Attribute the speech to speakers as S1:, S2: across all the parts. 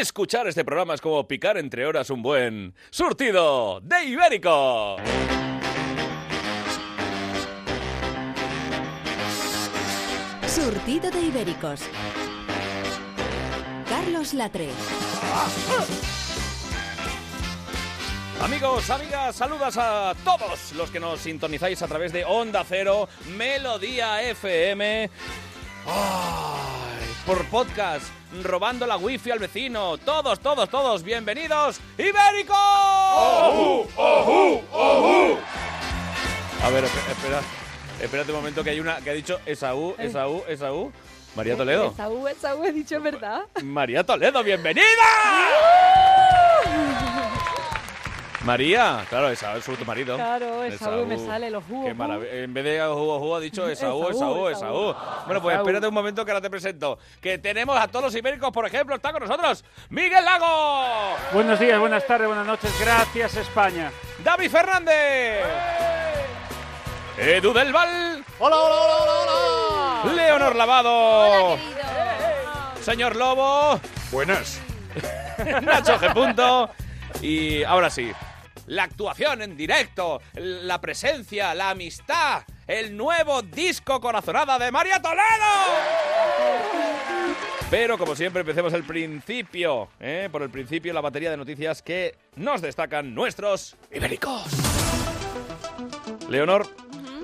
S1: Escuchar este programa es como picar entre horas un buen surtido de ibérico.
S2: Surtido de Ibéricos. Carlos Latre.
S1: Amigos, amigas, saludas a todos los que nos sintonizáis a través de Onda Cero, Melodía FM. Ay, por podcast, robando la wifi al vecino. Todos, todos, todos, bienvenidos, Ibérico. A ver, espe- espera, espérate un momento que hay una que ha dicho Esaú, Esaú, Esaú. María Toledo.
S3: Esaú, Esaú, he dicho verdad.
S1: María Toledo, bienvenida. María, claro, Esaú es tu marido.
S3: Claro, Esaú, me sale los jugos.
S1: Qué maravilla. En vez de jugo, jugo, ha dicho Esaú,
S3: Esaú,
S1: Esaú, Esaú.
S3: Esaú.
S1: Bueno, pues
S3: Esaú.
S1: espérate un momento que ahora te presento. Que tenemos a todos los ibéricos, por ejemplo, está con nosotros Miguel Lago,
S4: Buenos días, buenas tardes, buenas noches. Gracias, España.
S1: David Fernández, ¡Eh! Edu del Val,
S5: Hola, hola, hola, hola,
S1: Leonor Lavado, señor Lobo,
S5: Buenas.
S1: Nacho G. Punto. Y ahora sí, la actuación en directo, la presencia, la amistad, el nuevo disco corazonada de María Toledo. Pero como siempre empecemos el principio, ¿eh? por el principio la batería de noticias que nos destacan nuestros ibéricos. Leonor,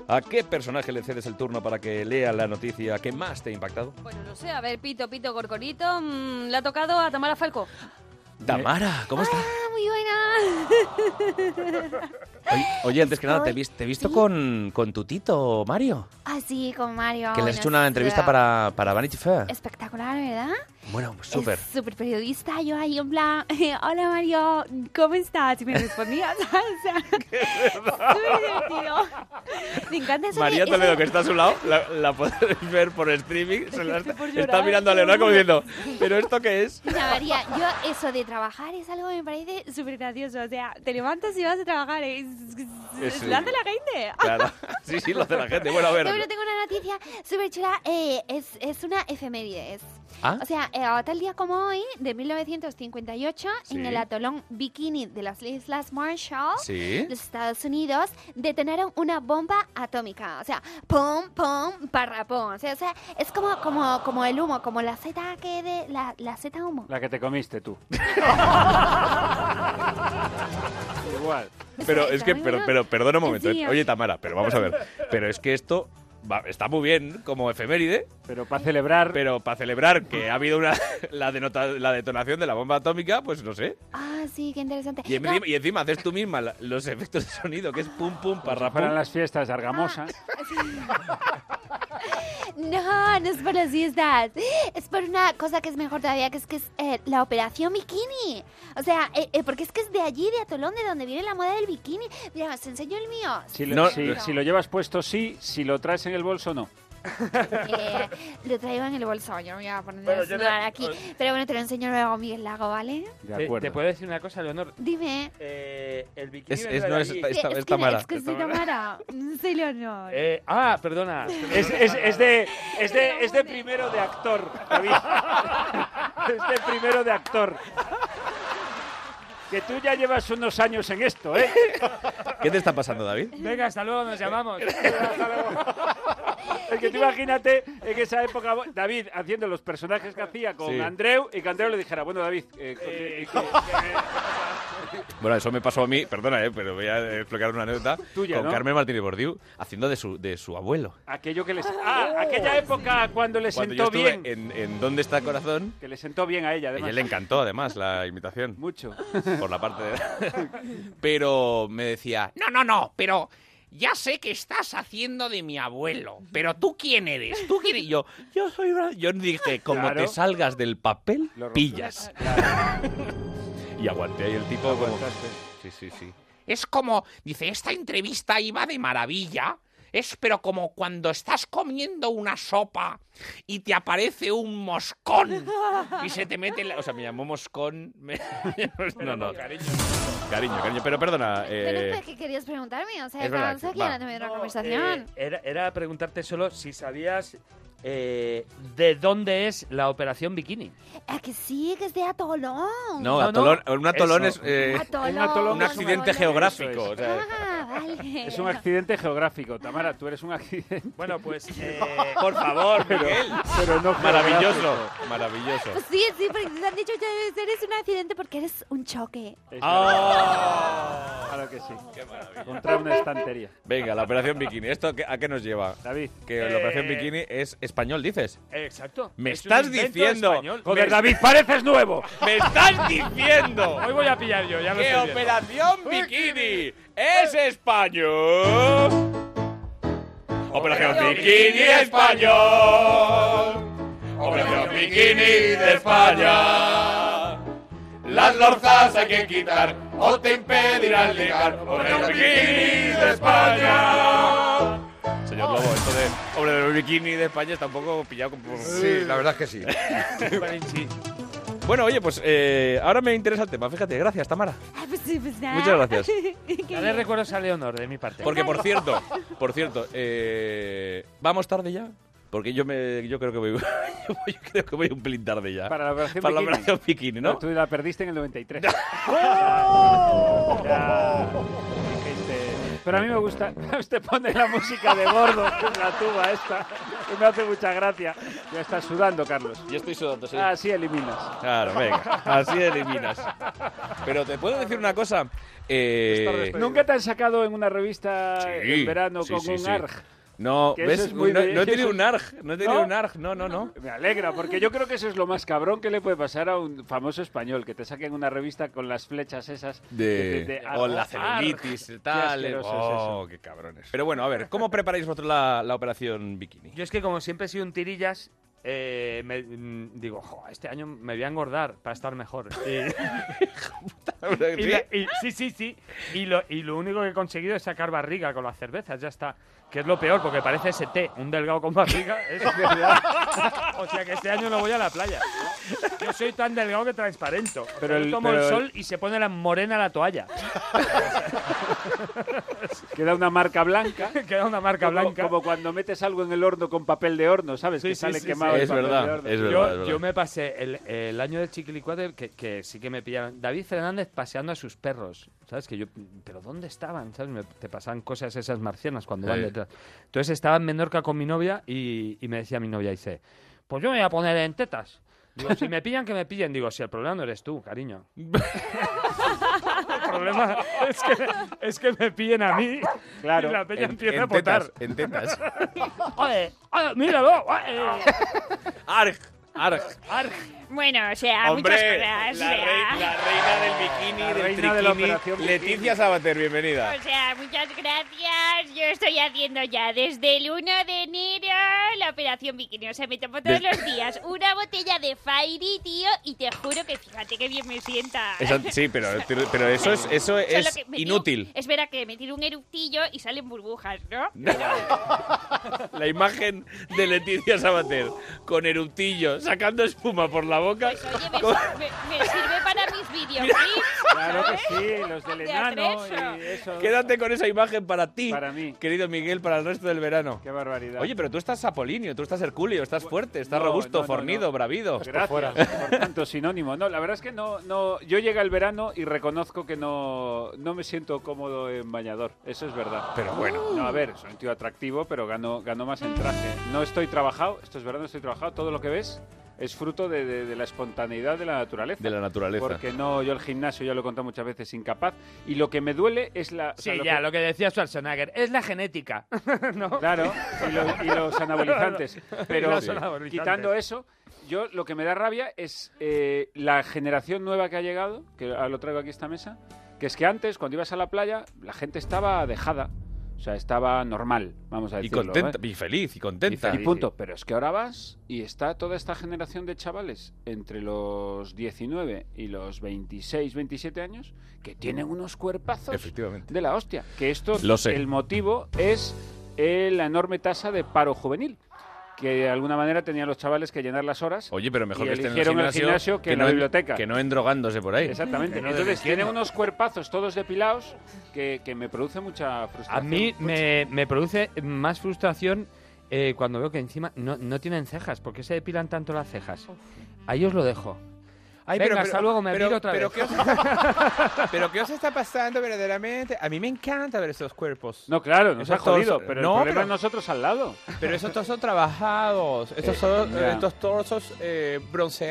S1: ¿a qué personaje le cedes el turno para que lea la noticia que más te ha impactado?
S3: Bueno, no sé, a ver, Pito, Pito, Corcorito, mm, le ha tocado a Tamara Falco.
S1: Damara, ¿cómo estás?
S3: ¡Ah, muy buena!
S1: Oye, oye, antes que nada, te he vis- te he visto, con, con tu tito, Mario.
S6: Ah, sí, con Mario.
S1: Que le has
S6: Bueno,
S1: hecho una
S6: es,
S1: entrevista
S6: eh,
S1: para, para Vanity Fair.
S6: Espectacular, ¿verdad?
S1: Bueno, súper.
S6: Es Súper periodista, yo ahí en plan, hola Mario, ¿cómo estás? Y me respondía, ¿sabes? O sea, Súper divertido. Me encanta eso. de-
S1: María
S6: eso de-
S1: Toledo, que está a su lado, la, la podéis ver por streaming. se la
S3: estoy
S1: está,
S3: por
S1: está
S3: llorar.
S1: mirando a Leonor como diciendo, ¿pero esto qué es?
S6: Mira, María, yo eso de trabajar es algo que me parece súper gracioso. O sea, te levantas y vas a trabajar. Es, es,
S1: Es-
S6: lo hace la gente.
S1: Eh, Claro. Sí, sí, lo hace la gente. Bueno, a
S6: Yo pero
S1: ver.
S6: tengo una noticia súper chula. eh, es, es una efeméride. es-
S1: ¿Ah?
S6: O sea, eh, tal día como hoy, de 1958,
S1: Sí.
S6: en el atolón Bikini de las Islas Marshall,
S1: Sí.
S6: los Estados Unidos, detonaron una bomba atómica. O sea, pum, pum, parrapón. O sea, o sea, es como, como, como el humo, como la Z que de la, la Z humo.
S4: La que te comiste tú. Igual.
S1: Pero es que,
S6: Ay,
S1: pero,
S6: no.
S1: pero perdona un momento.
S6: En
S1: eh.
S6: serio.
S1: Oye, Tamara, pero vamos a ver. Pero es que esto va- está muy bien como efeméride,
S4: Pero para celebrar.
S1: pero para celebrar que ha habido una, la, denota- la detonación de la bomba atómica, pues no sé.
S6: Ah, sí, qué interesante.
S1: Y
S6: No,
S1: encima, y encima haces tú misma la- los efectos de sonido, que es pum pum parra
S4: Para
S1: pum.
S4: las fiestas de Argamosa.
S6: No, no es por las fiestas. Es por una cosa que es mejor todavía, que es que es eh, la operación bikini. O sea, eh, eh, porque es que es de allí, de Atolón, de donde viene la moda del bikini. Mira, os enseño el mío.
S4: Si lo,
S1: No.
S4: si- si lo llevas puesto, sí. Si lo traes en el bolso, no.
S6: Eh, lo traigo en el bolso, yo no me voy a poner
S7: Bueno,
S6: a
S7: yo te-
S6: desnudar aquí. Pero bueno, te lo enseño luego, Miguel Lago, ¿vale?
S4: De
S7: Te,
S4: acuerdo.
S7: te puedo decir una cosa, Leonor.
S6: Dime.
S7: Eh, el bikini
S1: Es-
S7: vendrá
S1: es-
S7: de
S1: no es-
S7: allí.
S1: es- Esta-
S6: Eh,
S1: esta
S6: que,
S1: Mara,
S6: es que
S1: esta
S6: soy
S1: Mara.
S6: Tamara. Soy Leonor.
S7: Eh, ah, perdona.
S4: Es, es- es de, es, de, es de primero de actor, David. Es de primero de actor. Que tú ya llevas unos años en esto, ¿eh?
S1: ¿Qué te está pasando, David?
S7: Venga, hasta luego, nos llamamos.
S4: Es que tú imagínate en esa época David haciendo los personajes que hacía con
S1: Sí.
S4: Andreu y que Andreu le dijera, bueno David, eh, conti-
S1: Bueno, eso me pasó a mí, perdona, eh, pero voy a explicar una anécdota
S4: Tuya,
S1: con
S4: ¿no?
S1: Carmen Martínez Bordiú haciendo de su, de su abuelo.
S4: aquello que les... Ah, aquella época cuando le
S1: Cuando yo
S4: sentó
S1: estuve
S4: bien.
S1: en, en ¿Dónde está Corazón?
S4: Que le sentó bien a ella,
S1: A
S4: además.
S1: ella le encantó, además, la imitación,
S4: Mucho.
S1: por la parte de... pero me decía,
S8: No, no, no, pero ya sé que estás haciendo de mi abuelo, pero tú quién eres, tú quién eres.
S1: y yo, yo soy... Bra-". Yo dije, como
S4: Claro.
S1: te salgas del papel,
S4: Lo rompí.
S1: pillas. Y aguanté ahí el tipo como...
S4: Aguantaste.
S1: Sí, sí, sí.
S8: Es como, dice, esta entrevista iba de maravilla. Es pero como cuando estás comiendo una sopa y te aparece un moscón y se te mete en la...
S1: O sea, me llamó Moscón... me- no, no. Cariño, cariño, pero perdona.
S6: Pero
S1: Eh...
S6: ¿qué querías preguntarme? O sea,
S1: es verdad
S6: estábamos
S1: que-
S6: aquí
S1: va.
S6: hablando de una
S7: No,
S6: conversación.
S7: eh, era, era preguntarte solo si sabías eh, ¿de dónde es la operación bikini?
S6: ¿A Ah, que sí? Que es de atolón.
S1: No,
S7: No,
S1: atolón-
S7: no.
S1: un atolón
S7: Eso.
S1: es eh,
S6: Atolón,
S4: un atolón
S1: un
S4: es
S1: accidente
S4: atolón.
S1: geográfico.
S4: Eso
S1: o
S4: es.
S1: sea,
S6: Ah, vale.
S4: Es un accidente geográfico. Tamara, tú eres un accidente.
S7: Bueno, pues
S1: por favor, Miguel.
S4: Pero no
S1: Maravilloso,
S4: geográfico.
S1: maravilloso.
S6: Pues sí, sí, porque te han dicho que eres un accidente porque eres un choque.
S4: Es-
S1: Ah.
S4: Claro que sí.
S1: Qué maravilla.
S4: Contra una estantería.
S1: Venga, la operación bikini. ¿Esto a qué- a qué nos lleva?
S4: David.
S1: Que la
S7: Eh,
S1: operación bikini es español, dices.
S7: exacto.
S1: Me
S7: Es un
S1: estás
S7: invento
S1: diciendo-
S7: español.
S4: Joder,
S7: Me-
S4: David, pareces nuevo.
S1: ¡Me estás diciendo!
S7: Hoy voy a pillar yo, ya lo
S1: ¡Que
S7: estoy viendo.
S1: Operación Bikini es español! Operación Bikini español. Operación Bikini de España. Las lorzas hay que quitar o te impedirán llegar. Operación Bikini de España. Señor
S5: Oh.
S1: Lobo, esto de Operación Bikini de España está un poco pillado con...
S5: Sí, la verdad es que sí.
S1: Bueno, oye, pues eh, ahora me interesa el tema. Fíjate, gracias, Tamara.
S6: Ah, pues sí, pues nada.
S1: Muchas gracias.
S6: Qué
S7: Dale
S6: bien.
S7: recuerdos a Leonor de mi parte.
S1: Porque por cierto, por cierto, eh, vamos tarde ya. Porque yo me, yo creo que voy, yo voy- creo que voy un pelín tarde ya.
S4: Para la operación
S1: Para la
S4: bikini.
S1: operación bikini, ¿no?
S4: Tú la perdiste en el 93. Ya, gente. Este, Pero a mí me gusta. Usted pone la música de gordo, la tuba esta. que me hace mucha gracia. Ya estás sudando, Carlos.
S1: Yo estoy sudando, sí.
S4: Así eliminas.
S1: Claro, venga, así eliminas. Pero te puedo decir una cosa. Eh,
S4: Nunca te han sacado en una revista en verano
S1: sí,
S4: con
S1: sí,
S4: un
S1: sí.
S4: ARG.
S1: No,
S4: Que
S1: ves,
S4: eso es muy
S1: no,
S4: de-
S1: no he
S4: que
S1: tenido
S4: eso es-
S1: un ARG, no he tenido
S4: ¿No?
S1: un ARG, no, no, no.
S4: Me alegra, porque yo creo que eso es lo más cabrón que le puede pasar a un famoso español, que te saquen una revista con las flechas esas.
S1: De, con la
S4: celulita.
S1: celulitis, el tal. el-
S4: asqueroso es
S1: Oh, qué cabrones. Pero bueno, a ver, ¿cómo preparáis vosotros la, la operación bikini?
S7: Yo es que como siempre he sido un tirillas, eh, me- mm, digo, "Jo, este año me voy a engordar para estar mejor. Y- y la- y- sí, sí, sí. Y lo, y lo único que he conseguido es sacar barriga con las cervezas, ya está. Que es lo peor, porque parece ST, un delgado con barriga. es- o sea que este año no voy a la playa. Yo soy tan delgado que transparento. O sea,
S4: Pero
S7: yo
S4: el-
S7: tomo
S4: pero
S7: el
S4: el-
S7: sol y se pone la morena la toalla.
S4: Queda una marca blanca.
S7: Queda una marca
S4: como,
S7: blanca.
S4: como cuando metes algo en el horno con papel de horno, ¿sabes?
S7: Sí,
S4: que
S7: sí,
S4: sale
S7: sí,
S4: quemado.
S7: sí.
S4: el
S1: Es
S4: papel
S1: verdad,
S4: de horno.
S1: es verdad.
S7: Yo,
S1: verdad.
S7: yo me pasé el, el año del chiquilicuatre que, que sí que me pillaron. David Fernández paseando a sus perros. ¿Sabes? Que yo, ¿pero dónde estaban? ¿Sabes? Me- te pasan cosas esas marcianas cuando van
S1: Sí.
S7: detrás. Entonces estaba en Menorca con mi novia y, y me decía mi novia, dice, pues yo me voy a poner en tetas. Digo, si me pillan, que me pillen. Digo, si el problema no eres tú, cariño. el problema es que, es que me pillen a mí
S4: Claro.
S7: y la peña
S1: En-
S7: empieza a
S1: en tetas,
S7: potar.
S1: en tetas.
S9: Ah,
S7: ¡Oye, oye, míralo! oye".
S1: Arg, arg.
S3: Bueno, o sea, muchas cosas. o sea,
S1: del bikini,
S4: La reina de la operación bikini.
S1: Leticia Sabater, bienvenida.
S3: O sea, muchas gracias. Yo estoy haciendo ya desde el 1 de enero la operación bikini. O sea, me tomo todos
S1: Des-
S3: los días una botella de Fairy, tío, y te juro que fíjate qué bien me sienta.
S1: Eso- sí, pero, pero eso es,
S3: Solo
S1: eso es
S3: que me tiro-
S1: inútil.
S3: espera que me tiro un eructillo y salen burbujas, ¿no?
S1: La imagen de Leticia Sabater con eructillo, sacando espuma por la boca.
S3: Pues oye, me, sir- me- me sirve para mis videoclips.
S4: Claro que sí, los del
S3: De
S4: enano
S3: atrezo.
S4: y eso.
S1: Quédate con esa imagen para ti,
S4: Para mí.
S1: querido Miguel, para el resto del verano.
S4: Qué barbaridad.
S1: Oye, pero tú estás apolinio, tú estás hercúleo, estás fuerte, estás
S4: No,
S1: robusto,
S4: no, no,
S1: fornido,
S4: no.
S1: bravido.
S4: Gracias por tanto sinónimo. No, la verdad es que no, no. Yo llega el verano y reconozco que no, no me siento cómodo en bañador. Eso es verdad.
S1: Pero bueno.
S4: No, a ver, soy un tío atractivo, pero gano, gano más en traje. No estoy trabajado, esto es verdad, no estoy trabajado. Todo lo que ves es fruto de, de- de la espontaneidad de la naturaleza.
S1: De la naturaleza.
S4: Porque no, yo el gimnasio ya lo he contado muchas veces incapaz. Y lo que me duele es la. o
S7: Sí,
S4: sea, lo
S7: ya,
S4: que-
S7: lo que decía Schwarzenegger. Es la genética. ¿No?
S4: Claro, y, lo- y los anabolizantes.
S7: Y
S4: Pero
S7: los anabolizantes.
S4: quitando eso, yo lo que me da rabia es eh, la generación nueva que ha llegado, que ahora lo traigo aquí a esta mesa, que es que antes, cuando ibas a la playa, la gente estaba dejada. O sea, estaba normal, vamos a
S1: Y
S4: decirlo.
S1: contenta,
S4: ¿eh?
S1: y feliz, y contenta.
S4: Y punto. Pero es que ahora vas y está toda esta generación de chavales entre los 19 y los 26, 27 años que tienen unos cuerpazos
S1: Efectivamente.
S4: de la hostia. Que esto,
S1: Lo sé.
S4: el motivo es eh, la enorme tasa de paro juvenil. Que de alguna manera tenían los chavales que llenar las horas.
S1: Oye, pero mejor
S4: Y
S1: que estén en el
S4: eligieron el
S1: gimnasio,
S4: gimnasio que en la
S1: en-
S4: biblioteca.
S1: Que no endrogándose por ahí.
S4: Exactamente. Entonces tienen unos cuerpazos todos depilados que, que me produce mucha
S7: A
S4: frustración.
S7: mí me, me produce más frustración eh, cuando veo que encima no, no tienen cejas, porque se depilan tanto las cejas. Ahí os lo dejo. Ay, Venga, hasta luego, me
S1: pero-
S7: piro otra
S1: pero
S7: vez.
S1: ¿qué os- pero ¿qué os está pasando verdaderamente? A mí me encanta ver esos cuerpos.
S4: No, claro, nos
S1: Eso
S4: ha
S1: es todo-
S4: jodido, pero el
S1: No,
S4: problema
S1: pero-
S4: es nosotros al lado.
S1: Pero esos todos son trabajados, estos, son,
S4: ya.
S1: estos torsos eh,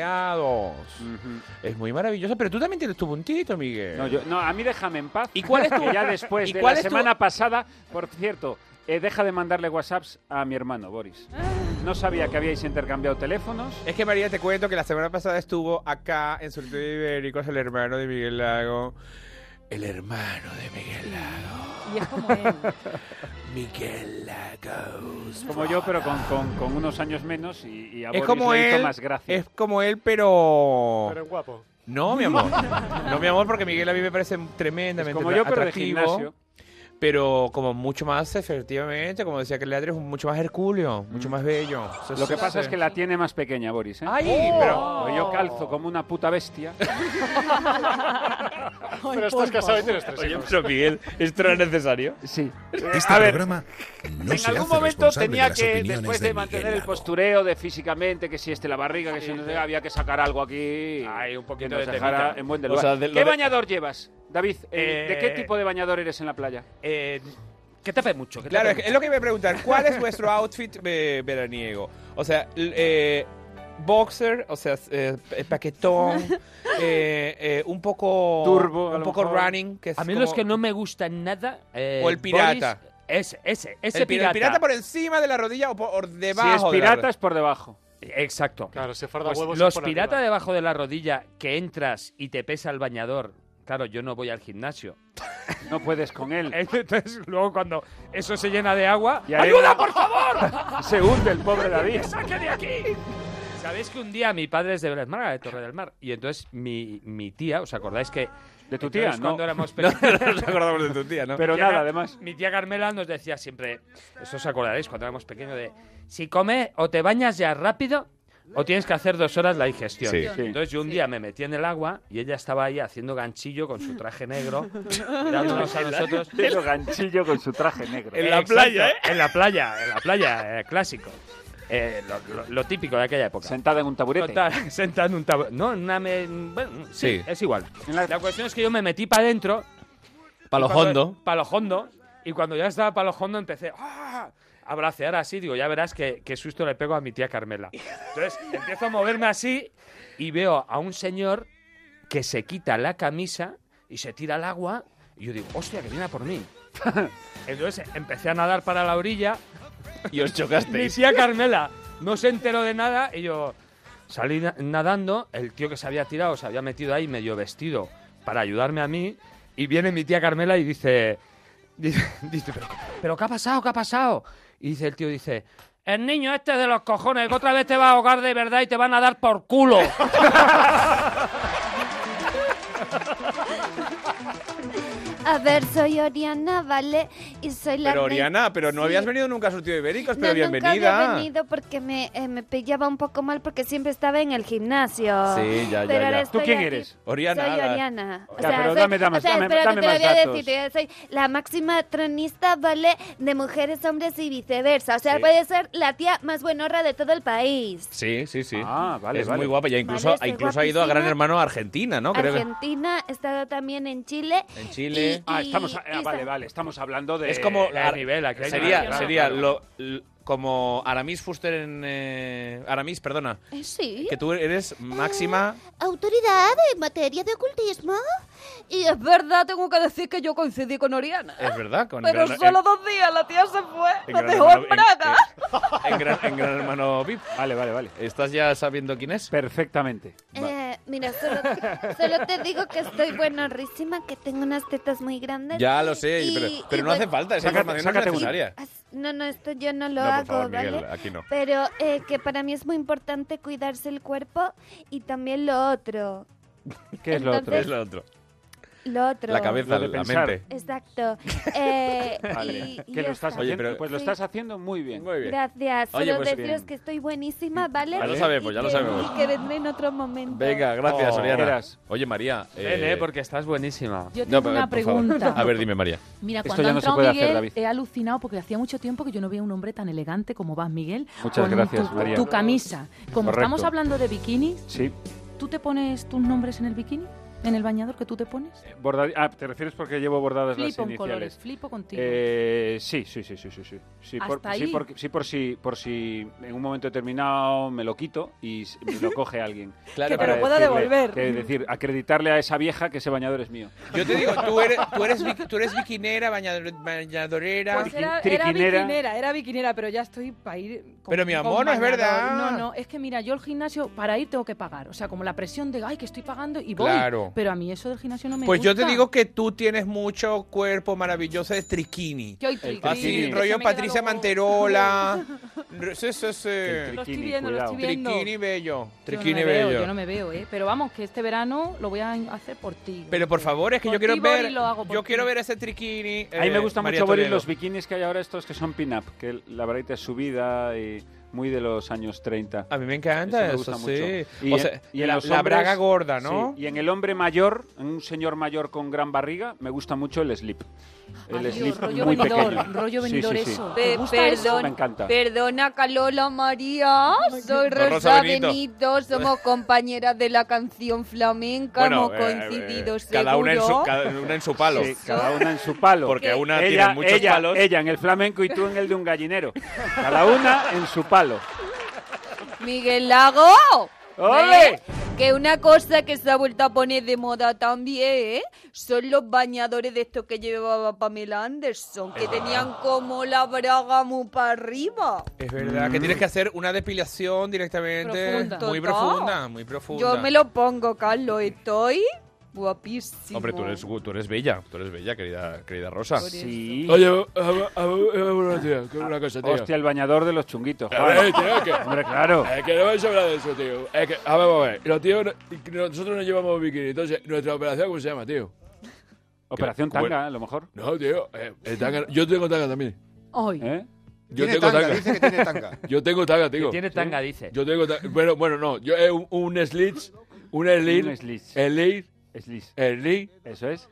S1: bronceados. Es muy maravilloso, pero tú también tienes tu puntito, Miguel.
S4: No, yo- no, a mí déjame en paz.
S1: ¿Y cuál es tu-
S4: que ya después
S1: ¿Y
S4: de
S1: cuál
S4: la
S1: es tu-
S4: semana pasada, por cierto, eh, deja de mandarle WhatsApps a mi hermano Boris. No sabía que habíais intercambiado teléfonos.
S1: Es que María, te cuento que la semana pasada estuvo acá en Solitario Ibéricos el hermano de Miguel Lago. El hermano de Miguel Lago.
S2: Y es como él.
S1: Miguel Lagos.
S4: Como yo, pero con, con- con unos años menos y, y a
S1: Es
S4: Boris
S1: como
S4: le hizo
S1: él.
S4: más gracia.
S1: Es como él, pero.
S5: Pero guapo.
S1: No, mi amor. No, mi amor, porque Miguel a mí me parece
S4: Es
S1: tremendamente
S4: como yo, pero de
S1: atractivo.
S4: gimnasio.
S1: pero como mucho más efectivamente, como decía que Leandro, es un mucho más hercúleo, mucho más bello. Eso
S4: Mm. Lo que
S1: sí,
S4: pasa
S1: sí.
S4: es que la tiene más pequeña, Boris. ¿eh?
S1: ¡Ay! ¡Oh! Pero,
S4: Porque Yo calzo como una puta bestia.
S5: Pero estás casado y tienes tres hijos.
S1: pero Miguel, ¿esto era necesario?
S4: Sí.
S10: Este
S4: a ver,
S10: programa no
S4: en
S10: se
S4: algún
S10: hace
S4: momento
S10: responsable de
S4: tenía
S10: las
S4: que,
S10: opiniones
S4: después
S10: de
S4: de
S10: Miguel
S4: mantener el
S10: Lago.
S4: postureo de físicamente, que si este la barriga, que si no sé, qué, había que sacar algo aquí.
S7: Ay, un poquito
S4: que nos
S7: de
S4: dejara
S7: temita.
S4: en buen
S1: O
S4: lugar.
S1: sea, de lo
S4: ¿Qué
S1: de-
S4: bañador llevas, David? Eh, ¿De qué
S7: Eh,
S4: tipo de bañador eres en la playa?
S7: que te hace mucho.
S1: Claro, es, que- es lo que me preguntar, ¿cuál es vuestro outfit eh, veraniego? O sea, l- eh, boxer, o sea, eh, pa- paquetón, eh, eh, un poco
S4: Turbo, a
S1: un
S4: lo
S1: poco
S4: mejor.
S1: running, que es
S7: A mí
S1: como-
S7: los que no me gustan nada. eh,
S1: O el pirata.
S7: Boris, ese, ese, ese
S1: el, pi- el
S7: pirata.
S1: por encima de la rodilla o por o
S4: Si es
S1: debajo. de la
S4: pirata, es por debajo.
S7: Exacto.
S5: Claro, se farda
S7: Pues
S5: huevos.
S7: los
S5: por
S7: piratas
S5: arriba.
S7: debajo de la rodilla que entras y te pesa el bañador. Claro, yo no voy al gimnasio.
S4: No puedes con él.
S7: Entonces, luego cuando eso se llena de agua,
S4: Y ahí
S7: ¡ayuda,
S4: va-
S7: por favor!
S4: Se hunde el pobre David.
S7: ¡Que saque de aquí! Sabéis que un día mi padre es de Bresmara, de Torre del Mar, y entonces mi, mi tía, ¿os acordáis que...
S4: De tu tía,
S7: entonces
S4: no.
S7: Cuando éramos
S1: No,
S7: pequeños...
S1: no nos acordamos de tu tía, ¿no?
S4: Pero
S7: tía
S4: nada,
S7: Car-
S4: además.
S7: Mi tía Carmela nos decía siempre, eso os acordaréis cuando éramos pequeños, de si comes o te bañas ya rápido o tienes que hacer dos horas la digestión.
S1: Sí.
S4: Sí.
S7: Entonces yo un día me metí en el agua y ella estaba ahí haciendo ganchillo con su traje negro, mirándonos a nosotros.
S4: Pero ganchillo con su traje negro.
S1: En la
S7: Exacto,
S1: playa, ¿eh?
S7: En la playa, en la playa, eh, clásico. Eh, lo, lo- lo típico de aquella época.
S4: Sentada en un taburete.
S7: Total, sentada en un taburete. No, en una... me- bueno, sí,
S1: Sí.
S7: es igual.
S4: En la-
S7: La cuestión es que yo me metí para adentro
S1: Palo hondo.
S7: Palo hondo. Y cuando ya estaba palo hondo empecé ¡ah! a bracear así. Digo, ya verás que, que susto le pego a mi tía Carmela. Entonces empiezo a moverme así y veo a un señor que se quita la camisa y se tira al agua. Y yo digo, hostia, que viene a por mí. Entonces eh, empecé a nadar para la orilla.
S1: Y os
S7: Mi
S1: chocasteis.
S7: tía Carmela no se enteró de nada y yo salí na- nadando. El tío que se había tirado se había metido ahí medio vestido para ayudarme a mí. Y viene mi tía Carmela y dice, dice, dice, ¿pero, pero qué ha pasado? ¿Qué ha pasado? Y dice el tío, dice, el niño este de los cojones, que otra vez te va a ahogar de verdad y te van a dar por culo.
S6: A ver, soy Oriana, ¿vale? Y soy la.
S1: Pero
S6: reina-
S1: Oriana, pero no
S6: Sí.
S1: habías venido nunca a Surtido Ibéricos,
S6: No,
S1: pero bienvenida.
S6: Nunca había venido porque me, eh, me pillaba un poco mal porque siempre estaba en el gimnasio.
S1: Sí, ya, ya,
S6: Pero
S1: ya.
S6: ahora
S4: ¿Tú
S6: estoy
S4: quién
S6: aquí.
S4: eres?
S1: Oriana.
S6: Soy
S1: la-
S6: Oriana. O
S4: Ya,
S6: sea,
S4: pero
S6: soy-
S4: dame- dame-
S6: o sea,
S4: dame-
S6: espérate,
S4: dame
S6: te lo
S4: más
S6: voy a
S4: datos.
S6: decir, te voy a decir. La máxima tronista, ¿vale? De mujeres, hombres y viceversa. O sea, puede ser la tía más buenorra de todo el país.
S1: Sí, sí, sí.
S4: Ah, vale,
S1: es
S4: vale.
S1: muy guapa. Ya incluso,
S6: Vale, soy
S1: incluso ha ido a Gran
S6: guapísima.
S1: Hermano a Argentina, ¿no? Creo que-
S6: Argentina, he estado también en Chile.
S1: En Chile.
S4: Ah, estamos.
S6: Y-
S4: ah,
S6: y-
S4: vale, vale. Estamos hablando de.
S1: Es como.
S7: hay
S1: Ar-
S7: nivel, aquí hay
S1: sería
S7: nivel,
S1: sería
S7: claro.
S1: lo- l- como Aramis Fuster en. eh, Aramis, perdona.
S6: Eh, Sí.
S1: Que tú eres máxima.
S6: Autoridad en materia de ocultismo. Y es verdad, tengo que decir que yo coincidí con Oriana.
S1: Es verdad, con eh.
S2: Pero
S1: Gran-
S2: solo
S1: en-
S2: dos días la tía se fue.
S1: en
S2: La
S1: Gran
S2: dejó en
S1: Hermano-
S2: Braga.
S1: en- en- en Gran- en Gran Hermano VIP.
S4: Vale, vale, vale.
S1: ¿Estás ya sabiendo quién es?
S4: Perfectamente.
S6: Eh, mira, solo, solo te digo que estoy buenorrísima, que tengo unas tetas muy grandes.
S1: Ya lo sé,
S6: Y-
S1: pero,
S6: y
S1: pero no
S10: pues
S6: bueno-
S1: hace falta, esa
S4: Sácate-
S1: información no
S4: sácate
S1: es
S4: una.
S1: necesaria.
S6: As- No, no, esto yo no lo
S1: No, por
S6: hago,
S1: favor, Miguel,
S6: ¿vale?
S1: aquí no.
S6: Pero eh, que para mí es muy importante cuidarse el cuerpo y también lo otro.
S4: ¿Qué es lo otro?
S6: Entonces-
S1: Es lo otro.
S11: lo otro.
S1: La cabeza,
S4: Lo de
S1: la
S4: pensar.
S1: mente.
S11: Exacto. Eh, y- y ya
S4: que lo estás
S11: está.
S1: Oye,
S4: haciendo,
S1: pero-
S4: pues lo
S11: Sí.
S4: estás haciendo muy bien.
S1: Muy bien.
S11: Gracias.
S1: Oye,
S11: Solo
S1: pues bien.
S11: deciros que estoy buenísima, ¿vale?
S1: Ya lo sabemos,
S11: Y
S1: ya lo
S11: que-
S1: sabemos.
S11: Y que vendré en otro momento.
S1: Venga, gracias,
S7: Oh,
S1: Oriana.
S4: verás.
S1: Oye, María.
S7: Ven, eh, porque estás buenísima.
S10: Yo tengo
S1: No, pero,
S10: una
S1: por favor.
S10: pregunta.
S1: A ver, dime, María.
S10: Mira,
S4: Esto
S10: cuando
S4: ya
S10: ha
S4: no se
S10: entrado
S4: puede hacer,
S10: Miguel,
S4: David.
S10: he alucinado porque hacía mucho tiempo que yo no veía un hombre tan elegante como vas, Miguel.
S4: Muchas
S10: con
S4: gracias,
S10: tu,
S4: María.
S10: tu camisa. Como
S4: Correcto.
S10: estamos hablando de bikinis,
S4: Sí.
S10: ¿tú te pones tus nombres en el bikini? ¿En el bañador que tú te pones?
S4: Borda- ah, te refieres porque llevo bordadas las
S10: Flipo en colores,
S4: iniciales.
S10: flipo contigo.
S4: Eh, sí, sí, sí, sí, sí, sí. Sí,
S10: Hasta
S4: por, sí,
S10: ahí.
S4: por, sí, por si, por si en un momento determinado me lo quito y s- me lo coge alguien.
S1: Claro,
S2: Que te
S4: Para
S2: lo pueda
S4: decirle-
S2: devolver.
S4: Que decir, acreditarle a esa vieja que ese bañador es mío.
S12: Yo te digo, tú eres, tú eres, viqui- tú eres biquinera, bañador- bañadorera.
S2: Pues era, era
S4: Triquinera.
S2: biquinera, era biquinera, pero ya estoy para ir. con-
S12: Pero mi
S2: con
S12: amor, no es
S2: bañador.
S12: verdad.
S10: No, no, es que mira, yo el gimnasio para ir tengo que pagar. O sea, como la presión de, ay, que estoy pagando y voy.
S12: Claro.
S10: Pero a mí eso del gimnasio no me
S12: Pues yo
S10: gusta.
S12: te digo que tú tienes mucho cuerpo maravilloso de triquini.
S10: Que hoy
S4: El
S10: triqui,
S12: Así,
S4: triquini.
S10: que se
S12: rollo
S10: me queda
S12: Patricia
S10: luego-
S12: Manterola. r- sí, sí, sí.
S4: El
S2: Lo estoy
S4: triquini,
S2: viendo, lo
S4: cuidado.
S2: estoy viendo.
S12: Triquini bello.
S10: Yo no,
S12: Triquini
S10: me veo,
S12: bello.
S10: yo no me veo, ¿eh? Pero vamos, que este verano lo voy a hacer por ti.
S12: Pero por favor, es que yo
S10: Por
S12: quiero
S10: ti voy
S12: ver.
S10: y lo hago por
S12: Yo
S10: ti.
S12: quiero ver ese triquini.
S4: A mí
S12: eh,
S4: me gusta
S12: María
S4: mucho ver
S12: Toledo.
S4: los bikinis que hay ahora estos que son pin-up, que la varita es subida y muy de los años 30.
S12: A mí me
S4: Eso
S12: encanta
S4: me
S12: eso,
S4: gusta
S12: sí.
S4: mucho. Y
S12: o
S4: en-
S12: sea,
S4: y en
S12: la,
S4: los
S12: la
S4: hombres,
S12: braga gorda, ¿no?
S4: Sí, Y en el hombre mayor, en un señor mayor con gran barriga, me gusta mucho el slip. El
S10: Adiós,
S4: slip
S10: rollo
S4: muy
S10: venidor,
S4: pequeño.
S10: rollo
S4: Sí, sí,
S10: venidor
S4: sí.
S10: eso.
S2: Pe-
S10: ¿Te gusta eso?
S2: perdón,
S4: Me encanta.
S2: Perdona, Calola María. Soy
S1: Rosa
S2: Rosa,
S1: Benito.
S2: Benito. Somos compañeras de la canción flamenca. hemos
S1: eh, eh,
S2: coincidido,
S1: cada una, en su,
S2: seguro.
S1: cada una en su palo.
S4: Sí, cada una en su palo.
S1: Porque una tiene
S4: ella,
S1: muchos
S4: ella-
S1: palos.
S4: ella en el flamenco y tú en el de un gallinero. Cada una en su palo.
S2: Miguel Lago.
S4: ¡Ole!
S2: ¿Eh? Que una cosa que se ha vuelto a poner de moda también ¿eh? son los bañadores de estos que llevaba Pamela Anderson, que tenían como la braga muy para arriba.
S12: Es verdad que tienes que
S4: Mm.
S12: hacer una depilación directamente
S10: Profunda.
S12: muy
S2: Total.
S12: profunda, muy profunda.
S2: Yo me lo pongo, Carlos, estoy guapísimo.
S1: Hombre, tú eres, tú eres bella, tú eres bella, querida, querida Rosa.
S4: Sí.
S5: Oye, a ver, a ver, a ver, una, tía, que una cosa, tío.
S4: Hostia, el bañador de los chunguitos.
S5: A
S4: Juan.
S5: ver, eh, tío, que... Eh,
S4: Hombre, claro.
S5: Es que no vais a hablar de eso, tío. Es que, a ver, a ver. Los tíos, no- nosotros nos llevamos bikini. Entonces, ¿nuestra operación cómo se llama, tío?
S4: Operación
S1: Bueno.
S4: tanga, a lo mejor.
S5: No, tío. eh, el tanga- yo tengo tanga también.
S10: Hoy.
S4: ¿Eh?
S5: Yo
S9: tiene
S5: tengo
S9: tanga,
S5: tanga.
S9: dice que tiene tanga.
S5: Yo tengo tanga, tío.
S7: Tiene tanga, dice.
S5: Yo tengo tanga. Bueno, bueno, no. Yo es un, un slits. Un
S4: Un
S5: slits.
S4: slits.
S5: Slits.
S4: Slits.
S5: Slits.
S4: Eso es.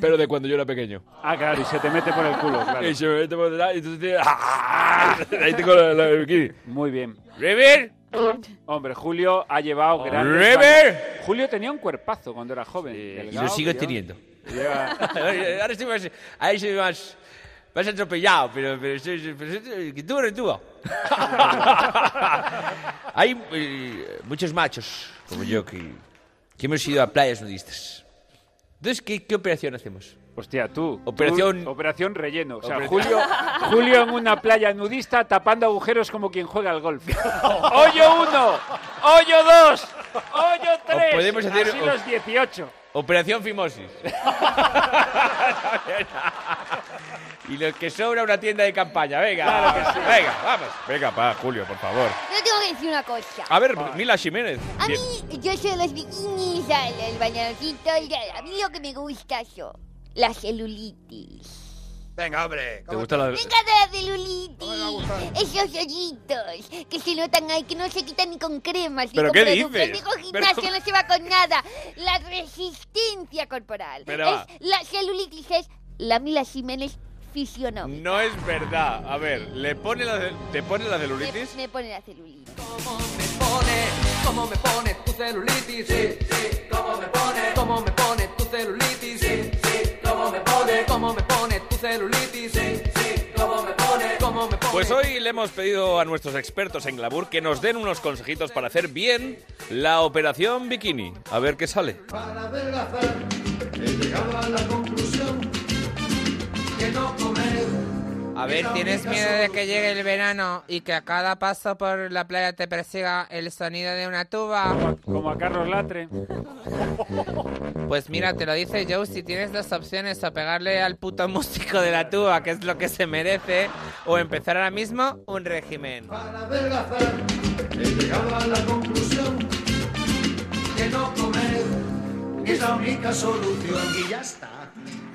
S5: Pero de cuando yo era pequeño.
S4: Ah, claro, y se te mete por el culo, claro.
S5: Y se me mete por detrás y entonces ¡ah! tiene- Ahí tengo la, la bikini.
S4: Muy bien.
S1: ¡River!
S4: Hombre, Julio ha llevado grandes
S1: ¡River!
S4: baños. Julio tenía un cuerpazo cuando era joven.
S1: Y lo sigo teniendo.
S4: Lleva...
S1: Ahora sí más, ahí soy más, más atropellado, pero, pero, soy- pero soy- que tú eres tú. Hay eh, muchos machos como yo que, que hemos ido a playas nudistas. Entonces, ¿qué, qué operación hacemos?
S4: Hostia, tú.
S1: Operación-
S4: tú, operación relleno. O sea,
S1: Operación-
S4: Julio, Julio en una playa nudista tapando agujeros como quien juega al golf. ¡Hoyo uno! ¡Hoyo dos! ¡Hoyo tres!
S1: O podemos hacer-
S4: Así
S1: o-
S4: los 18.
S1: Operación Fimosis. y los que sobra una tienda de campaña. Venga, venga, vamos. Venga, pa, Julio, por favor.
S11: Yo tengo que decir una cosa.
S1: A ver, Mila Jiménez.
S11: A mí, yo soy los bikinis, el, el bañadorcito, el- a mí lo que me gusta yo, la celulitis.
S9: Venga, hombre.
S1: ¿Te gusta la...
S11: Me encanta la
S9: ¿Cómo le va a
S11: celulitis,
S9: gustar?
S11: esos hoyitos que se notan ahí, que no se quitan ni con cremas, ni
S1: ¿Pero
S11: con
S1: qué
S11: productos,
S1: dices?
S11: ni con
S1: Pero-
S11: gimnasio, no se va con nada. La resistencia corporal.
S1: Pero
S11: Es-
S1: va.
S11: la celulitis es la Mila Jiménez fisionómica.
S1: No es verdad. A ver, le pone la cel- ¿te pone la celulitis?
S11: Me, me pone la celulitis.
S1: Pues hoy le hemos pedido a nuestros expertos en glamour que nos den unos consejitos para hacer bien la operación bikini. A ver qué sale.
S12: A ver, ¿tienes miedo de que llegue el verano y que a cada paso por la playa te persiga el sonido de una tuba?
S4: Como a Carlos Latre.
S12: Pues mira, te lo dice Joe, si tienes dos opciones, o pegarle al puto músico de la tuba, que es lo que se merece, o empezar ahora mismo un régimen.
S9: Es la única solución y ya está.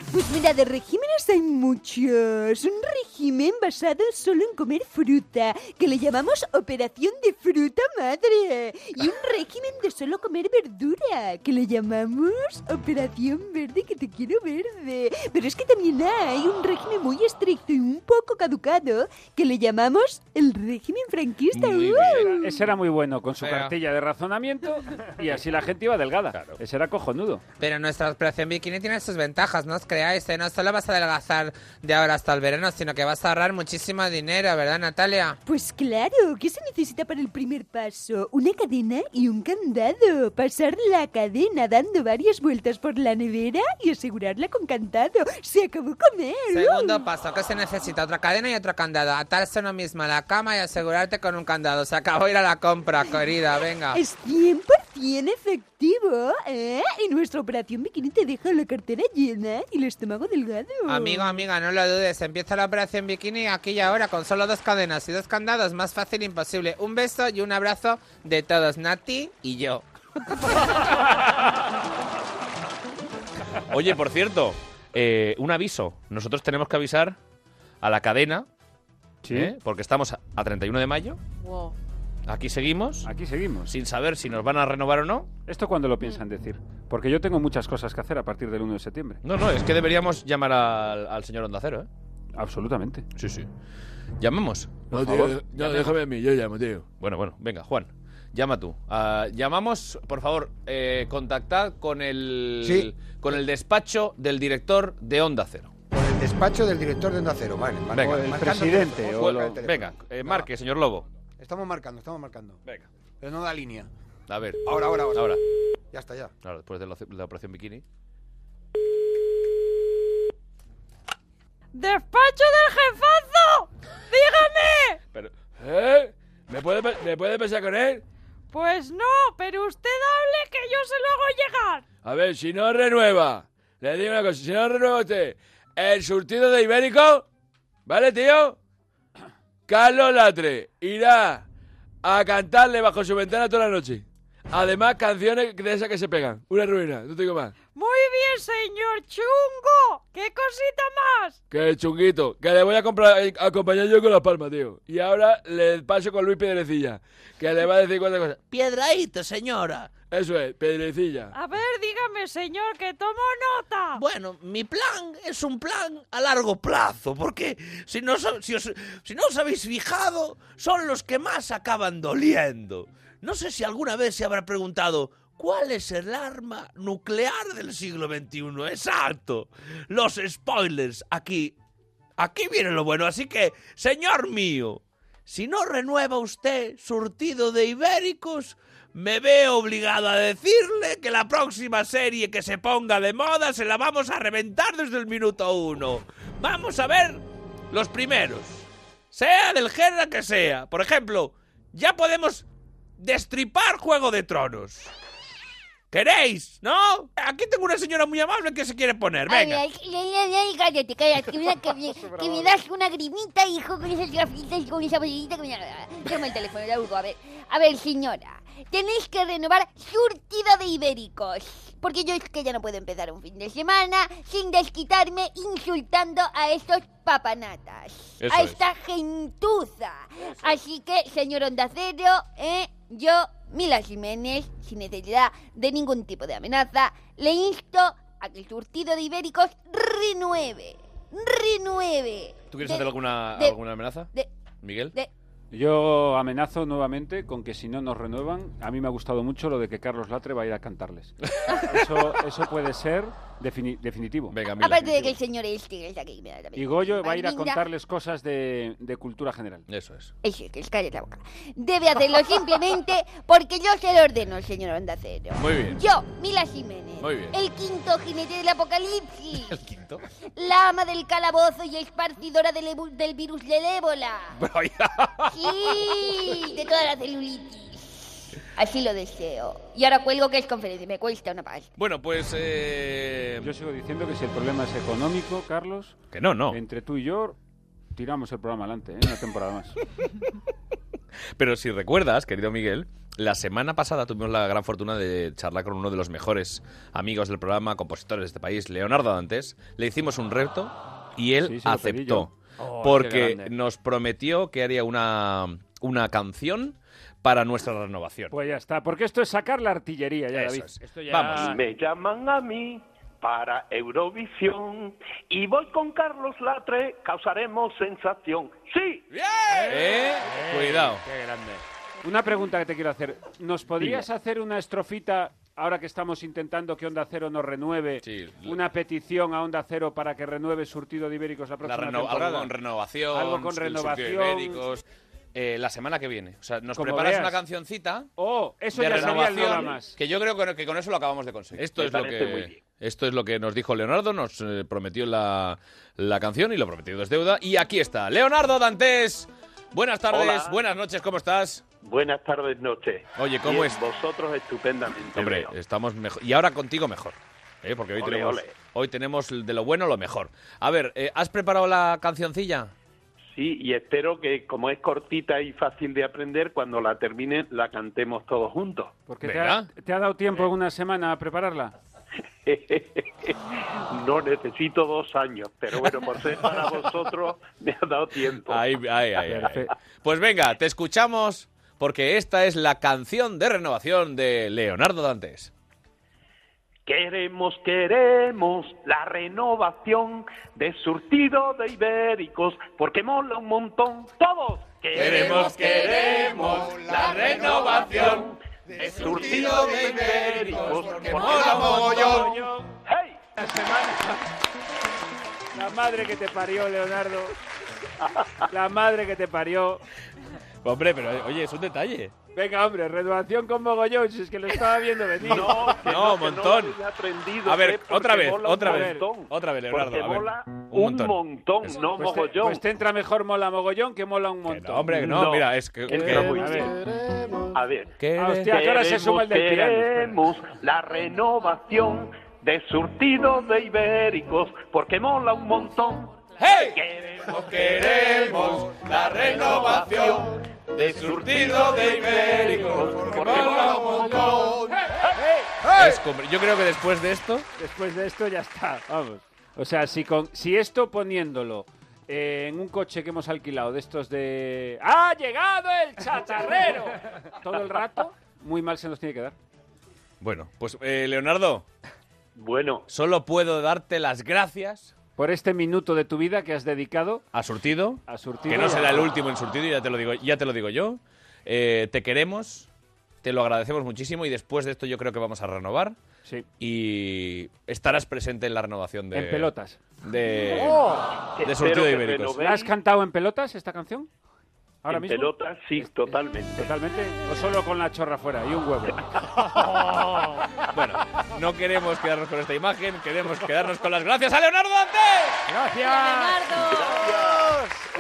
S13: Pues mira, de regímenes hay muchos. Un régimen basado solo en comer fruta, que le llamamos operación de fruta madre. Y un régimen de solo comer verdura, que le llamamos operación verde que te quiero verde. Pero es que también hay un régimen muy estricto y un poco caducado, que le llamamos el régimen franquista. ¡Uh!
S4: Ese era muy bueno, con su cartilla de razonamiento y así la gente iba delgada. Ese era cojonudo.
S12: Pero nuestra operación bikini tiene sus ventajas, no os creáis, ¿eh? No solo vas a adelgazar de ahora hasta el verano, sino que vas a ahorrar muchísimo dinero, ¿verdad, Natalia?
S13: Pues claro, ¿qué se necesita para el primer paso? Una cadena y un candado. Pasar la cadena dando varias vueltas por la nevera y asegurarla con candado. Se acabó comer.
S12: Segundo paso, que se necesita otra cadena y otro candado. Atarse uno mismo a la cama y asegurarte con un candado. Se acabó de ir a la compra, querida, venga.
S13: Es 100% efectivo, ¿eh? Y nuestra operación bikini te deja la cartera llena y el estómago delgado.
S12: Amigo, amiga, no lo dudes. Empieza la operación bikini aquí y ahora con solo dos cadenas y dos candados. Más fácil imposible. Un beso y un abrazo de todos, Nati y yo.
S1: Oye, por cierto, eh, un aviso. Nosotros tenemos que avisar a la cadena. ¿eh? Porque estamos a- a 31 de mayo.
S14: Wow.
S1: Aquí seguimos.
S4: Aquí seguimos.
S1: Sin saber si nos van a renovar o no.
S4: ¿Esto cuándo lo
S11: Mm.
S4: piensan decir? Porque yo tengo muchas cosas que hacer a partir del 1 de septiembre.
S1: No, no, es que deberíamos llamar al, al señor Onda Cero, ¿eh?
S4: Absolutamente.
S1: Sí, sí. Llamemos.
S5: No,
S1: por
S5: tío, eh,
S1: favor.
S5: no, déjame a mí, yo llamo, tío.
S1: Bueno, bueno, venga, Juan. Llama tú. Ah, llamamos, por favor, eh, contactad con el,
S9: Sí.
S1: con el despacho del director de Onda Cero.
S9: El despacho del director de Onda Cero, vale. marco-
S1: Venga. O el
S9: marcando
S1: presidente,
S9: teléfono,
S1: o
S9: marca
S1: lo-
S9: el teléfono.
S1: venga, eh, marque, señor Lobo.
S9: Estamos marcando, estamos marcando.
S1: Venga.
S9: Pero no da línea.
S1: A ver.
S9: Ahora, ahora, ahora.
S1: Ahora,
S9: Ya está, ya.
S1: Ahora, después de la, de la operación Bikini.
S14: ¡Despacho del jefazo! ¡Dígame!
S1: Pero,
S5: ¿eh? ¿Me puede, pa- ¿Me puede pasar con él?
S14: Pues no, pero usted hable que yo se lo hago llegar.
S5: A ver, si no renueva, le digo una cosa, si no renueva usted el surtido de Ibérico, ¿vale, tío? Carlos Latre irá a cantarle bajo su ventana toda la noche. Además, canciones de esas que se pegan. Una ruina, no te digo más.
S14: Muy bien, señor chungo. ¿Qué cosita más?
S5: Que chunguito, que le voy a, comprar, a acompañar yo con las palmas, tío. Y ahora le paso con Luis Piedrecilla, que le va a decir cuántas cosas.
S15: Piedraíta, señora.
S5: Eso es, Piedrecilla.
S14: A ver, dígame, señor, que tomo nota.
S15: Bueno, mi plan es un plan a largo plazo, porque si no, so- si os, si no os habéis fijado, son los que más acaban doliendo. No sé si alguna vez se habrá preguntado cuál es el arma nuclear del siglo XXI. Exacto, los spoilers. Aquí, aquí viene lo bueno. Así que, señor mío, si no renueva usted surtido de ibéricos, me veo obligado a decirle que la próxima serie que se ponga de moda se la vamos a reventar desde el minuto uno. Vamos a ver los primeros.
S1: Sea del género que sea. Por ejemplo, ya podemos destripar Juego de Tronos. ¿Queréis? ¿No? Aquí tengo una señora muy amable que se quiere poner. Venga.
S11: Ay, ay, ay, ay, cállate, cállate, que, mira, que, me- que me das una grimita, hijo, con esas gafitas y con esa bolsita que me da. Toma el teléfono, ya busco, a ver. A ver, señora, tenéis que renovar surtido de ibéricos. Porque yo es que ya no puedo empezar un fin de semana sin desquitarme insultando a estos papanatas.
S16: Eso
S11: a
S16: es.
S11: esta gentuza. Así que, señor Onda Cero, ¿eh? yo, Mila Jiménez, sin necesidad de ningún tipo de amenaza, le insto a que el surtido de ibéricos renueve. Renueve.
S1: ¿Tú quieres hacer alguna,
S11: de-
S1: alguna amenaza?
S11: de-
S1: Miguel.
S11: de-
S4: Yo amenazo nuevamente con que si no nos renuevan, a mí me ha gustado mucho lo de que Carlos Latre va a ir a cantarles. Eso, eso puede ser defini- definitivo.
S11: Aparte de que el señor este es aquí. mira,
S4: Y Goyo va a ir a
S11: Madrinda,
S4: contarles cosas de, de cultura general.
S1: Eso es.
S11: Eso es, que os calle la boca. Debe hacerlo simplemente porque yo se lo ordeno, señor Onda Cero.
S1: Muy bien.
S11: Yo, Mila Jiménez.
S1: Muy bien.
S11: El quinto jinete del apocalipsis.
S1: El quinto.
S11: La ama del calabozo y esparcidora del, ebu- del virus del ébola. Sí, de toda la celulitis. Así lo deseo. Y ahora cuelgo que es conferencia, me cuesta una pasta.
S1: Bueno, pues. Eh...
S4: Yo sigo diciendo que si el problema es económico, Carlos.
S1: Que no, no.
S4: Entre tú y yo tiramos el programa adelante, ¿eh? una temporada más.
S1: Pero si recuerdas, querido Miguel, La semana pasada tuvimos la gran fortuna de charlar con uno de los mejores amigos del programa, compositores de este país, Leonardo Dantes. Le hicimos un reto y él
S5: Sí, sí, lo pedí
S1: aceptó.
S5: yo. Oh, qué
S1: porque
S5: grande.
S1: nos prometió que haría una, una canción para nuestra renovación.
S4: Pues ya está, porque esto es sacar la artillería, ya
S1: Eso
S4: David.
S1: es. Esto ya- Vamos.
S9: Me llaman a mí para Eurovisión y voy con Carlos Latre, causaremos sensación. ¡Sí! Eh,
S1: Cuidado.
S4: Qué grande. Una pregunta que te quiero hacer. ¿Nos podrías hacer una estrofita, ahora que estamos intentando que Onda Cero nos renueve, una petición a Onda Cero para que renueve surtido de ibéricos Pues la
S1: La
S4: próxima
S1: reno-
S4: temporada?
S1: algo con renovación,
S4: Algo con
S1: el surtido
S4: renovación.
S1: de ibéricos. Eh, la semana que viene. O sea, nos
S4: Como
S1: preparas
S4: veas.
S1: una cancioncita
S4: Oh, eso
S1: de
S4: ya sería el
S1: renovación
S4: nada más.
S1: que yo creo que, que con eso lo acabamos de conseguir. Esto
S4: Me
S1: es lo
S4: parece muy
S1: que
S4: bien.
S1: esto es lo que nos dijo Leonardo, nos eh, prometió la, la canción y lo prometido es deuda y aquí está Leonardo Dantes. Buenas tardes,
S9: Hola.
S1: buenas noches, ¿cómo estás?
S9: Buenas tardes, noche.
S1: Oye, ¿cómo
S9: Bien,
S1: es?
S9: Vosotros estupendamente.
S1: Hombre,
S9: veo.
S1: estamos mejor y ahora contigo mejor. ¿eh? Porque hoy
S9: Ole,
S1: tenemos
S9: ole.
S1: hoy tenemos de lo bueno lo mejor. A ver, eh, ¿has preparado la cancioncilla?
S9: Sí, y espero que como es cortita y fácil de aprender, cuando la termine la cantemos todos juntos.
S4: Porque te ha, te ha dado tiempo en una semana a prepararla?
S9: No necesito dos años, pero bueno, por ser para vosotros me ha dado tiempo.
S1: Ahí, ahí, ahí, ahí. Pues venga, te escuchamos porque esta es la canción de renovación de Leonardo Dantes.
S9: Queremos, queremos la renovación de surtido de ibéricos, porque mola un montón. Todos
S16: Queremos, queremos
S9: la
S16: renovación
S9: de
S16: surtido de ibéricos,
S9: porque
S16: mola mogollón.
S4: La semana. La madre que te parió, Leonardo. La madre que te parió.
S1: Hombre, pero oye, es un detalle.
S4: Venga, hombre, renovación con mogollón, si es que lo estaba viendo venir.
S9: No, que
S1: No,
S9: que
S1: montón.
S9: lo había aprendido,
S1: A ver,
S9: que porque
S1: otra vez,
S9: mola un
S1: otra vez,
S9: montón.
S1: otra vez, Leonardo,
S9: Porque
S1: a ver.
S9: mola
S1: Un
S9: un
S1: montón.
S9: montón, no
S4: Pues te,
S9: mogollón.
S4: pues te entra mejor mola mogollón que mola un montón.
S1: hombre, que no, mira, es que-
S4: El
S1: que-
S4: que- a
S1: Queremos,
S4: ver.
S9: A ver.
S4: Ah, hostia, que ahora se suma el del piano, espera.
S9: Queremos la renovación de surtido de ibéricos, porque mola un montón. Queremos, queremos la renovación de surtido de ibéricos, porque mola un montón.
S1: Es como- yo creo que después de esto.
S4: Después de esto ya está, vamos. O sea, si, con, si esto poniéndolo eh, en un coche que hemos alquilado de estos de... ¡Ha llegado el chacharrero! Todo el rato, muy mal se nos tiene que dar.
S1: Bueno, pues eh, Leonardo.
S9: Bueno.
S1: Solo puedo darte las gracias.
S4: Por este minuto de tu vida que has dedicado
S1: a surtido.
S4: A surtido.
S1: Que no
S4: y a-
S1: será el último en surtido, ya te lo digo, ya te lo digo yo. Eh, te queremos, te lo agradecemos muchísimo y después de esto yo creo que vamos a renovar.
S4: Sí.
S1: Y estarás presente en la renovación de.
S4: En pelotas.
S1: De.
S4: ¡Oh!
S1: de
S9: Espero
S1: surtido de
S9: que
S1: ibéricos.
S4: ¿La has cantado en pelotas esta canción? ¿Ahora
S9: En
S4: mismo?
S9: pelotas, sí, totalmente.
S4: ¿Totalmente? ¿O solo con la chorra fuera y un huevo?
S1: Bueno, no queremos quedarnos con esta imagen, queremos quedarnos con las gracias a Leonardo Dante.
S4: Gracias.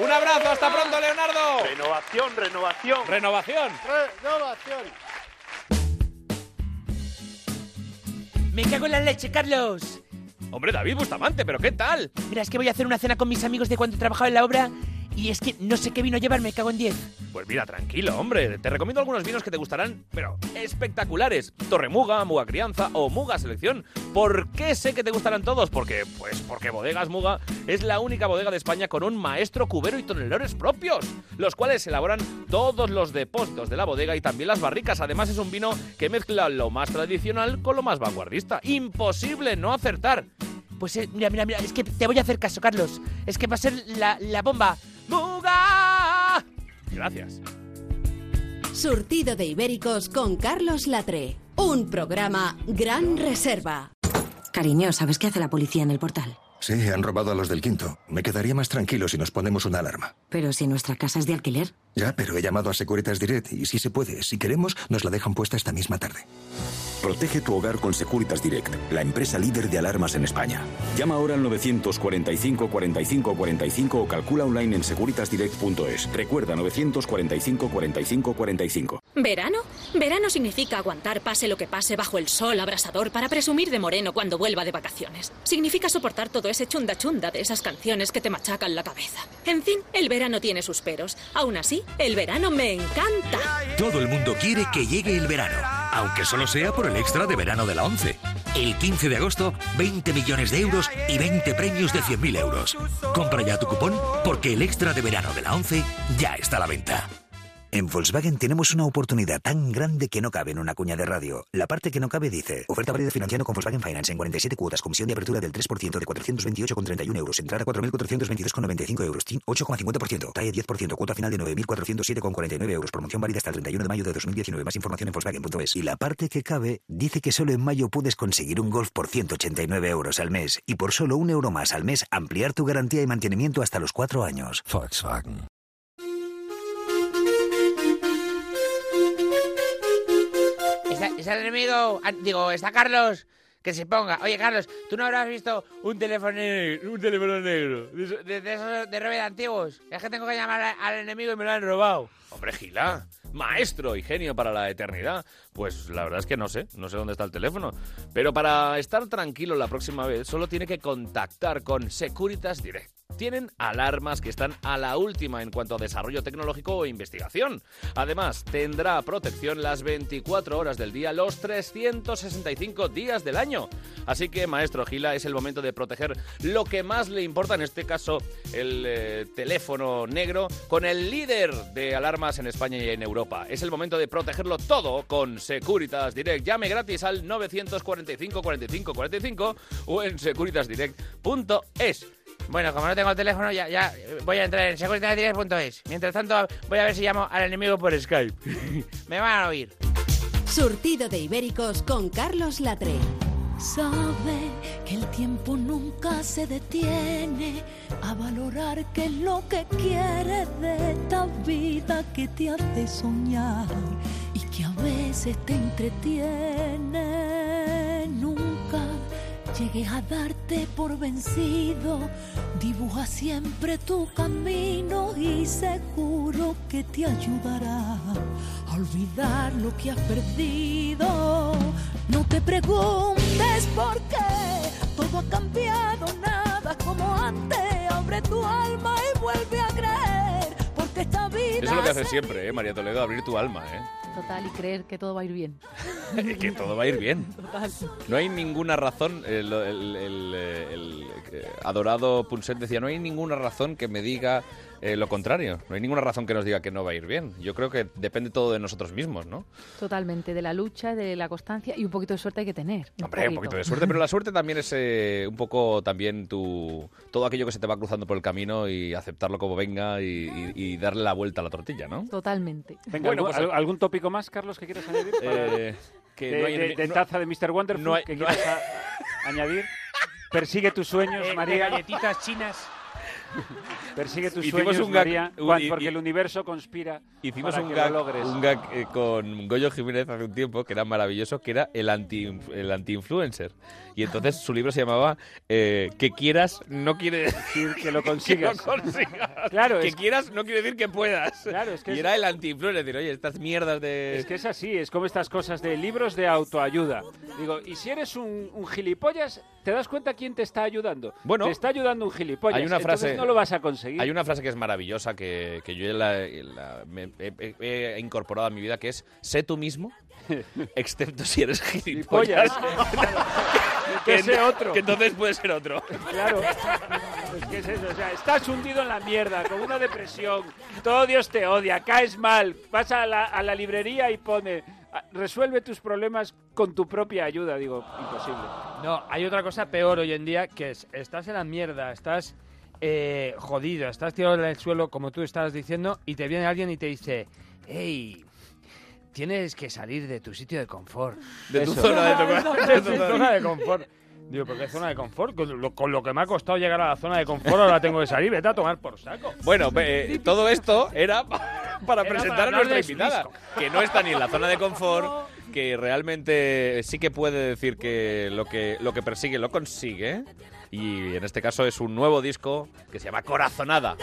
S1: Un abrazo, hasta pronto, Leonardo.
S9: Renovación, renovación.
S1: Renovación.
S17: Renovación.
S12: Me cago en la leche, Carlos.
S1: Hombre, David Bustamante, pero ¿qué tal?
S12: Mira, es que voy a hacer una cena con mis amigos de cuando trabajaba en la obra y es que no sé qué vino a llevar, me cago en 10.
S1: Pues mira, tranquilo, hombre. Te recomiendo algunos vinos que te gustarán, pero espectaculares. Torremuga, Muga Crianza o Muga Selección. ¿Por qué sé que te gustarán todos? Porque, pues, porque Bodegas Muga es la única bodega de España con un maestro cubero y tonelores propios, los cuales elaboran todos los depósitos de la bodega y también las barricas. Además, es un vino que mezcla lo más tradicional con lo más vanguardista. Imposible no acertar.
S12: Pues eh, mira, mira, mira, es que te voy a hacer caso, Carlos. Es que va a ser la, la bomba. ¡Muga!
S1: Gracias.
S18: Surtido de Ibéricos con Carlos Latre. Un programa Gran Reserva.
S19: Cariño, ¿sabes qué hace la policía en el portal?
S20: Sí, han robado a los del quinto. Me quedaría más tranquilo si nos ponemos una alarma.
S19: Pero si nuestra casa es de alquiler.
S20: Ya, pero he llamado a Securitas Direct y si se puede, si queremos, nos la dejan puesta esta misma tarde.
S21: Protege tu hogar con Securitas Direct, la empresa líder de alarmas en España. Llama ahora al 945 45 45 o calcula online en securitasdirect.es. Recuerda 945 45 45.
S22: ¿Verano? Verano significa aguantar pase lo que pase bajo el sol abrasador para presumir de moreno cuando vuelva de vacaciones. Significa soportar todo ese chunda chunda de esas canciones que te machacan la cabeza. En fin, el verano tiene sus peros. Aún así, El verano me encanta.
S3: Todo el mundo quiere que llegue el verano, aunque solo sea por el extra de verano de la 11. El 15 de agosto, 20 millones de euros y 20 premios de 100.000 euros. Compra ya tu cupón porque el extra de verano de la 11 ya está a la venta.
S17: En Volkswagen tenemos una oportunidad tan grande que no cabe en una cuña de radio. La parte que no cabe dice: Oferta válida financiando con Volkswagen Finance en 47 cuotas, comisión de apertura del 3% de 428,31 euros, entrada 4.422,95 euros, TIN 8,50%, TAE 10%, cuota final de 9.407,49 euros, promoción válida hasta el 31 de mayo de 2019. Más información en Volkswagen.es. Y la parte que cabe dice que solo en mayo puedes conseguir un Golf por 189 euros al mes y por solo un euro más al mes ampliar tu garantía y mantenimiento hasta los 4 años. Volkswagen.
S12: Está, está el enemigo. ah, Digo, está Carlos. Que se ponga. Oye, Carlos, ¿tú no habrás visto un teléfono negro? Un teléfono negro. De, eso- de- de esos de robe de antiguos. Es que tengo que llamar a- al enemigo y me lo han robado.
S1: Hombre, Gila, maestro y genio para la eternidad. Pues la verdad es que no sé, no sé dónde está el teléfono. Pero para estar tranquilo la próxima vez, solo tiene que contactar con Securitas Direct. Tienen alarmas que están a la última en cuanto a desarrollo tecnológico e investigación. Además, tendrá protección las 24 horas del día, los 365 días del año. Así que, maestro Gila, es el momento de proteger lo que más le importa, en este caso el eh, teléfono negro, con el líder de alarmas en España y en Europa. Es el momento de protegerlo todo con Securitas Direct. Llame gratis al 945 45 45 o en securitasdirect.es.
S12: Bueno, como no tengo el teléfono, ya, ya eh, voy a entrar en seguridaddirect.es. Mientras tanto, voy a ver si llamo al enemigo por Skype. me van a oír.
S18: Surtido de ibéricos con Carlos Latre. Sabe que el tiempo nunca se detiene a valorar qué es lo que quieres de esta vida que te hace soñar y que a veces te entretiene. Nunca llegues a darte por vencido, dibuja siempre tu camino y seguro que te ayudará a olvidar lo que has perdido. No te preguntes por qué todo ha cambiado, nada como antes. Abre tu alma y vuelve a creer, porque esta vida.
S1: Eso es lo que hace
S18: se
S1: siempre, ¿eh, María Toledo, abrir tu alma, ¿eh?
S10: Total, y creer que todo va a ir bien.
S1: Que todo va a ir bien.
S10: Total.
S1: No hay ninguna razón, el, el- el- el, eh, adorado Punset decía, no hay ninguna razón que me diga eh, lo contrario, no hay ninguna razón que nos diga que no va a ir bien. Yo creo que depende todo de nosotros mismos, ¿no?
S10: Totalmente, de la lucha, de la constancia y un poquito de suerte hay que tener. un
S1: Hombre, un poquito de suerte, pero la suerte también es eh, un poco también tu todo aquello que se te va cruzando por el camino y aceptarlo como venga y, y- y darle la vuelta a la tortilla, ¿no?
S10: Totalmente.
S4: Venga,
S1: Bueno,
S4: ¿algún,
S1: pues-
S4: al- algún tópico más, Carlos, que quieras añadir?
S1: Eh, que
S4: de,
S1: no hay
S4: de-
S1: enemi-
S4: de
S1: no-
S4: taza de Mr. Wonderful
S1: no hay-
S4: que
S1: no
S4: quieras a- añadir. Persigue tus sueños,
S7: Eh, de
S4: María.
S7: galletitas chinas.
S4: Persigue tus
S1: Hicimos
S4: sueños,
S1: un gag-
S4: María,
S1: un-
S4: Juan,
S1: y-
S4: porque
S1: y-
S4: el universo conspira
S1: Hicimos
S4: para
S1: un
S4: que
S1: gag,
S4: lo logres.
S1: un gag, eh, con Goyo Jiménez hace un tiempo que era maravilloso, que era el anti el anti-influencer. Y entonces su libro se llamaba eh, Que quieras no quiere decir
S4: que lo
S1: consigas.
S4: Claro,
S1: que
S4: es-
S1: quieras no quiere decir que puedas.
S4: Claro, es que
S1: y
S4: es-
S1: era el anti-influencer. decir, Oye, estas mierdas de...
S4: Es que es así, es como estas cosas de libros de autoayuda. Digo, y si eres un, un gilipollas, te das cuenta quién te está ayudando.
S1: Bueno,
S4: te está ayudando un gilipollas.
S1: Hay una frase,
S4: Entonces no lo vas a conseguir.
S1: Hay una frase que es maravillosa que, que yo la, la- me- he, he- he incorporado a mi vida, que es, sé tú mismo, excepto si eres gilipollas.
S4: Que sea otro.
S1: Que entonces puede ser otro.
S4: Claro. Es que es eso, o sea, estás hundido en la mierda, con una depresión, todo Dios te odia, caes mal, vas a la, a la librería y pone, "Ah, resuelve tus problemas con tu propia ayuda, digo, imposible.
S7: No, hay otra cosa peor hoy en día que es, estás en la mierda, estás eh, jodido, estás tirado en el suelo como tú estabas diciendo y te viene alguien y te dice, hey, tienes que salir de tu sitio de confort.
S1: De tu zona de confort.
S7: de tu zona de confort. Digo, ¿pero qué zona de confort? Con lo, con lo que me ha costado llegar a la zona de confort ahora tengo que salir, vete a tomar por saco.
S1: Bueno, eh, todo esto era para
S7: Era
S1: presentar
S7: para
S1: a
S7: hablar
S1: nuestra
S7: de su
S1: invitada,
S7: disco.
S1: que no está ni en la zona de confort, que realmente sí que puede decir que lo que, lo que persigue lo consigue. Y en este caso es un nuevo disco que se llama Corazonada.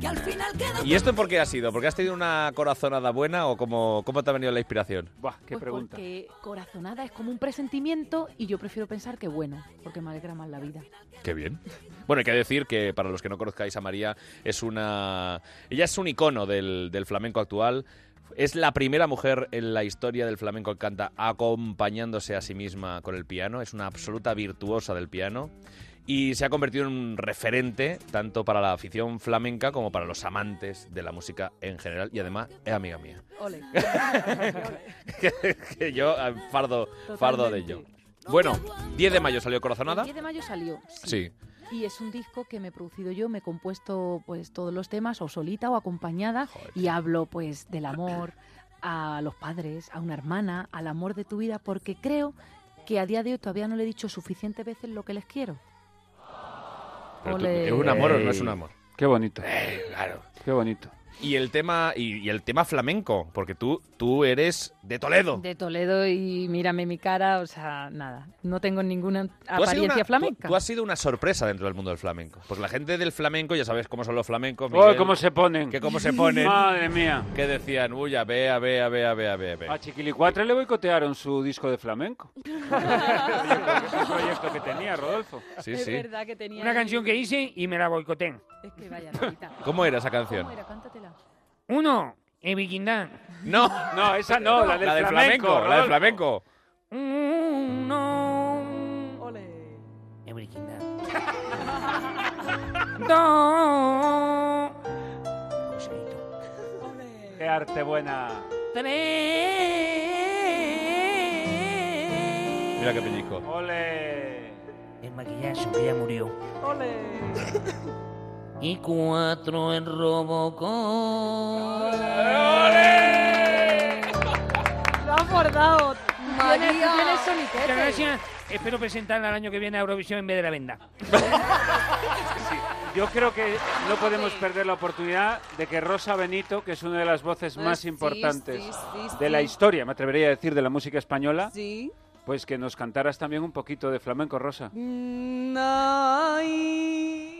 S18: que al final queda
S1: ¿Y esto por qué ha sido? ¿Porque has tenido una corazonada buena o cómo, cómo te ha venido la inspiración?
S4: Buah, qué
S10: Pues porque corazonada es como un presentimiento y yo prefiero pensar que bueno, porque me alegra más la vida.
S1: Qué bien. Bueno, hay que decir que para los que no conozcáis a María, es una. Ella es un icono del, del flamenco actual. Es la primera mujer en la historia del flamenco que canta acompañándose a sí misma con el piano. Es una absoluta virtuosa del piano. Y se ha convertido en un referente tanto para la afición flamenca como para los amantes de la música en general. Y además es amiga mía.
S10: Ole.
S1: que, que yo eh, fardo, fardo de ello. Bueno, 10 de mayo salió Corazonada.
S10: El 10 de mayo salió.
S1: Sí.
S10: Y es un disco que me he producido yo, me he compuesto pues todos los temas, o solita o acompañada, y hablo pues del amor, a los padres, a una hermana, al amor de tu vida, porque creo que a día de hoy todavía no le he dicho suficientes veces lo que les quiero.
S1: Pero tú- ¿Es un amor o no es un
S4: Ey,
S1: amor?
S4: Qué bonito.
S1: claro.
S4: Qué bonito.
S1: Y el tema, y, y el tema flamenco, porque tú, tú eres de Toledo.
S10: De Toledo y mírame mi cara, o sea, nada. No tengo ninguna
S1: Tú has sido
S10: apariencia
S1: una-
S10: flamenca.
S1: Tú, tú has sido una sorpresa dentro del mundo del flamenco. Pues la gente del flamenco, ya sabes cómo son los flamencos.
S4: Oh,
S1: Miguel,
S4: cómo se ponen.
S1: Que cómo se ponen.
S4: Madre mía.
S1: Que decían, uy, a ver, a ver, a ver, a ver, a ver, a ver".
S4: A Chiquilicuatre le boicotearon su disco de flamenco. es un proyecto que tenía, Rodolfo.
S1: Sí, sí.
S10: que tenía
S7: Una
S10: ahí-
S7: canción que hice y me la boicoten.
S10: Es que vaya Lolita.
S1: ¿Cómo era esa canción?
S10: ¿Cómo era? Cántatela.
S7: Uno, el Vikindán.
S1: No.
S4: No, esa no, la del
S1: del
S4: flamenco,
S1: la del
S4: Rodolfo.
S1: flamenco.
S7: Uno.
S10: Ole.
S7: El Vikindán. Dos.
S4: Qué arte buena.
S7: Tres.
S1: Mira qué pellizco.
S4: Ole.
S12: El maquillaje que ya murió.
S10: Ole.
S12: Y cuatro en Robocop.
S10: Lo han bordado.
S7: María.
S10: Tienes, tienes
S7: Muchas
S10: soniquete.
S7: gracias. Espero presentarla el año que viene a Eurovisión en vez de la venda.
S4: Yo creo que no podemos perder la oportunidad de que Rosa Benito, que es una de las voces
S6: Ah,
S4: más
S6: sí,
S4: importantes
S6: sí, sí,
S4: de la
S6: sí.
S4: historia, me atrevería a decir, de la música española,
S6: Sí.
S4: pues que nos cantaras también un poquito de flamenco, Rosa.
S6: Mm. Ay,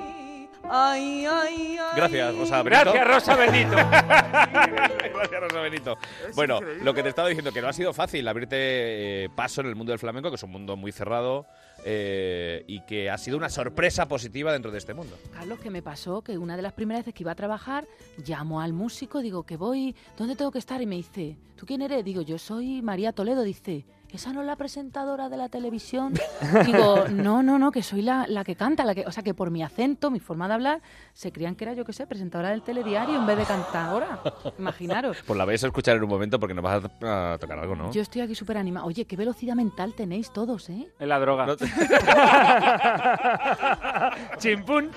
S6: ay, ay, ay.
S1: Gracias, Rosa Benito.
S4: Gracias, Rosa Benito.
S1: Gracias, Rosa Benito. bueno,
S4: increíble.
S1: lo que te estaba diciendo, que no ha sido fácil abrirte eh, paso en el mundo del flamenco, que es un mundo muy cerrado eh, y que ha sido una sorpresa positiva dentro de este mundo.
S10: Carlos, que me pasó que una de las primeras veces que iba a trabajar, llamo al músico, digo que voy, ¿dónde tengo que estar? Y me dice, ¿tú quién eres? Digo, yo soy María Toledo. Dice, ¿esa no es la presentadora de la televisión? digo, no, no, no, que soy la, la que canta, la que, o sea, que por mi acento, mi forma de hablar, se creían que era, yo qué sé, presentadora del telediario en vez de cantadora. Imaginaros.
S1: Pues la vais a escuchar en un momento porque nos vas a, a tocar algo, ¿no?
S10: Yo estoy aquí súper animada. Oye, qué velocidad mental tenéis todos, ¿eh?
S4: En la droga.
S7: Chimpún.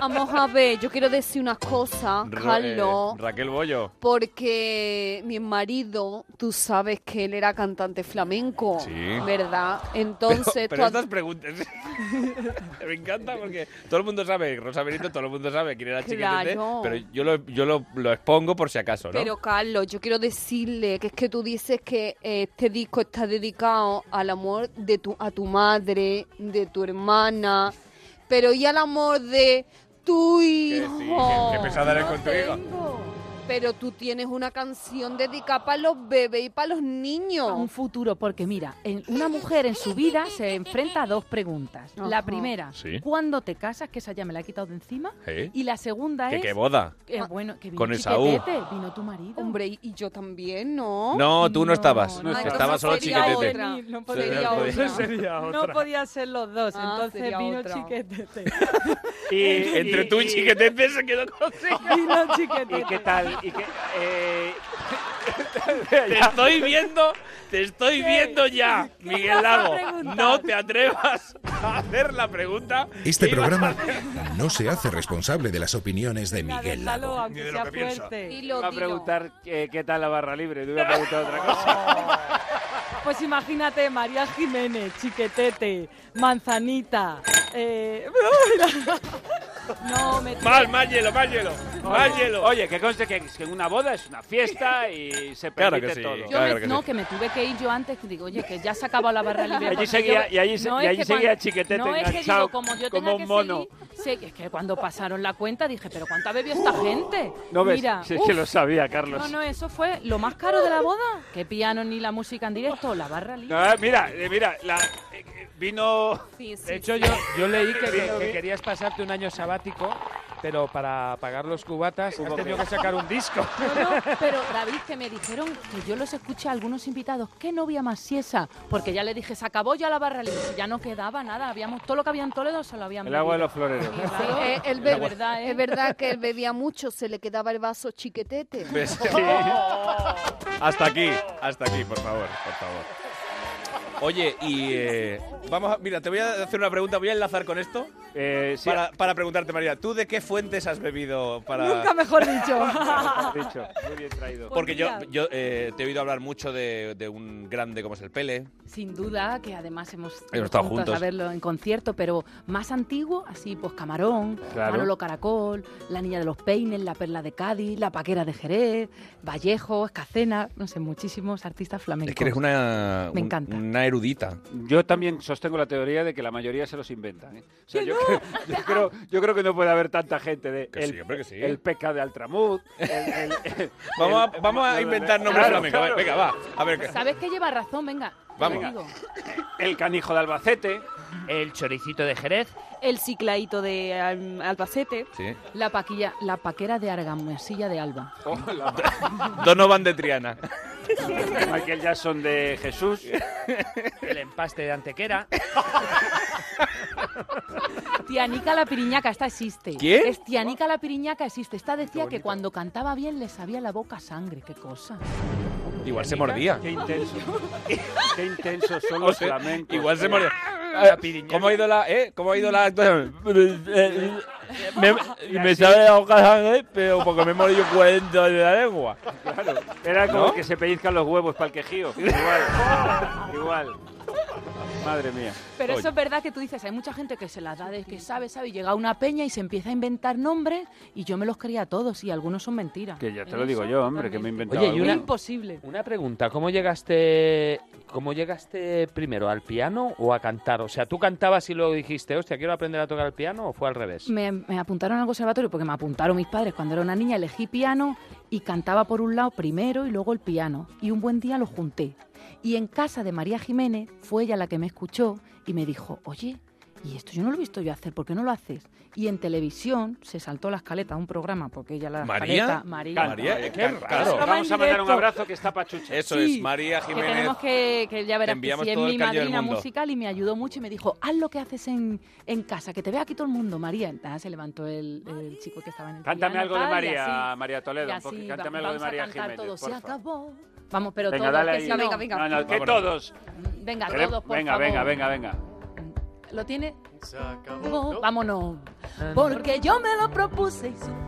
S6: Vamos a ver, yo quiero decir una cosa,
S1: Ra-
S6: Carlos.
S1: eh, Raquel Bollo.
S6: Porque mi marido, tú sabes que él era cantante flamenco,
S1: Sí.
S6: ¿verdad? Entonces,
S1: pero,
S6: tú
S1: pero
S6: has-
S1: estas preguntas me encanta porque todo el mundo sabe, Rosa Benito, todo el mundo sabe quién era Chiquitete,
S6: Claro.
S1: pero yo lo, yo lo, lo expongo por si acaso, ¿no?
S6: Pero Carlos, yo quiero decirle que es que tú dices que eh, este disco está dedicado al amor de tu a tu madre, de tu hermana, pero y al amor de tu hijo.
S1: que- que pesada eres con tu hijo.
S6: Pero tú tienes una canción dedicada para los bebés y para los niños.
S10: a un futuro, porque mira, en- una mujer en su vida se enfrenta a dos preguntas. La
S6: Ajá.
S10: primera,
S1: Sí.
S10: ¿cuándo te casas? Que esa ya me la he quitado de encima.
S1: Sí.
S10: Y la segunda
S1: Que
S10: es...
S1: qué boda.
S10: Eh, bueno, que vino
S1: Con Esaú.
S10: chiquetete, vino tu marido.
S6: Ah. Hombre, y- y yo también, ¿no?
S1: No, tú no, estabas.
S6: no
S1: Estabas
S6: estaba.
S1: solo
S6: Entonces sería
S1: Chiquitete.
S6: otra.
S10: No
S1: podía- Sería otra. Sería otra.
S10: podía ser los dos,
S6: Ah, sería otra.
S10: chiquetete.
S4: Y-
S1: Entre tú y Chiquetete se quedó con
S4: ¿Y qué tal? ¿Y qué, eh,
S1: Te estoy viendo, te estoy viendo ya, Miguel Lago. No te atrevas a hacer la pregunta.
S8: Este programa no se hace responsable de las opiniones de Miguel Lago.
S1: de lo sea que piensa. fuerte.
S4: Te iba a preguntar eh, qué tal la barra libre, te iba a preguntar otra cosa.
S10: Pues imagínate, María eh, Jiménez, chiquetete, manzanita. No, me
S1: Más, más hielo, más hielo. Más hielo.
S4: Oye, que conste que, que una boda es una fiesta y se
S1: Claro
S4: permite
S1: que sí,
S4: todo.
S10: Yo me- no, que me tuve que ir yo antes. que Digo, oye, que ya se acaba la barra libre.
S4: Allí
S10: porque
S4: seguía-
S10: yo-
S4: y allí se- y
S10: es
S4: allí
S10: que
S4: seguía
S10: cuando-
S4: Chiquetete
S10: No, es que
S4: enganchado
S10: digo, como yo
S4: como
S10: tenga
S4: un
S10: que
S4: mono.
S10: seguir- sé- es que cuando pasaron la cuenta dije, pero ¿cuánto ha bebido esta gente?
S4: No ves,
S10: Mira,
S4: si es
S10: uf.
S4: que lo sabía, Carlos.
S10: No, no, eso fue lo más caro de la boda. Que piano ni la música en directo, la barra libre.
S4: No, eh, mira, eh, mira, la, eh, eh, vino. eh,
S7: De hecho, yo, yo leí que, que- que querías pasarte un año sabático, pero para pagar los cubatas has
S4: Hubo
S7: tenido
S4: que-
S7: que sacar un disco.
S10: No, pero David, que me dijeron que yo los escuché a algunos invitados, qué novia más siesa, porque ya le dije, se acabó ya la barra libre, ya no quedaba nada, habíamos todo lo que había en Toledo se lo habían
S4: El agua de
S10: bebido.
S4: los floreros.
S10: Sí,
S6: Eh, él
S10: El
S6: be-
S10: agua. verdad, ¿eh?
S6: Es verdad que él bebía mucho, se le quedaba el vaso chiquetete. Oh.
S1: ¿Ves? Hasta aquí, hasta aquí, por favor, por favor. Oye, y eh, vamos a. Mira, te voy a hacer una pregunta, voy a enlazar con esto.
S4: Eh, sí.
S1: para, para preguntarte, María, ¿tú de qué fuentes has bebido para.?
S10: Nunca mejor dicho.
S4: dicho, muy bien traído.
S1: Porque yo, yo eh, te he oído hablar mucho de, de un grande como es el Pele.
S10: Sin duda, que además hemos
S1: Hemos estado juntos.
S10: a verlo en concierto, pero más antiguo, así pues Camarón,
S1: Claro.
S10: Manolo Caracol, La Niña de los Peines, La Perla de Cádiz, La Paquera de Jerez, Vallejo, Escacena, no sé, muchísimos artistas flamencos.
S1: Es que eres una.
S10: Me
S1: un-
S10: encanta.
S1: Una erudita.
S4: Yo también sostengo la teoría de que la mayoría se los inventan. ¿eh? O sea, yo, creo, yo, creo, yo creo que no puede haber tanta gente de el,
S1: sí, hombre, que sí.
S4: el peca de Altramud. el- el- el-
S1: Vamos a,
S4: el-
S1: vamos a
S4: el-
S1: inventar nombres
S4: Claro,
S1: flamencos.
S4: claro.
S1: Venga, va. A ver, que-
S10: ¿Sabes que lleva razón? Venga, te
S1: Vamos.
S10: lo digo.
S4: El canijo de Albacete.
S7: El choricito de Jerez.
S10: El ciclaito de um, Albacete.
S1: Sí.
S10: La paquilla, la paquera de Argamasilla de Alba.
S1: Donovan de Triana.
S4: Michael Jackson de Jesús.
S7: El empaste de Antequera.
S10: Tianica la piriñaca, esta existe.
S7: ¿Quién?
S10: Es Tianica la piriñaca, existe. Esta decía que cuando cantaba bien le sabía la boca a sangre. Qué cosa.
S1: Igual se mordía.
S4: Qué intenso. Qué intensos son
S1: O
S4: los
S1: sea,
S4: flamencos.
S1: Igual se mordía.
S4: La
S1: Eh, ¿Cómo ha ido la, eh? ¿Cómo ha ido la actuación? Me,
S4: Y
S1: me
S4: así-
S1: sabe a hoja de sangre, pero porque me he morido 40 de la lengua.
S4: Claro. Era como
S1: ¿No?
S4: que se pellizcan los huevos para el quejío. Igual. Igual. Madre mía.
S10: Pero eso es verdad que tú dices, hay mucha gente que se las da de que sabe, sabe, y llega a una peña y se empieza a inventar nombres y yo me los creía a todos y algunos son mentiras.
S4: Que ya te lo digo yo, hombre, que me he inventado.
S10: Oye,
S4: algo.
S10: imposible.
S12: Una pregunta, ¿cómo llegaste, ¿cómo llegaste primero, al piano o a cantar? O sea, ¿tú cantabas y luego dijiste, hostia, quiero aprender a tocar el piano o fue al revés?
S10: Me, me apuntaron al conservatorio porque me apuntaron mis padres cuando era una niña. Elegí piano y cantaba por un lado primero y luego el piano. Y un buen día lo junté. Y en casa de María Jiménez fue ella la que me escuchó y me dijo, oye, y esto yo no lo he visto yo hacer, ¿por qué no lo haces? Y en televisión se saltó la escaleta, un programa, porque ella la
S1: María.
S10: escaleta... María.
S1: María,
S4: eh, Qué
S1: claro.
S4: Vamos a mandar un abrazo que está pachucha.
S1: Eso
S10: Sí,
S1: es, María
S10: Que
S1: Jiménez.
S10: tenemos que, que ya verás que
S1: enviamos
S10: sí, es
S1: todo el
S10: mi
S1: cariño del
S10: madrina
S1: mundo.
S10: musical y me ayudó mucho y me dijo, haz lo que haces en, en casa, que te vea aquí todo el mundo, María. Nada, se levantó el, el chico que estaba en el
S4: Cántame
S10: piano,
S4: algo de
S10: tal, y
S4: María,
S10: así.
S4: María Toledo.
S10: Y
S4: un poquito.
S10: así,
S4: Cántame
S10: vamos-
S4: algo de
S10: vamos a
S4: María
S10: cantar
S4: Jiménez.
S10: todos, se
S4: porfa.
S10: acabó. Vamos, pero
S4: venga,
S10: todos,
S4: dale
S10: que
S4: ahí.
S10: si no- venga, venga.
S4: No, no, que
S10: Vámonos.
S4: todos.
S10: Venga,
S4: Quere-
S10: todos, por
S4: venga,
S10: favor.
S4: venga, venga, venga.
S10: ¿Lo tiene? Vámonos. Porque yo me lo propuse y sufrí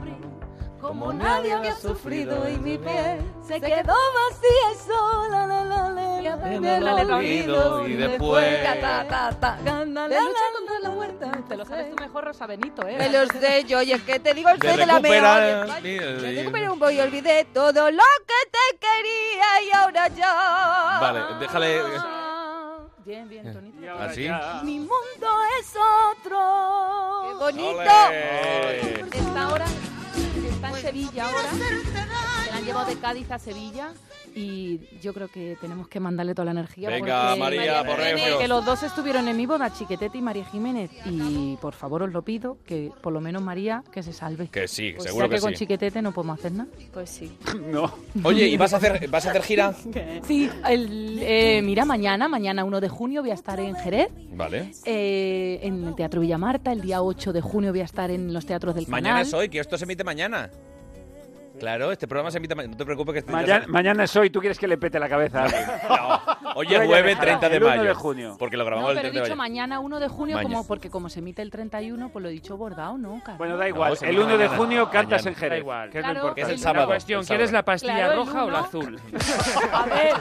S10: como nadie había sufrido y mi piel se quedó vacía y sola. La, la, la, la,
S2: Me
S10: la, la, la, la,
S2: olvido y después.
S10: Ta, ta, ta, ta. La, la,
S2: De lucha
S10: la, la, la, la, huerta. Te lo sabes tú mejor, Rosa Benito, ¿eh?
S2: Me lo sé yo, y es que te digo el soy de la mejor. Pero un voy, olvidé todo lo que te quería y ahora ya.
S1: Vale, déjale. ¿Ah,
S10: Bien, bien, Tonito.
S1: ¿Así?
S10: Mi mundo es otro. ¡Qué
S2: bonito!
S1: ¡Ole!
S4: Pues
S10: Está ahora, está en Sevilla ahora. Se la han llevado de Cádiz a Sevilla. Y yo creo que tenemos que mandarle toda la energía.
S1: Venga,
S10: porque-
S1: María, María Borrego.
S10: Que los dos estuvieron en mi boda, Chiquetete y María Jiménez. Y por favor os lo pido, que por lo menos María, que se salve.
S1: Que sí, que
S10: Pues
S1: seguro
S10: ya que,
S1: que
S10: con
S1: sí.
S10: Chiquetete no podemos hacer nada. Pues sí.
S4: No.
S1: Oye, ¿y vas a hacer, vas a hacer gira?
S10: Sí, el, eh, mira, mañana, mañana 1 de junio voy a estar en Jerez.
S1: Vale.
S10: Eh, en el Teatro Villa Marta, el día 8 de junio voy a estar en los teatros del
S1: Mañana
S10: canal.
S1: es hoy, que esto se emite mañana. Claro, este programa se emite mañana. No te preocupes que este ya
S4: Mañana,
S1: se-
S4: mañana es hoy, tú quieres que le pete la cabeza a alguien.
S1: No, Hoy
S4: Pero
S1: es
S4: ya
S1: jueves
S4: dejaron
S1: 30 de
S4: el uno
S1: mayo.
S4: de junio.
S1: Porque lo
S10: No,
S1: grabamos
S10: pero
S1: el
S10: he
S1: 30 de
S10: dicho
S1: mayo.
S10: mañana 1 de junio,
S1: Mañana.
S10: como porque como se emite el 31, pues lo he dicho bordado, ¿no? Carlos?
S4: Bueno, da igual. el 1 de junio cantas en Jerez. Que es lo
S10: Claro,
S4: importante.
S10: Es el
S7: sábado, cuestión, el ¿quieres sábado. la pastilla roja o la
S4: azul?
S2: A ver,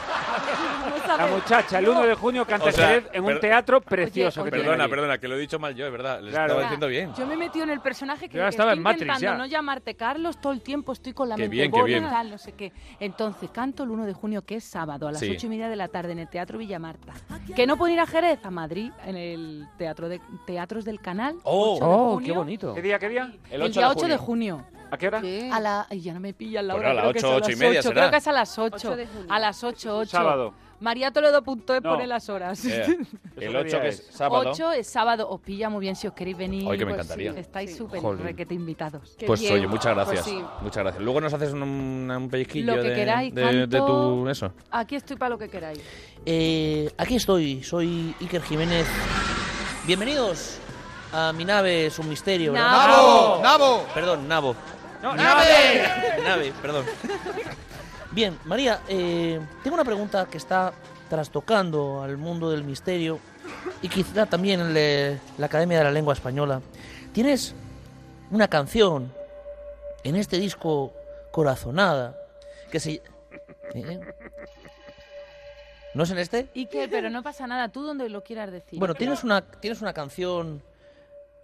S4: La muchacha, el 1 de junio canta
S1: O sea,
S4: en Jerez en un
S1: per-
S4: teatro precioso. que tiene
S1: Perdona,
S4: allí.
S1: perdona, que lo he dicho mal yo, es verdad. Lo
S4: Claro.
S1: estaba
S4: Ya.
S1: diciendo bien.
S10: Yo me he metido en el personaje que,
S1: Yo ya
S10: que
S1: estaba
S10: estoy
S1: en Matrix,
S10: intentando
S1: ya.
S10: no llamarte Carlos, todo el tiempo estoy con la
S1: Qué
S10: mente
S1: bien, qué
S10: gorda,
S1: bien.
S10: tal, no sé qué. Entonces, canto el 1 de junio, que es sábado, a las
S1: Sí.
S10: ocho y media de la tarde en el Teatro Villamarta. Que no puedo ir a Jerez, a Madrid, en el Teatro de Teatros del Canal.
S7: Oh,
S10: 8 de
S7: oh,
S10: junio.
S7: qué bonito.
S4: ¿Qué día, qué día?
S10: El, día 8 de junio.
S4: ¿A qué hora?
S10: A la, ay, ya no me pillan la
S4: Pues
S10: hora.
S4: a las
S10: creo que es
S4: ocho,
S10: a
S4: ocho y
S10: las
S4: media
S10: ocho,
S4: será.
S10: Creo que es a las 8.
S6: Ocho de junio.
S10: A las 8, 8.
S4: Sábado.
S10: MariaToledo.es
S4: No.
S10: pone e las horas.
S1: Eh, el
S4: qué
S1: 8 que
S4: día
S1: es
S4: es?
S1: sábado.
S10: 8 es sábado. Os pilla muy bien si os queréis venir.
S1: Ay, que me
S10: pues,
S1: encantaría.
S10: sí, Estáis súper
S1: Jolín.
S10: requete invitados.
S1: Pues oye, muchas gracias.
S10: Pues sí.
S1: Muchas gracias. Luego nos haces un, un pellizquillo
S10: Lo que
S1: de,
S10: queráis,
S1: de-
S10: canto-
S1: de tu eso.
S10: Aquí estoy para lo que queráis.
S15: Eh, aquí estoy, soy Iker Jiménez. Bienvenidos a mi nave, es un misterio. ¿verdad?
S16: Nabo. Nabo.
S15: Perdón, Nabo.
S16: No, nave.
S15: Nave, perdón. Bien, María, eh, tengo una pregunta que está trastocando al mundo del misterio y quizá también le- la Academia de la Lengua Española. Tienes una canción en este disco Corazonada que se... ¿Eh? ¿No es en este?
S10: ¿Y qué? Pero no pasa nada. Tú donde lo quieras decir.
S15: Bueno, tienes una, tienes una canción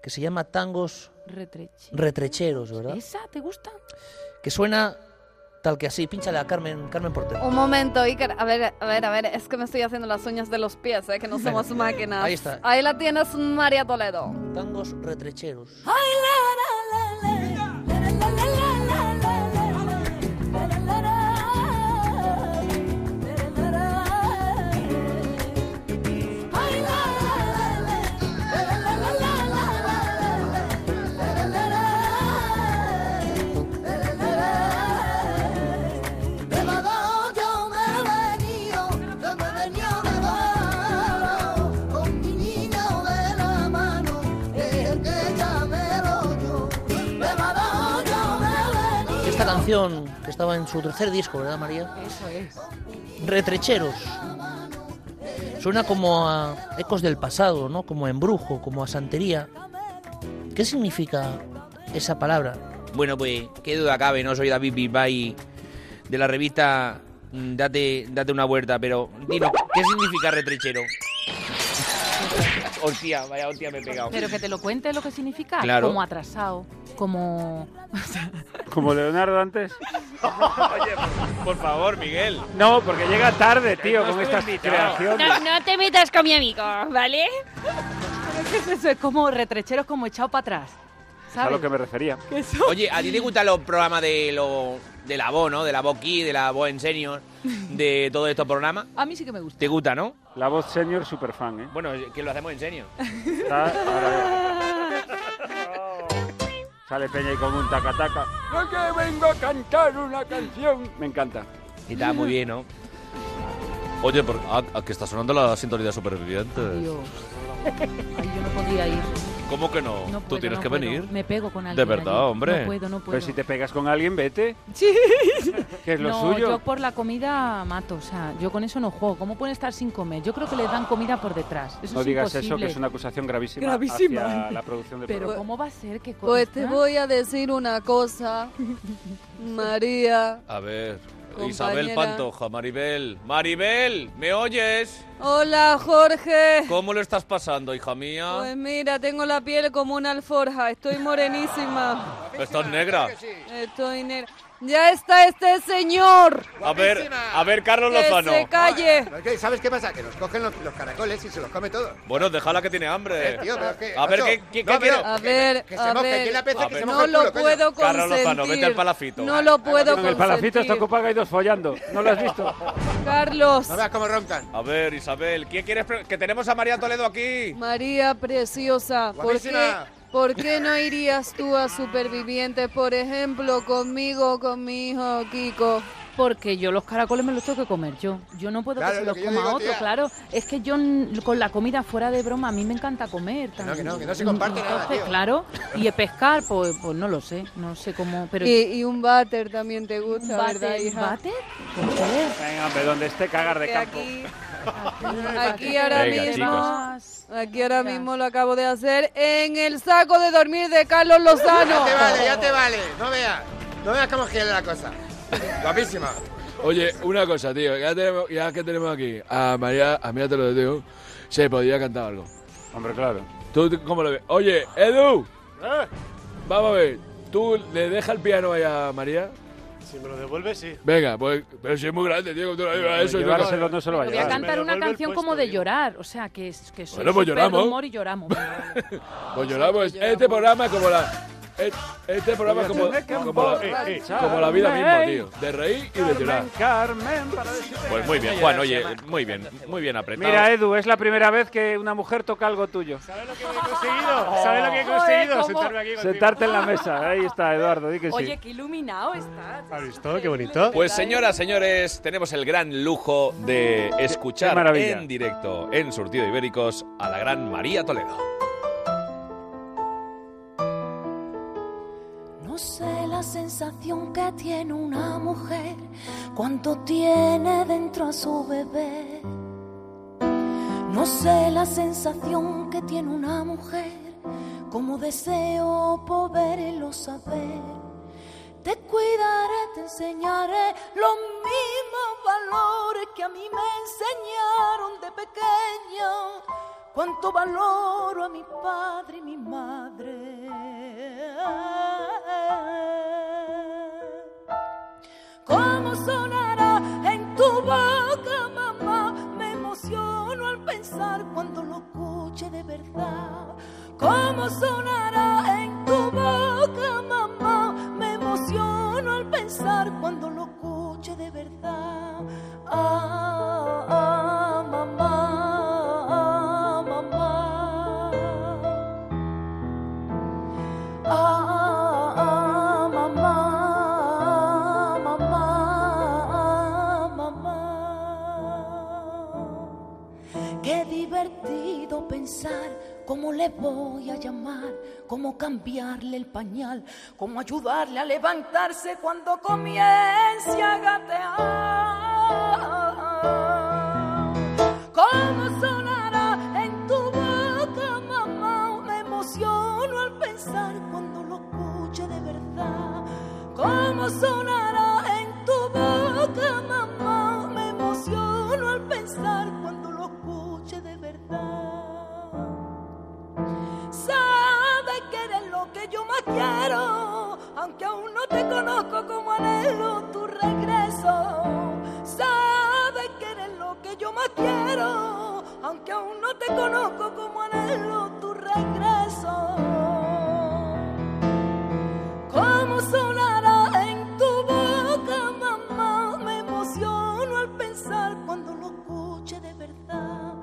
S15: que se llama Tangos
S10: Retreche.
S15: Retrecheros, ¿verdad?
S10: ¿Esa te gusta?
S15: Que suena tal que así. Pínchale a Carmen, Carmen Portero.
S2: Un momento, Iker. A ver, a ver, a ver. Es que me estoy haciendo las uñas de los pies, ¿eh? que no somos máquinas.
S15: Ahí está.
S2: Ahí la tienes, María Toledo.
S10: Oh.
S15: Tangos retrecheros.
S16: Con mi niña de la mano, el que ya me lo dio, de Madonna yo me venía.
S15: Esta canción que estaba en su tercer disco, ¿verdad, María?
S10: Eso es.
S15: Retrecheros. Suena como a ecos del pasado, ¿no? Como a embrujo, como a santería. ¿Qué significa esa palabra?
S12: Bueno, pues qué duda cabe, no soy David Bisbal de la revista mm, Date, date una vuelta, pero dinos, ¿qué significa retrechero? hostia, vaya hostia me he pegado.
S10: Pero que te lo cuente lo que significa.
S12: Claro.
S10: Como atrasado. Como.
S4: Como Leonardo antes.
S1: Oye, por, por favor, Miguel.
S4: No, porque llega tarde, tío,
S1: No
S4: con
S1: estoy
S4: estas
S1: invitado.
S4: creaciones.
S11: No, no te metas con mi amigo, ¿vale?
S10: ¿Pero qué es eso? Es como retrecheros, como echado para atrás. ¿Sabes?
S4: A lo que me refería.
S12: Oye, ¿a ti te gustan los programas de, lo, de la voz, no? De la voz Kids, de la voz en senior, de todos estos programas.
S10: A mí sí que me gusta.
S12: ¿Te gusta, no?
S4: La voz senior superfan, ¿eh?
S12: Bueno, es que lo hacemos en senior.
S4: Está- ahora- Sale Peña y con un tacataca. Yo que vengo a cantar una canción. Me encanta.
S12: Y está muy bien, ¿no?
S1: Oye, por- ah, ah, que está sonando la sintonía de supervivientes.
S10: Dios. Ay, yo no podía ir.
S1: ¿Cómo que no?
S10: No
S1: Tú
S10: puedo,
S1: tienes
S10: no
S1: que
S10: puedo.
S1: venir.
S10: Me pego con
S1: De
S10: alguien.
S1: verdad,
S10: allí.
S1: hombre. Pues
S10: No puedo, no puedo.
S4: Pero si te pegas con alguien, vete.
S10: Sí.
S4: Que es lo
S10: no,
S4: suyo.
S10: yo pues, por la comida mato, o sea, yo con eso no juego. ¿Cómo pueden estar sin comer? Yo creo que les dan comida por detrás. Eso
S4: no
S10: es
S4: digas eso,
S10: imposible.
S4: que es una acusación gravísima,
S10: Gravísima.
S4: hacia la producción del
S10: Pero
S4: programa.
S10: ¿cómo va a ser que
S2: Pues te
S10: conozca?
S2: voy a decir una cosa, María.
S1: A ver.
S2: Compañera.
S1: Isabel Pantoja, Maribel. Maribel, ¿me oyes?
S2: Hola, Jorge.
S1: ¿Cómo lo estás pasando, hija mía?
S2: Pues mira, tengo la piel como una alforja. Estoy morenísima.
S1: Estás negra.
S2: Estoy negra. Ya está este señor.
S1: A ver, a ver, Carlos
S2: Que
S1: Lozano.
S2: se calle.
S23: Pero es que, ¿Sabes qué pasa? Que nos cogen los, los caracoles y se los come todo.
S1: Bueno, déjala que tiene hambre.
S9: Eh,
S23: tío, pero es que,
S1: a ver,
S23: macho,
S1: ¿qué, qué,
S23: no,
S1: qué
S23: pero-
S1: quiere?
S2: A ver,
S23: que se
S2: a
S23: moje,
S2: ver.
S23: ¿quién le apetece
S1: que se
S2: No
S1: moje el
S2: lo
S1: culo, coño?
S2: puedo consentir.
S1: Carlos Lozano, vete al palafito.
S2: No lo puedo
S4: Con el palafito está
S2: consentir.
S4: ocupado hay dos follando. ¿No lo has visto?
S2: Carlos.
S1: No veas cómo roncan. A ver, Isabel, ¿qué quieres? pre- Que tenemos a María Toledo aquí.
S2: María preciosa, ¿por qué,
S1: Guapísima.
S2: por qué no irías tú a Supervivientes, por ejemplo, conmigo, con mi hijo Kiko?
S10: Porque yo los caracoles me los tengo que comer yo. Yo no puedo
S23: Claro,
S10: que se
S23: lo
S10: los
S23: que yo
S10: coma
S23: digo,
S10: otro,
S23: tía.
S10: claro. Es que yo n- con la comida fuera de broma, a mí me encanta comer.
S23: no, que no, que no se
S10: comparte
S23: comparte nada, tío.
S10: claro. Y eh, pescar, pues, pues no lo sé. No sé cómo, pero...
S2: Y, y un váter también te gusta,
S10: ¿Un váter?
S2: ¿verdad, hija?
S10: ¿Váter?
S4: Venga, hombre, donde esté cagar de
S2: Que
S4: campo.
S2: aquí- Aquí ahora
S16: Venga,
S2: mismo. Aquí ahora mismo lo acabo de hacer en el saco de dormir de Carlos
S23: Ya
S2: Lozano.
S23: te vale, ya te vale. No veas. No veas cómo gira la cosa. Guapísima.
S5: Oye, una cosa, tío. Ya, tenemos, ya que tenemos aquí a María, a María te lo digo, se podría cantar algo.
S4: Hombre, claro.
S5: ¿Tú t- cómo lo ves? Oye, Edu, Eh, vamos a ver. ¿Tú le dejas el piano ahí a María?
S24: Si me lo devuelve, sí.
S5: Venga, pues, pero si es muy grande, tío, Pues que tú lo llevas a eso. y tú-
S4: Llevárselo no se lo va a
S5: Voy
S10: Voy a
S5: Claro.
S10: cantar
S5: Me
S10: una
S5: devuelve el
S10: canción como de llorar, o sea, que es que soy
S5: Bueno, pues
S10: súper
S5: lloramos.
S10: de humor y lloramos.
S5: Pues lloramos. Este programa es como la. et- Este programa es como, como, la,
S9: eh,
S5: como la vida misma, tío. De reír y de llorar.
S4: Carmen, para decirte-
S1: Pues muy bien, Juan, oye, muy bien, muy bien apretado.
S4: Mira, Edu, es la primera vez que una mujer toca algo tuyo.
S24: conseguido? ¿Sabes lo que he conseguido? Sentarme aquí contigo.
S4: Sentarte en la mesa. Ahí está, Eduardo, di que sí.
S22: Oye, qué iluminado estás.
S24: Todo, Oh, qué bonito.
S1: Pues señoras, señores, tenemos el gran lujo de
S4: Qué
S1: escuchar
S4: maravilla.
S1: en directo en Surtido Ibéricos a la gran María Toledo.
S18: No sé la sensación que tiene una mujer, cuánto tiene dentro a su bebé. No sé la sensación que tiene una mujer, como deseo poderlo saber. Te cuidaré, te enseñaré los mismos valores que a mí me enseñaron de pequeña. Cuánto valoro a mi padre y mi madre. ¿Cómo sonará en tu boca, mamá? Me emociono al pensar cuando lo escuche de verdad. ¿Cómo sonará en tu boca, mamá? Me emociono al pensar cuando lo escuche de verdad. Ah, ah, mamá, ah, mamá. Ah, ah, mamá, mamá, mamá. Qué divertido pensar cómo le voy a llamar, cómo cambiarle el pañal, cómo ayudarle a levantarse cuando comience a gatear. ¿Cómo sonará en tu boca, mamá? Me emociono al pensar cuando lo escuche de verdad. ¿Cómo sonará en tu boca, mamá? Me emociono al pensar cuando lo escuche de verdad. Sabes que eres lo que yo más quiero, aunque aún no te conozco como anhelo tu regreso. Sabes que eres lo que yo más quiero, aunque aún no te conozco como anhelo tu regreso. ¿Cómo sonará en tu boca, mamá? Me emociono al pensar cuando lo escuche de verdad.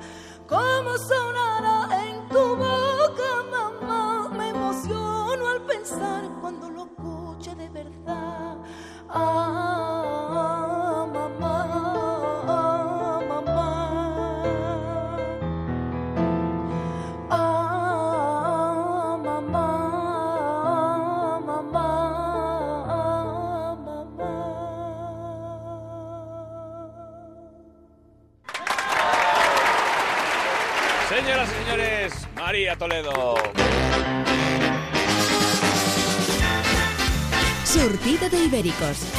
S18: ¿Cómo sonará en tu boca, mamá? Me emociono al pensar cuando lo escuche de verdad. Ah, mamá, ah, mamá. Ah, mamá, mamá,
S1: Señoras y señores, María Toledo.
S19: Surtido de Ibéricos.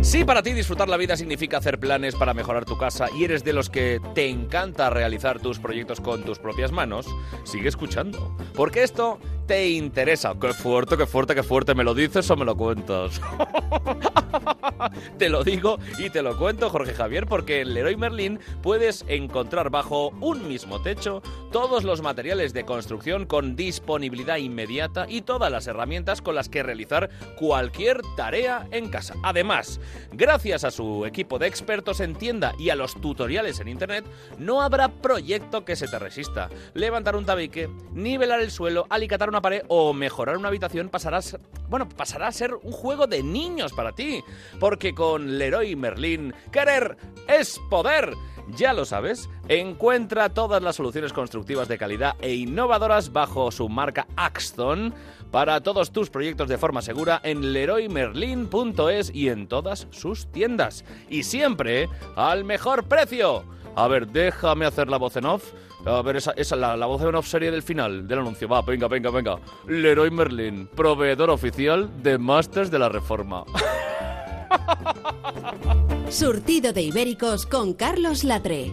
S1: Si para ti disfrutar la vida significa hacer planes para mejorar tu casa y eres de los que te encanta realizar tus proyectos con tus propias manos, sigue escuchando. Porque esto te interesa. Oh, Qué fuerte, qué fuerte, qué fuerte. ¿Me lo dices o me lo cuentas? Te lo digo y te lo cuento, Jorge Javier, porque en Leroy Merlin puedes encontrar bajo un mismo techo todos los materiales de construcción con disponibilidad inmediata y todas las herramientas con las que realizar cualquier tarea en casa. Además, gracias a su equipo de expertos en tienda y a los tutoriales en internet, no habrá proyecto que se te resista. Levantar un tabique, nivelar el suelo, alicatar una pared o mejorar una habitación pasarás, bueno, pasará a ser un juego de niños para ti. mí, porque con Leroy Merlin, querer es poder. Ya lo sabes, encuentra todas las soluciones constructivas de calidad e innovadoras bajo su marca Axton para todos tus proyectos de forma segura en leroymerlin.es y en todas sus tiendas. Y siempre al mejor precio. A ver, déjame hacer la voz en off. A ver, esa, esa la, la voz en off sería del final del anuncio. Va, venga, venga, venga. Leroy Merlin, proveedor oficial de Masters de la Reforma.
S19: Surtido de Ibéricos con Carlos Latre.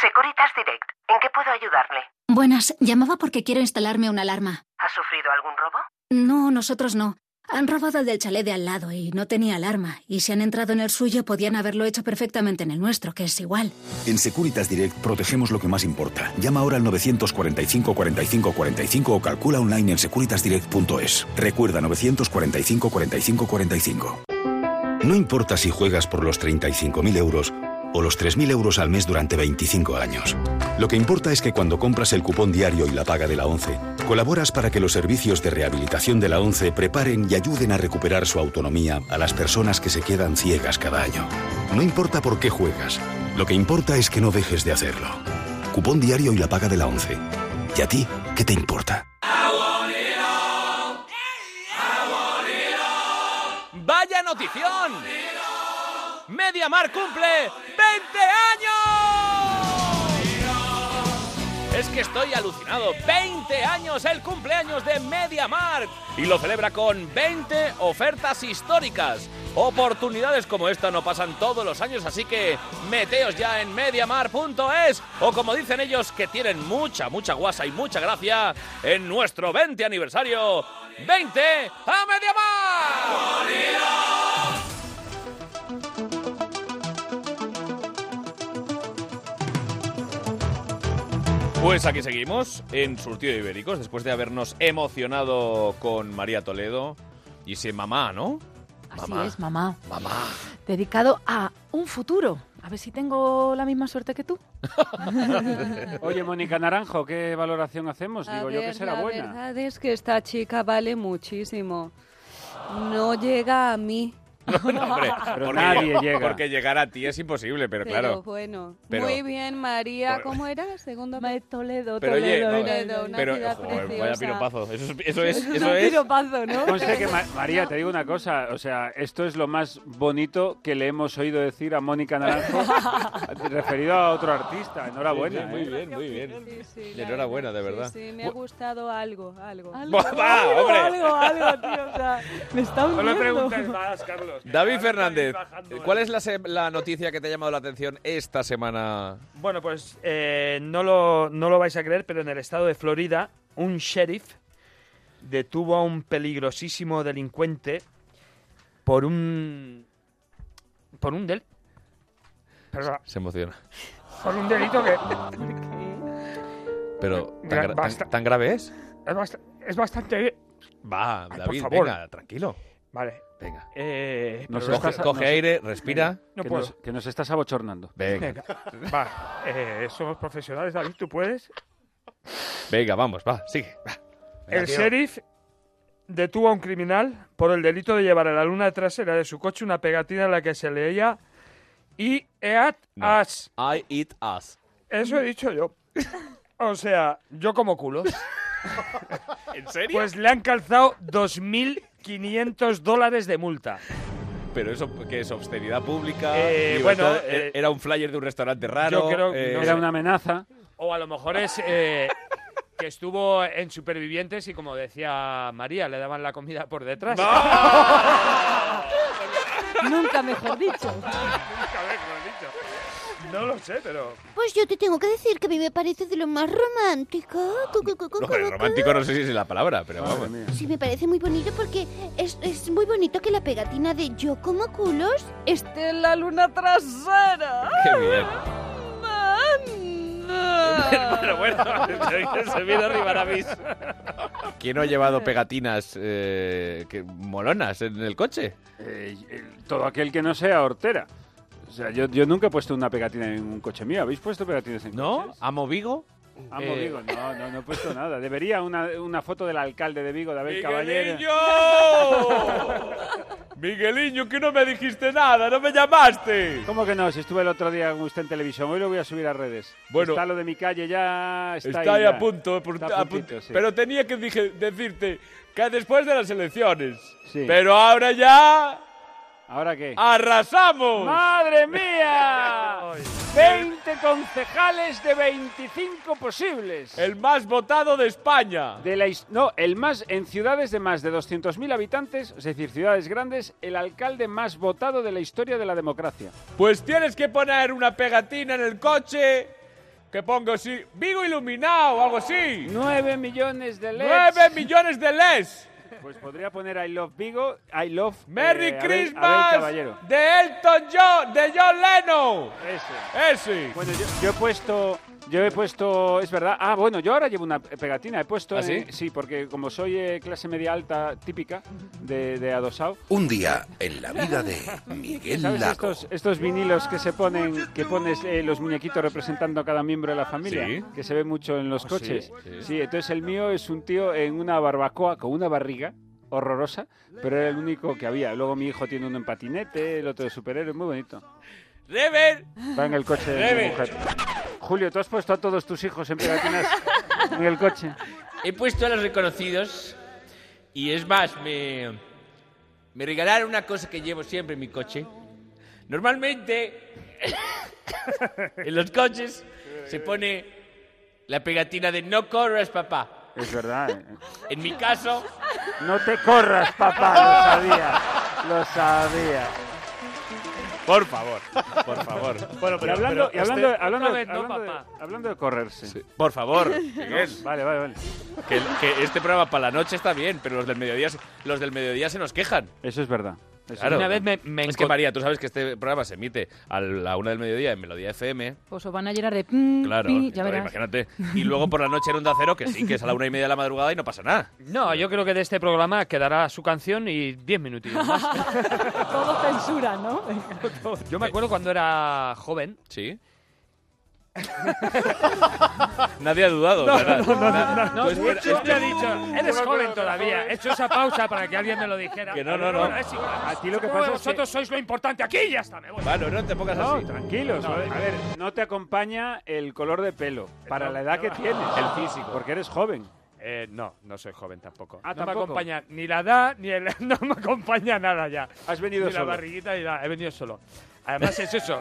S9: Securitas Direct, ¿en qué puedo ayudarle?
S20: Buenas, llamaba porque quiero instalarme una alarma.
S9: ¿Ha sufrido algún robo?
S20: No, nosotros no. Han robado el del chalet de al lado y no tenía alarma. Y si han entrado en el suyo, podían haberlo hecho perfectamente en el nuestro, que es igual.
S21: En Securitas Direct protegemos lo que más importa. Llama ahora al 945 45 45 o calcula online en securitasdirect.es. Recuerda 945 45 45. No importa si juegas por los 35.000 euros o los 3.000 euros al mes durante 25 años. Lo que importa es que cuando compras el cupón diario y la paga de la ONCE, colaboras para que los servicios de rehabilitación de la ONCE preparen y ayuden a recuperar su autonomía a las personas que se quedan ciegas cada año. No importa por qué juegas, lo que importa es que no dejes de hacerlo. Cupón diario y la paga de la ONCE. ¿Y a ti qué te importa?
S1: ¡Vaya notición! Mediamar cumple 20 años. Es que estoy alucinado. 20 años, el cumpleaños de Mediamar. Y lo celebra con 20 ofertas históricas. Oportunidades como esta no pasan todos los años, así que meteos ya en mediamar.es o como dicen ellos que tienen mucha, mucha guasa y mucha gracia en nuestro 20 aniversario. 20 a Mediamar. Pues aquí seguimos en Surtido de Ibéricos, después de habernos emocionado con María Toledo y ese mamá, ¿no?
S10: Así es, mamá.
S1: Mamá.
S10: Dedicado a un futuro. A ver si tengo la misma suerte que tú.
S4: Oye, Mónica Naranjo, ¿qué valoración hacemos?
S6: A
S4: Digo yo
S6: ver,
S4: que será
S6: la
S4: buena.
S6: verdad es que esta chica vale muchísimo. No llega a mí.
S1: No, hombre,
S4: Pero
S1: porque-
S4: nadie llega.
S1: Porque llegar a ti es imposible, pero,
S6: Pero
S1: claro.
S6: bueno,
S1: Pero-
S6: muy bien María,
S1: Por-
S6: ¿cómo era? Segundo Maestro Toledo,
S1: Pero oye, no,
S6: una
S1: pero
S6: ciudad
S1: joder, vaya
S6: preciosa.
S1: piropazo. Eso, es- eso es,
S6: Es un
S1: eso es.
S6: piropazo, ¿no?
S4: Conste que, Ma-
S6: No.
S4: María, te digo una cosa, o sea, esto es lo más bonito que le hemos oído decir a Mónica Naranjo, referido a otro artista. Enhorabuena.
S1: Sí, sí, muy
S4: ¿eh?
S1: bien, muy bien.
S6: Sí, sí, la
S1: Enhorabuena, de verdad.
S6: Sí, me ha gustado algo, algo. Algo,
S1: Va,
S6: algo,
S1: hombre.
S6: algo, algo, tío, o sea, me está
S1: No le
S6: hundiendo.
S1: preguntes
S7: más, Carlos.
S1: David Fernández, ¿cuál es la, se- la noticia que te ha llamado la atención esta semana?
S7: Bueno, pues eh, no, lo, no lo vais a creer, pero en el estado de Florida, un sheriff detuvo a un peligrosísimo delincuente por un. por un del. Perdón,
S1: Se emociona.
S7: por un delito que.
S1: Pero, ¿tan,
S7: Gra-
S1: gra- tan-
S7: basta.
S1: tan grave es?
S7: Es, bast- es bastante.
S1: Va,
S7: Ay, por
S1: David,
S7: favor.
S1: venga, tranquilo.
S7: Vale.
S1: Venga.
S7: Eh,
S4: Nos
S7: pero-
S4: estás-
S1: coge
S4: nos-
S1: aire, respira.
S7: No
S4: que,
S7: puedo.
S4: Nos, que nos estás abochornando.
S1: Venga,
S7: Va, eh, somos profesionales, David, tú puedes.
S1: venga, vamos, va, sigue. va.
S7: el sheriff detuvo a un criminal por el delito de llevar a la luna trasera de su coche una pegatina en la que se leía I eat as.
S1: I eat ass.
S7: Eso he dicho yo. O sea, yo como culo.
S1: ¿En serio?
S7: Pues le han calzado 2.500 dólares de multa.
S1: Pero eso que es obscenidad pública.
S7: Eh,
S1: Digo,
S7: bueno,
S1: esto, eh,
S7: eh,
S1: era un flyer de un restaurante
S7: yo
S1: raro.
S7: creo-
S1: eh,
S7: no
S4: Era
S7: sé.
S4: una amenaza.
S7: O a lo mejor es eh, que estuvo en Supervivientes y como decía María, le daban la comida por detrás.
S6: Nunca mejor dicho.
S7: No lo sé, pero...
S25: Pues yo te tengo que decir que a mí me parece de lo más romántico. Cu, cu, cu, cu,
S1: No,
S25: cu,
S1: pero
S25: cu.
S1: romántico no sé si es la palabra, pero vamos.
S25: Sí, me parece muy bonito porque es, es muy bonito que la pegatina de yo como culos esté en la luna trasera.
S1: Qué bien.
S6: Ah.
S7: Bueno, bueno, se viene arriba la mis.
S1: ¿Quién no ha llevado pegatinas eh, que, molonas en el coche?
S4: Eh, el- todo aquel que no sea hortera. O sea, yo, yo nunca he puesto una pegatina en un coche mío. ¿Habéis puesto pegatinas en
S1: ¿No? ¿Amo Vigo?
S4: Amo
S1: Eh.
S4: Vigo, no, no, no he puesto nada. Debería una, una foto del alcalde de Vigo, David Caballero.
S1: ¡Miguelinho! Migueliño, que no me dijiste nada, no me llamaste.
S4: ¿Cómo que no? Si estuve el otro día con usted en televisión, hoy lo voy a subir a redes.
S1: Bueno.
S4: está lo de mi calle ya. Está,
S1: Está ahí a
S4: ya.
S1: punto, por-
S4: Está
S1: a
S4: puntito,
S1: punto.
S4: sí.
S1: Pero tenía que dije- decirte que después de las elecciones.
S4: Sí.
S1: Pero ahora ya
S4: ¿Ahora qué?
S1: arrasamos.
S4: ¡Madre mía! 20 concejales de 25 posibles.
S1: El más votado de España.
S4: no, el más en ciudades de más de 200.000 habitantes, es decir, ciudades grandes, el alcalde más votado de la historia de la democracia.
S1: Pues tienes que poner una pegatina en el coche que ponga así, Vigo iluminado o algo así.
S4: 9 millones de
S10: E
S4: LEDs.
S1: ¡Nueve millones de E LEDs.
S4: Pues podría poner I love Vigo, I love eh,
S1: Merry
S4: Abel- Abel
S1: Christmas
S4: Caballero.
S1: de Elton John, de John Lennon.
S4: Ese.
S1: Ese.
S4: Bueno, yo, yo he puesto. Yo he puesto. Es verdad. Ah, bueno, yo ahora llevo una pegatina. He puesto.
S21: ¿Ah,
S4: eh,
S21: sí?
S4: porque como soy eh, clase media alta típica de, de adosado.
S21: Un día en la vida de Miguel
S4: ¿Sabes
S21: Lago.
S4: estos, estos vinilos que se ponen, que pones eh, los muñequitos representando a cada miembro de la familia?
S21: Sí.
S4: Que se ve mucho en los
S21: Ah, sí,
S4: coches.
S21: sí.
S4: Sí, entonces el mío es un tío en una barbacoa con una barriga horrorosa, pero era el único que había. Luego mi hijo tiene uno en patinete, el otro de superhéroe, muy bonito.
S1: Rever.
S4: Va en el coche de mi
S1: Rebe.
S4: mujer. Julio, ¿tú has puesto a todos tus hijos en pegatinas en el coche?
S26: He puesto a los reconocidos y es más, me, me regalaron una cosa que llevo siempre en mi coche. Normalmente en los coches se pone la pegatina de no corras, papá.
S4: Es verdad. eh.
S26: En mi caso,
S4: No te corras, papá, lo sabía. Lo sabía.
S1: Por favor, por favor.
S5: Bueno, pero-
S4: y
S5: pero
S4: hablando, y hablando,
S5: este-
S4: hablando,
S5: Otra vez no,
S4: hablando de-
S5: papá.
S4: hablando de correrse.
S1: Por favor, Miguel.
S4: Vale, vale, vale.
S1: Que, que este programa para la noche está bien, pero los del mediodía, se- los del mediodía se nos quejan.
S4: Eso es verdad. Eso es
S1: Claro.
S4: verdad.
S1: es que María, tú sabes que este programa se emite a la una del mediodía en Melodía FM.
S10: Pues os van a llenar de... pin,
S1: Claro,
S10: pin, ya
S1: entonces,
S10: verás.
S1: imagínate. Y luego por la noche en Onda Cero, que sí, que es a la una y media de la madrugada y no pasa
S4: Ah.
S1: nada.
S7: No, yo creo que de este programa quedará su canción y 10 minutillos más.
S10: Todo censura, ¿no?
S7: Yo me acuerdo cuando era joven.
S1: Sí. Nadie ha dudado.
S7: No,
S1: ¿verdad?
S7: no, no,
S1: Nada.
S7: no, no.
S1: Pues, bueno,
S7: Yo
S1: es
S7: te
S1: que-
S7: he dicho, eres joven todavía. He hecho esa pausa para que alguien me lo dijera.
S1: ¿eh? Que no,
S7: Pero
S1: no, no.
S7: es igual.
S4: A ti lo que
S7: Supongo
S4: pasa es que-
S7: vosotros sois lo importante aquí y ya está, me voy.
S1: Bueno, no te pongas
S4: No,
S1: así.
S4: tranquilos.
S1: No,
S4: a ver, no te acompaña el color de pelo para la edad que tienes.
S7: El físico.
S4: Porque eres joven.
S7: Eh, no, no soy joven tampoco.
S4: Ah,
S7: no
S4: ¿tampoco?
S7: me acompaña ni la edad, ni el... No me acompaña nada ya.
S4: Has venido
S7: ni
S4: solo.
S7: la barriguita ni nada. He venido solo. Además es eso.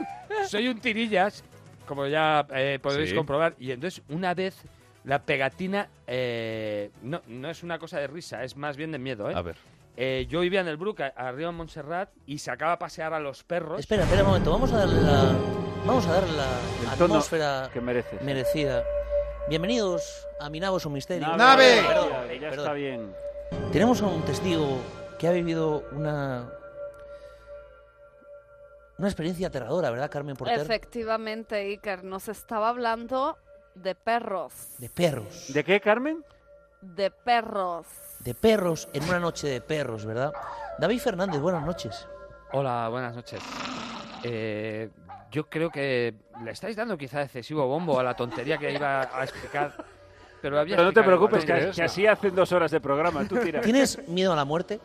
S7: Soy un tirillas, como ya eh, podéis
S1: Sí.
S7: comprobar. Y entonces una vez la pegatina eh, no, no es una cosa de risa, es más bien de miedo. ¿eh?
S1: A ver.
S7: Eh, yo vivía en el Brook, a- arriba en Montserrat, y sacaba a pasear a los perros.
S15: Espera, espera un momento, vamos a darle la, vamos a darle la
S4: El tono
S15: atmósfera
S4: que mereces.
S15: merecida. Bienvenidos a Mi Nabo es un Misterio.
S4: Ah, ¡Nave!
S15: Perdón,
S4: Ya está bien.
S15: Tenemos a un testigo que ha vivido una... Una experiencia aterradora, ¿verdad, Carmen Porter?
S2: Efectivamente, Iker, nos estaba hablando de perros,
S15: De perros.
S4: ¿De qué, Carmen?
S2: de perros.
S15: De perros en una noche de perros, ¿verdad? David Fernández, buenas noches.
S7: Hola, buenas noches. Eh, yo creo que le estáis dando quizá excesivo bombo a la tontería que iba a explicar. Pero, lo había
S4: Pero no te
S7: explicado
S4: preocupes,
S7: igual.
S4: que, que así hacen dos horas de programa. Tú tira.
S15: ¿Tienes miedo a la muerte?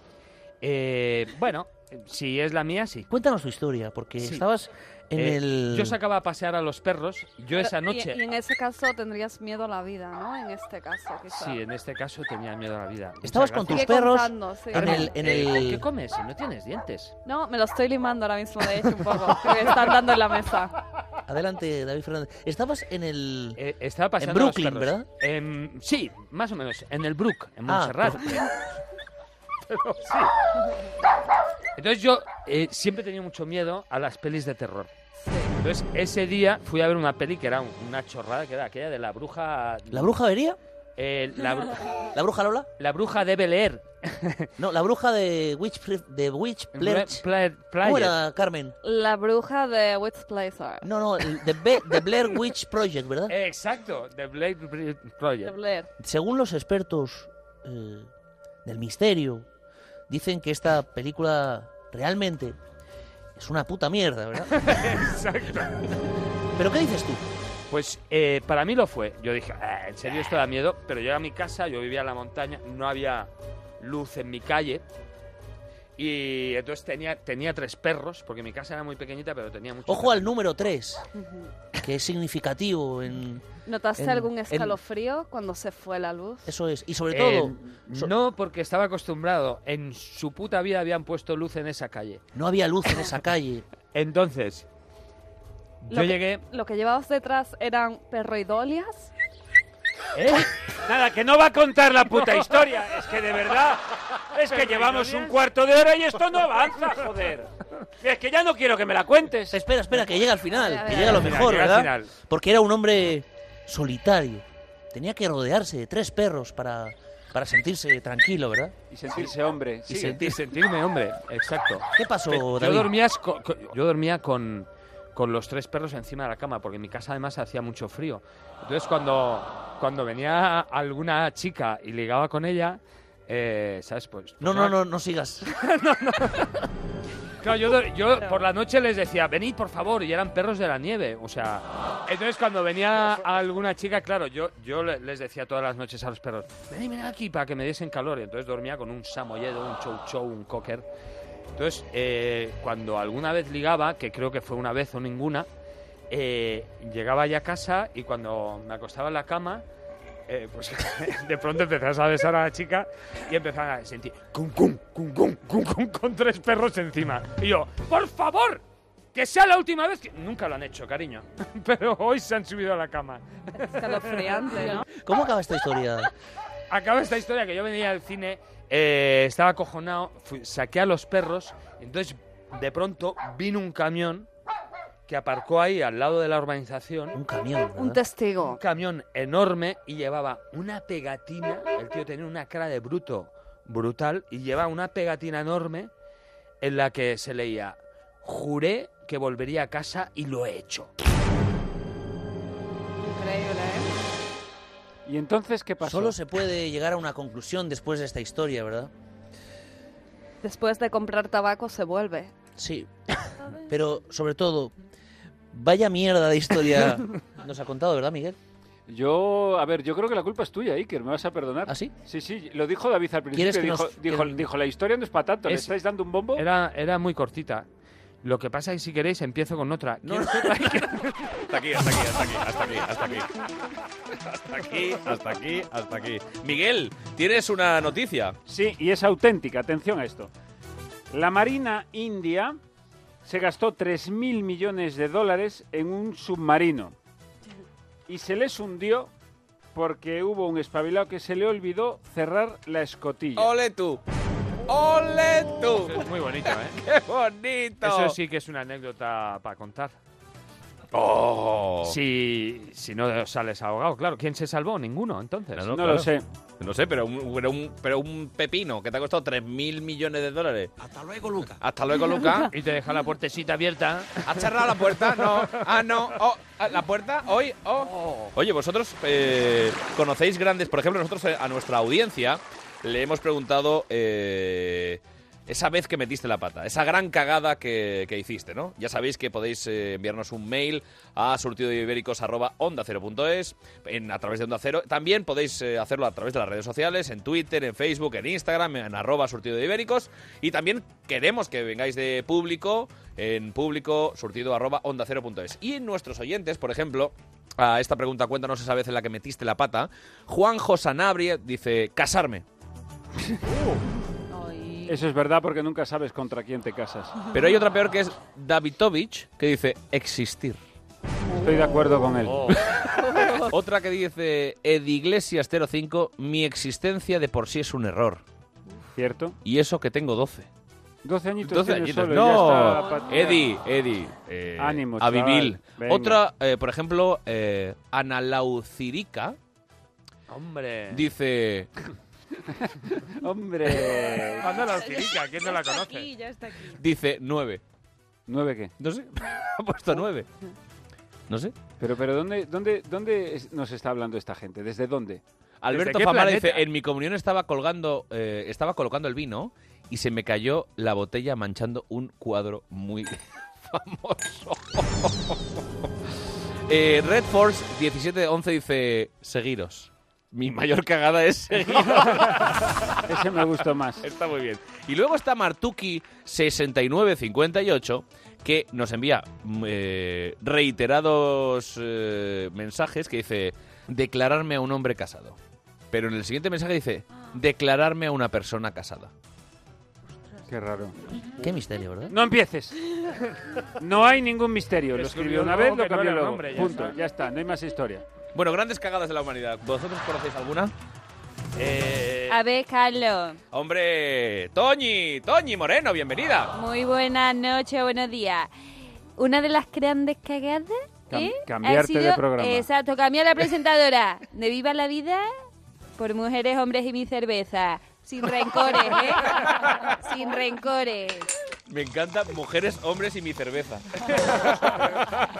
S7: Eh, bueno, si es la mía, sí.
S15: Cuéntanos tu historia, porque
S7: Sí.
S15: estabas en
S7: Eh,
S15: el...
S7: Yo sacaba a pasear a los perros. Yo esa
S2: Pero- y-
S7: noche...
S2: Y, en ese caso tendrías miedo a la vida, ¿no? En este caso, quizás.
S7: Sí, en este caso tenía miedo a la vida. Muchas
S15: Estabas con
S7: gracias.
S15: tus perros
S2: contando, sí.
S15: en el... En
S7: Eh,
S15: el...
S7: ¿Qué comes si no tienes dientes?
S2: No, me lo estoy limando ahora mismo, de hecho, un poco. Que me están dando en la mesa.
S15: Adelante, David Fernández. Estabas en el...
S7: Eh, Estaba paseando
S15: En
S7: a los
S15: Brooklyn,
S7: perros.
S15: ¿verdad?
S7: Em, sí, más o menos. En el Brook, en
S15: Ah,
S7: Montserrat. Pero sí. Entonces yo eh, siempre he tenido mucho miedo a las pelis de terror. Entonces ese día fui a ver una peli que era un- una chorrada, que era aquella de la bruja...
S15: ¿La bruja vería?
S7: Eh, la, bru-
S15: ¿La bruja Lola?
S7: la bruja de Bel Air.
S15: No, la bruja de Witch, Pre- de Witch Pledge.
S7: Blair- Blair-
S15: ¿Cómo era, Carmen?
S2: La bruja de Witch Placer.
S15: No, no, el de, Be- de Blair Witch Project, ¿verdad?
S7: Eh, exacto, de Blade
S2: De
S7: Project.
S2: Blair.
S15: Según los expertos eh, del misterio, dicen que esta película realmente es una puta mierda, ¿verdad?
S7: Exacto.
S15: ¿Pero qué dices tú?
S7: Pues eh, para mí lo fue. Yo dije, "Ah, en serio esto da miedo, pero yo era a mi casa, yo vivía en la montaña, no había luz en mi calle. Y entonces tenía, tenía tres perros, porque mi casa era muy pequeñita, pero tenía muchos.
S3: Ojo al número 3, que es significativo en...
S6: ¿Notaste
S3: en-
S6: algún
S3: en-
S6: escalofrío cuando se fue la luz?
S3: Eso es. Y sobre todo,
S7: Eh, no, porque estaba acostumbrado. En su puta vida habían puesto luz en esa calle.
S3: no había luz en esa calle.
S7: Entonces,
S6: Lo
S7: yo
S6: que-
S7: llegué.
S6: Lo que llevabas detrás eran perroidolias.
S7: ¿Eh?
S4: Nada, que no va a contar la puta historia. Es que de verdad. Es que llevamos un cuarto de hora y esto no avanza, joder. Es que ya no quiero que me la cuentes.
S3: Espera, espera, que llega al
S4: A
S3: final,
S4: ver,
S3: que
S4: a
S3: llega a lo
S4: ver.
S3: mejor,
S4: Llega al
S3: ¿verdad?
S4: final.
S3: Porque era un hombre solitario. Tenía que rodearse de tres perros para, para sentirse tranquilo, ¿verdad?
S4: Y sentirse hombre.
S7: Y sentir- sentirme hombre, exacto.
S3: ¿Qué pasó,
S7: Pe- yo,
S3: David?
S7: dormías co- co- yo dormía con, con los tres perros encima de la cama, porque en mi casa además hacía mucho frío. Entonces, cuando, cuando venía alguna chica y ligaba con ella, eh, ¿sabes? Pues.
S3: No, no, no, no sigas.
S7: Claro, yo, do- yo por la noche les decía, venid por favor, y eran perros de la nieve, o sea... Entonces cuando venía alguna chica, claro, yo, yo le- les decía todas las noches a los perros, venid, venid aquí para que me diesen calor, y entonces dormía con un samoyedo, un chow chow, un cocker. Entonces, eh, cuando alguna vez ligaba, que creo que fue una vez o ninguna, eh, llegaba ya a casa y cuando me acostaba en la cama, eh, pues de pronto empezabas a besar a la chica y empezaban a sentir cum, cum, cum, cum, cum, cum, con tres perros encima. Y yo, por favor, que sea la última vez que... Nunca lo han hecho, cariño. Pero hoy se han subido a la cama.
S6: Escalofriante, ¿no?
S3: ¿Cómo acaba esta historia?
S7: Acaba esta historia que yo venía al cine, eh, estaba acojonado, fui- saqué a los perros, entonces de pronto vino un camión que aparcó ahí al lado de la urbanización. Un
S3: camión.
S6: Un testigo.
S7: Un camión enorme y llevaba una pegatina. El tío tenía una cara de bruto brutal y llevaba una pegatina enorme en la que se leía: Juré que volvería a casa y lo he hecho.
S6: Increíble, ¿eh?
S4: ¿Y entonces qué pasó?
S3: Solo se puede llegar a una conclusión después de esta historia, ¿verdad?
S6: Después de comprar tabaco se vuelve.
S3: Sí. Pero sobre todo, vaya mierda de historia nos ha contado, ¿verdad, Miguel?
S4: Yo, a ver, yo creo que la culpa es tuya, Iker, ¿me vas a perdonar?
S3: ¿Ah, sí?
S4: Sí, sí, lo dijo David al principio,
S7: ¿Quieres que
S4: dijo,
S7: nos-
S4: dijo,
S7: que-
S4: dijo, la historia no es para tanto, le
S7: Es-
S4: estáis dando un bombo.
S7: Era, era muy cortita. Lo que pasa es que si queréis empiezo con otra. ¿Quieres otra?
S1: Hasta aquí, hasta aquí, hasta aquí, hasta aquí, hasta aquí. Hasta aquí, hasta aquí, hasta aquí. Miguel, tienes una noticia.
S4: Sí, y es auténtica, atención a esto. La Marina India se gastó 3.000 millones de dólares en un submarino y se les hundió porque hubo un espabilado que se le olvidó cerrar la escotilla.
S1: ¡Ole tú! ¡Ole tú!
S7: Es muy bonito, ¿eh?
S1: ¡Qué bonito!
S7: Eso sí que es una anécdota para contar.
S1: Oh.
S7: Si, si no sales ahogado, claro. ¿Quién se salvó? Ninguno, entonces.
S1: No, claro. No sé, pero un, pero un, pero un pepino que te ha costado 3.000 millones de dólares. Hasta luego, Luca. Hasta luego, Luca.
S7: Y te deja la puertecita abierta.
S1: ¿Has cerrado la puerta? No. Ah, no. Oh, ah, ¿La puerta? Hoy. Oh. Oye, vosotros eh, conocéis grandes. Por ejemplo, nosotros eh, a nuestra audiencia le hemos preguntado. eh, esa vez que metiste la pata, esa gran cagada que, que hiciste, ¿no? Ya sabéis que podéis eh, enviarnos un mail a surtidoibéricos.onda0.es en, a través de Onda Cero. También podéis eh, hacerlo a través de las redes sociales, en Twitter, en Facebook, en Instagram, en arroba surtido de ibéricos. Y también queremos que vengáis de público en público surtido arroba onda 0.es. Y nuestros oyentes, por ejemplo, a esta pregunta cuéntanos esa vez en la que metiste la pata. Juanjo Sanabria dice, casarme.
S4: Eso es verdad porque nunca sabes contra quién te casas.
S1: Pero hay otra peor que es Davidovich, que dice existir. Oh.
S4: Estoy de acuerdo con él.
S1: otra que dice Ed Iglesias 05, mi existencia de por sí es un error.
S4: ¿Cierto?
S1: Y eso que tengo 12.
S4: 12 añitos.
S1: 12
S4: tiene
S1: añitos.
S4: solo y ya está
S1: No,
S4: pa-
S1: Eddie, Eddie. eh,
S4: Ánimo,
S1: A vivir.
S4: chaval, venga.
S1: Otra, eh, por ejemplo, eh, Analaucirica
S4: Eh.
S7: Hombre.
S1: dice...
S4: Hombre.
S7: Anda la hostilica, ¿quién no la conoce?
S1: Dice 9.
S4: ¿Nueve qué?
S1: No sé. ha puesto 9. No sé.
S4: Pero, pero ¿dónde, dónde, dónde es- nos está hablando esta gente? ¿Desde dónde?
S1: Alberto Famara dice, en mi comunión estaba colgando, eh, estaba colocando el vino y se me cayó la botella manchando un cuadro muy famoso. Eh, Red Force 1711 dice, seguiros. mi mayor cagada es seguir.
S4: Ese me gustó más.
S1: Está muy bien. Y luego está Martuki6958, que nos envía mm, eh, reiterados eh, mensajes que dice: declararme a un hombre casado. Pero en el siguiente mensaje dice: declararme a una persona casada.
S4: Qué raro.
S3: Qué misterio, ¿verdad?
S4: No empieces. No hay ningún misterio. Lo
S1: Escribió
S4: escribió una
S1: luego
S4: vez, lo
S1: que no
S4: cambió
S1: era
S4: luego.
S1: nombre, ya
S4: Punto.
S1: está.
S4: Ya está, no hay más historia.
S1: Bueno, grandes cagadas de la humanidad. ¿Vosotros conocéis alguna? Eh,
S8: A ver, Carlos.
S1: hombre, Toñi, Toñi Moreno, bienvenida.
S8: Muy buenas noches, buenos días. Una de las grandes cagadas.
S1: Cam-
S8: ¿eh?
S1: cambiarte
S8: ha sido-
S1: de programa.
S8: Exacto, cambiar la presentadora de Viva la Vida por Mujeres, Hombres y mi cerveza. Sin rencores, ¿eh? Sin rencores.
S1: Me encanta mujeres, hombres y mi cerveza.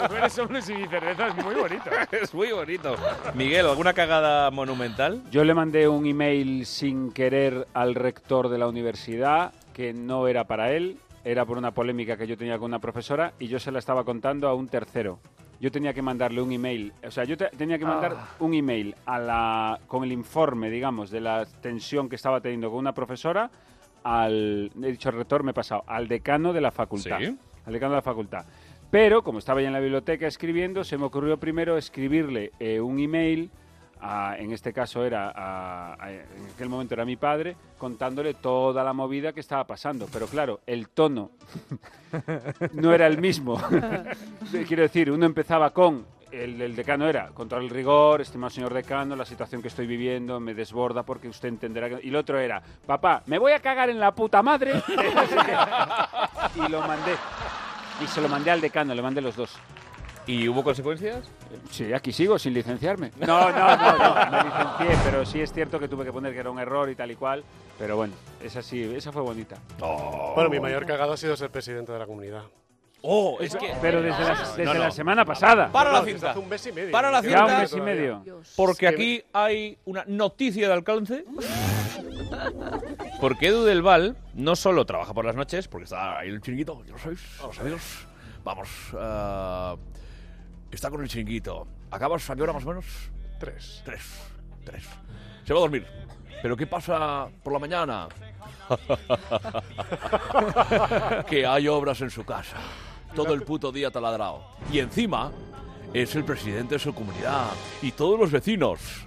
S7: Mujeres, hombres y mi cerveza es muy bonito.
S1: es muy bonito. Miguel, ¿alguna cagada monumental?
S4: Yo le mandé un email sin querer al rector de la universidad que no era para él, era por una polémica que yo tenía con una profesora y yo se la estaba contando a un tercero. Yo tenía que mandarle un email, o sea, yo te- tenía que mandar
S24: Ah.
S4: un email a la, con el informe, digamos, de la tensión que estaba teniendo con una profesora al, he dicho al rector, me he pasado, al decano de la facultad.
S1: Sí.
S4: Al decano de la facultad. Pero, como estaba ya en la biblioteca escribiendo, se me ocurrió primero escribirle eh, un email, a- en este caso era, a- a- en aquel momento era mi padre, contándole toda la movida que estaba pasando. Pero claro, el tono no era el mismo. Quiero decir, uno empezaba con, el, el decano era, con todo el rigor, estimado señor decano, la situación que estoy viviendo me desborda porque usted entenderá que... Y el otro era, papá, me voy a cagar en la puta madre. y lo mandé. Y se lo mandé al decano, le mandé los dos. Eh,
S1: ¿Y hubo consecuencias?
S4: Sí, aquí sigo sin licenciarme. No, no, no, no, me licencié, pero sí es cierto que tuve que poner que era un error y tal y cual. Pero bueno, esa sí, esa fue bonita.
S24: Bueno, mi mayor cagada ha sido ser presidente de la comunidad.
S1: Oh, es que.
S4: Pero desde la, desde
S1: No, no.
S4: la semana pasada.
S1: Para la
S24: No, desde
S1: cinta.
S24: hace un mes y medio.
S1: Para la
S24: Ya
S1: cinta.
S4: un mes y medio.
S1: Porque aquí hay una noticia de alcance. Porque Edu del Val no solo trabaja por las noches, porque está ahí el chiringuito, ya lo sabéis, a los amigos. Vamos. ah, está con el chiringuito. ¿Acabas a qué hora más o menos?
S24: Tres.
S1: Tres. Tres. Se va a dormir. ¿Pero qué pasa por la mañana? que hay obras en su casa. Todo el puto día taladrado. Y encima es el presidente de su comunidad. Y todos los vecinos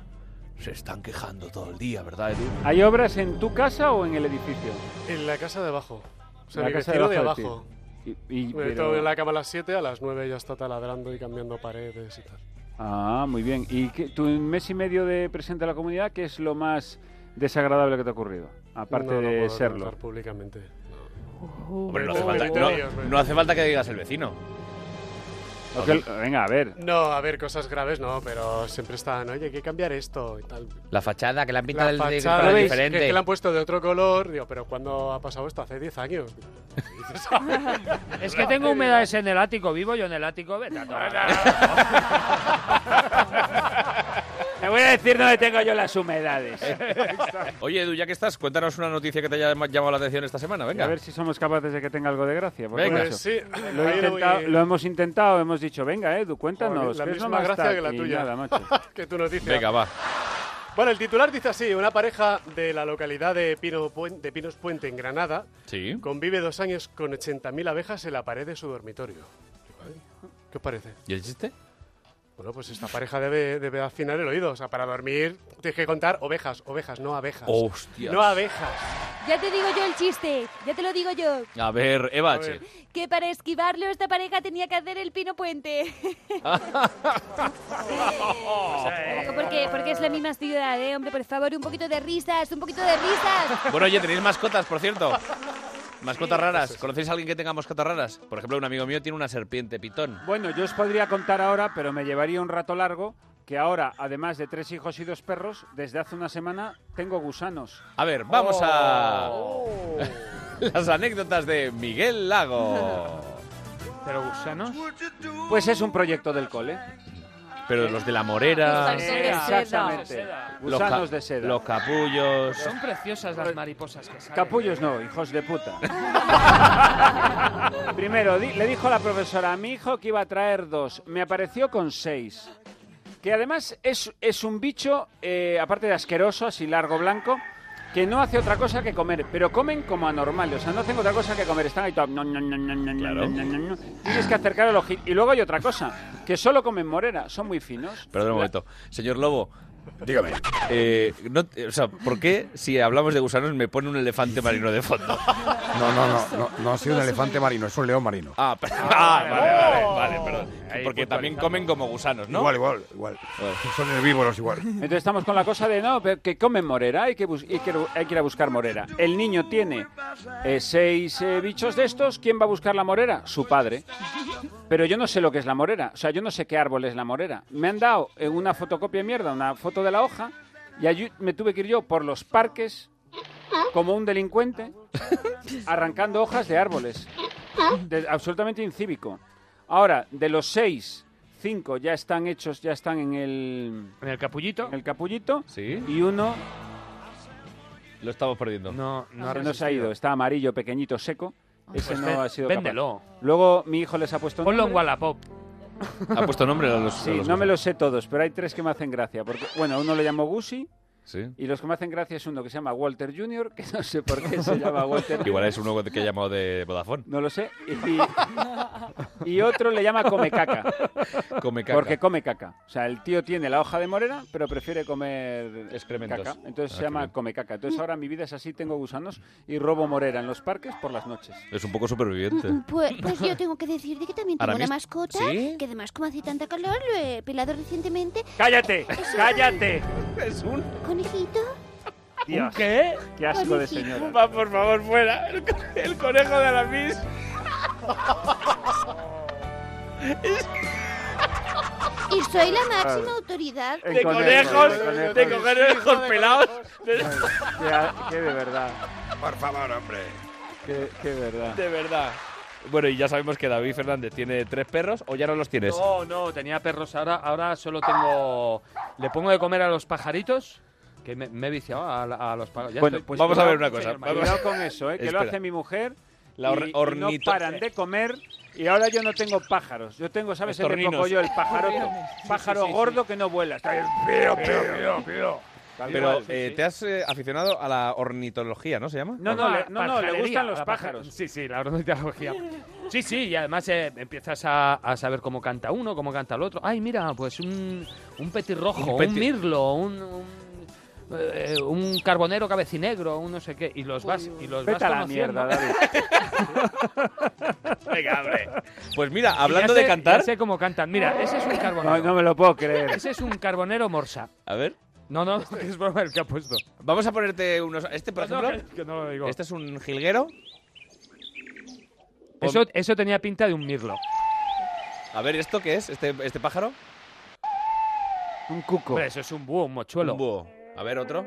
S1: se están quejando todo el día, ¿verdad, Edu?
S4: ¿Hay obras en tu casa o en el edificio?
S24: En la casa de abajo. O sea,
S4: La
S24: mi
S4: casa
S24: vecino
S4: de
S24: de
S4: abajo de
S24: abajo.
S4: ti. Y- y-
S24: Me
S4: pero-
S24: meto en la cama a las 7, a las 9 ya está taladrando y cambiando paredes y tal.
S4: Ah, muy bien. ¿Y qué- tu mes y medio de presidente de la comunidad, qué es lo más desagradable que te ha ocurrido? Aparte
S24: No lo
S4: de
S24: puedo
S4: serlo.
S24: contar públicamente.
S1: Hombre, no hace
S24: Oh,
S1: falta,
S24: comentarios,
S1: no-
S24: eh.
S1: no hace falta que digas el vecino.
S4: O que- venga, a ver.
S24: No, a ver, cosas graves no, pero siempre están, oye, hay que cambiar esto y tal.
S12: La fachada, que la han
S24: La
S12: pintado del de
S24: fachada,
S12: color
S24: ¿veis?
S12: diferente.
S24: Que, que la han puesto de otro color. Digo, pero ¿cuándo ha pasado esto? Hace 10 años.
S7: Es que tengo humedades en el ático, vivo yo en el ático. Vete a tomar.
S4: Me voy a decir dónde tengo yo las humedades.
S1: Oye, Edu, ya que estás, cuéntanos una noticia que te haya llamado la atención esta semana, Ah, venga.
S4: A ver si somos capaces de que tenga algo de gracia. por
S1: Venga.
S4: eso.
S1: Pues sí,
S4: lo, he
S1: ahí lo voy-
S4: intentado- lo hemos intentado, hemos dicho, venga, Edu, cuéntanos.
S24: la
S4: ¿qué es lo
S24: misma
S4: más
S24: gracia
S4: tal?
S24: que la
S4: Y
S24: tuya.
S4: nada, macho.
S24: que tú nos dices.
S1: Venga, va.
S24: Bueno, el titular dice así: una pareja de la localidad de, Pino Puen- de Pinos Puente, en Granada,
S1: Sí.
S24: convive dos años con 80.000 abejas en la pared de su dormitorio. ¿Qué os parece?
S1: ¿Y el chiste?
S24: Bueno, pues esta pareja debe, debe afinar el oído. O sea, para dormir tienes que contar ovejas, ovejas, no abejas.
S1: Hostias.
S24: No abejas.
S25: Ya te digo yo el chiste, ya te lo digo yo.
S1: A ver, Eva.
S25: Que para esquivarlo esta pareja tenía que hacer el pino puente. Ojo, porque, porque es la misma ciudad, ¿eh? Hombre, por favor, un poquito de risas, un poquito de risas.
S1: Bueno, oye, tenéis mascotas, por cierto. Mascotas raras. ¿Conocéis a alguien que tenga mascotas raras? Por ejemplo, un amigo mío tiene una serpiente pitón.
S4: Bueno, yo os podría contar ahora, pero me llevaría un rato largo, que ahora, además de tres hijos y dos perros, desde hace una semana tengo gusanos.
S1: A ver, vamos a las anécdotas de Miguel Lago.
S4: ¿Pero gusanos? Pues es un proyecto del cole.
S1: Pero los de la morera,
S4: Gusanos de seda. Exactamente.
S1: los,
S4: Gusanos
S1: ca-
S4: de seda.
S1: los capullos.
S7: Son preciosas las mariposas que salen.
S4: Capullos no, hijos de puta. Primero, di- le dijo la profesora a mi hijo que iba a traer dos. Me apareció con seis. Que además es, es un bicho, eh, aparte de asqueroso, así largo, blanco, que no hace otra cosa que comer, pero comen como anormales, o sea, no hacen otra cosa que comer, están ahí todo... No, no, no, no, no, no, no, no, no. Tienes que acercar el ojito. Y luego hay otra cosa, que solo comen morera, son muy finos.
S1: Perdón un momento. Señor Lobo, dígame. eh, no- eh, o sea, ¿por qué si hablamos de gusanos me pone un elefante marino de fondo?
S11: No, no, no, no, no ha sido un elefante marino, es un león marino.
S1: Ah, per- ah, vale, vale, vale, perdón. Porque también comen como gusanos, ¿no?
S11: Igual, igual, igual. Son herbívoros igual.
S4: Entonces estamos con la cosa de no, pero que comen morera, hay que, bus- hay que, hay que ir a buscar morera. El niño tiene eh, seis eh, bichos de estos, ¿quién va a buscar la morera? Su padre. Pero yo no sé lo que es la morera, o sea, yo no sé qué árbol es la morera. Me han dado en una fotocopia de mierda, una foto de la hoja, y allí me tuve que ir yo por los parques como un delincuente arrancando hojas de árboles. De- absolutamente incívico. Ahora, de los seis, cinco ya están hechos, ya están en el...
S7: En el capullito.
S4: En el capullito.
S1: Sí.
S4: Y uno
S1: Lo estamos perdiendo.
S7: No,
S4: no, se ha ido, está amarillo, pequeñito, seco. Ese
S7: Pues
S4: no
S7: ven-
S4: ha sido
S7: véndelo.
S4: capaz. Luego mi hijo les ha puesto
S7: Ponlo en
S4: nombre.
S7: Wallapop.
S1: Ha puesto nombre a los... a
S4: Sí,
S1: los
S4: no me los sé todos, pero hay tres que me hacen gracia. Porque, bueno, uno le llamo Gusi
S1: Sí.
S4: y los que me hacen gracia es uno que se llama Walter Jr., que no sé por qué se llama Walter
S1: Igual es uno que he llamado de Vodafone.
S4: No lo sé. Y, y otro le llama come caca.
S1: Come caca.
S4: Porque come caca. O sea, el tío tiene la hoja de morera, pero prefiere comer
S1: Excrementos.
S4: caca. Entonces
S1: Ah,
S4: se llama
S1: qué bien.
S4: come caca. Entonces ahora mi vida es así, tengo gusanos y robo morera en los parques por las noches.
S1: Es un poco superviviente.
S25: Pues, pues yo tengo que decirte que también tengo
S1: Ahora
S25: una
S1: mismo-
S25: mascota,
S1: ¿Sí?
S25: que además como hace tanta calor, lo he pelado recientemente.
S7: ¡Cállate!
S25: Es un
S7: ¡Cállate!
S1: Es un
S25: conejito.
S7: Dios.
S1: qué?
S4: ¡Qué asco de señora!
S1: Va, por favor, fuera. El, co- el conejo de Aramis.
S25: Y soy la máxima autoridad.
S1: De conejos, de conejos pelados.
S4: Qué de verdad.
S11: Por favor, hombre.
S4: Qué, qué verdad.
S1: De verdad. Bueno, y ya sabemos que David Fernández tiene tres perros o ya no los tienes.
S7: No, no, tenía perros. Ahora, ahora solo tengo. Le pongo de comer a los pajaritos. Que me, me he viciado a, la- a los pajaritos. Ya
S1: Bueno,
S7: estoy-
S1: pues vamos a ver
S7: cuidado,
S1: una cosa.
S7: señor
S1: Vamos-
S7: Mayor.
S4: Cuidado con eso, ¿eh? que lo
S1: Espera.
S4: hace mi mujer.
S1: La or-
S4: y- y
S1: ornito-
S4: no paran de comer y ahora yo no tengo pájaros. Yo tengo, ¿sabes? El de
S1: Estorninos.
S4: Pocoyo, el pájaro, pájaro
S1: sí, sí.
S4: gordo que no vuela. Está ahí,
S11: Pío,
S4: pío, pío,
S11: pío.
S4: Tal
S1: Pero
S4: cual.
S1: eh, te has eh, aficionado a la ornitología, ¿no se llama?
S4: No, no, le, no, no, le
S7: Pajalería,
S4: gustan los
S7: la paja-
S4: pájaros.
S7: Sí, sí, la ornitología. Sí, sí, y además eh, empiezas a, a saber cómo canta uno, cómo canta el otro. Ay, mira, pues un, un petirrojo,
S1: Un
S7: un,
S1: peti-
S7: mirlo, un, un, eh, un carbonero cabecinegro, un no sé qué. Y los vas, y los
S4: Vete
S7: vas
S4: a la
S7: conociendo.
S4: mierda, David.
S1: Venga, hombre. Pues mira,
S7: Y
S1: hablando
S7: ya
S1: de
S7: sé-
S1: cantar.
S7: ya sé cómo cantan. Mira, ese es un carbonero.
S4: No, no me lo puedo creer.
S7: Ese es un carbonero morsa.
S1: A ver.
S7: No, no, que es broma el que ha puesto.
S1: Vamos a ponerte unos. Este, por
S7: No,
S1: ejemplo.
S7: que- que no lo digo.
S1: Este es un jilguero.
S7: Eso, eso tenía pinta de un mirlo.
S1: A ver, ¿esto qué es? ¿Este, este pájaro?
S4: Un cuco.
S7: Hombre, eso es un búho, un mochuelo.
S1: Un búho. A ver, otro.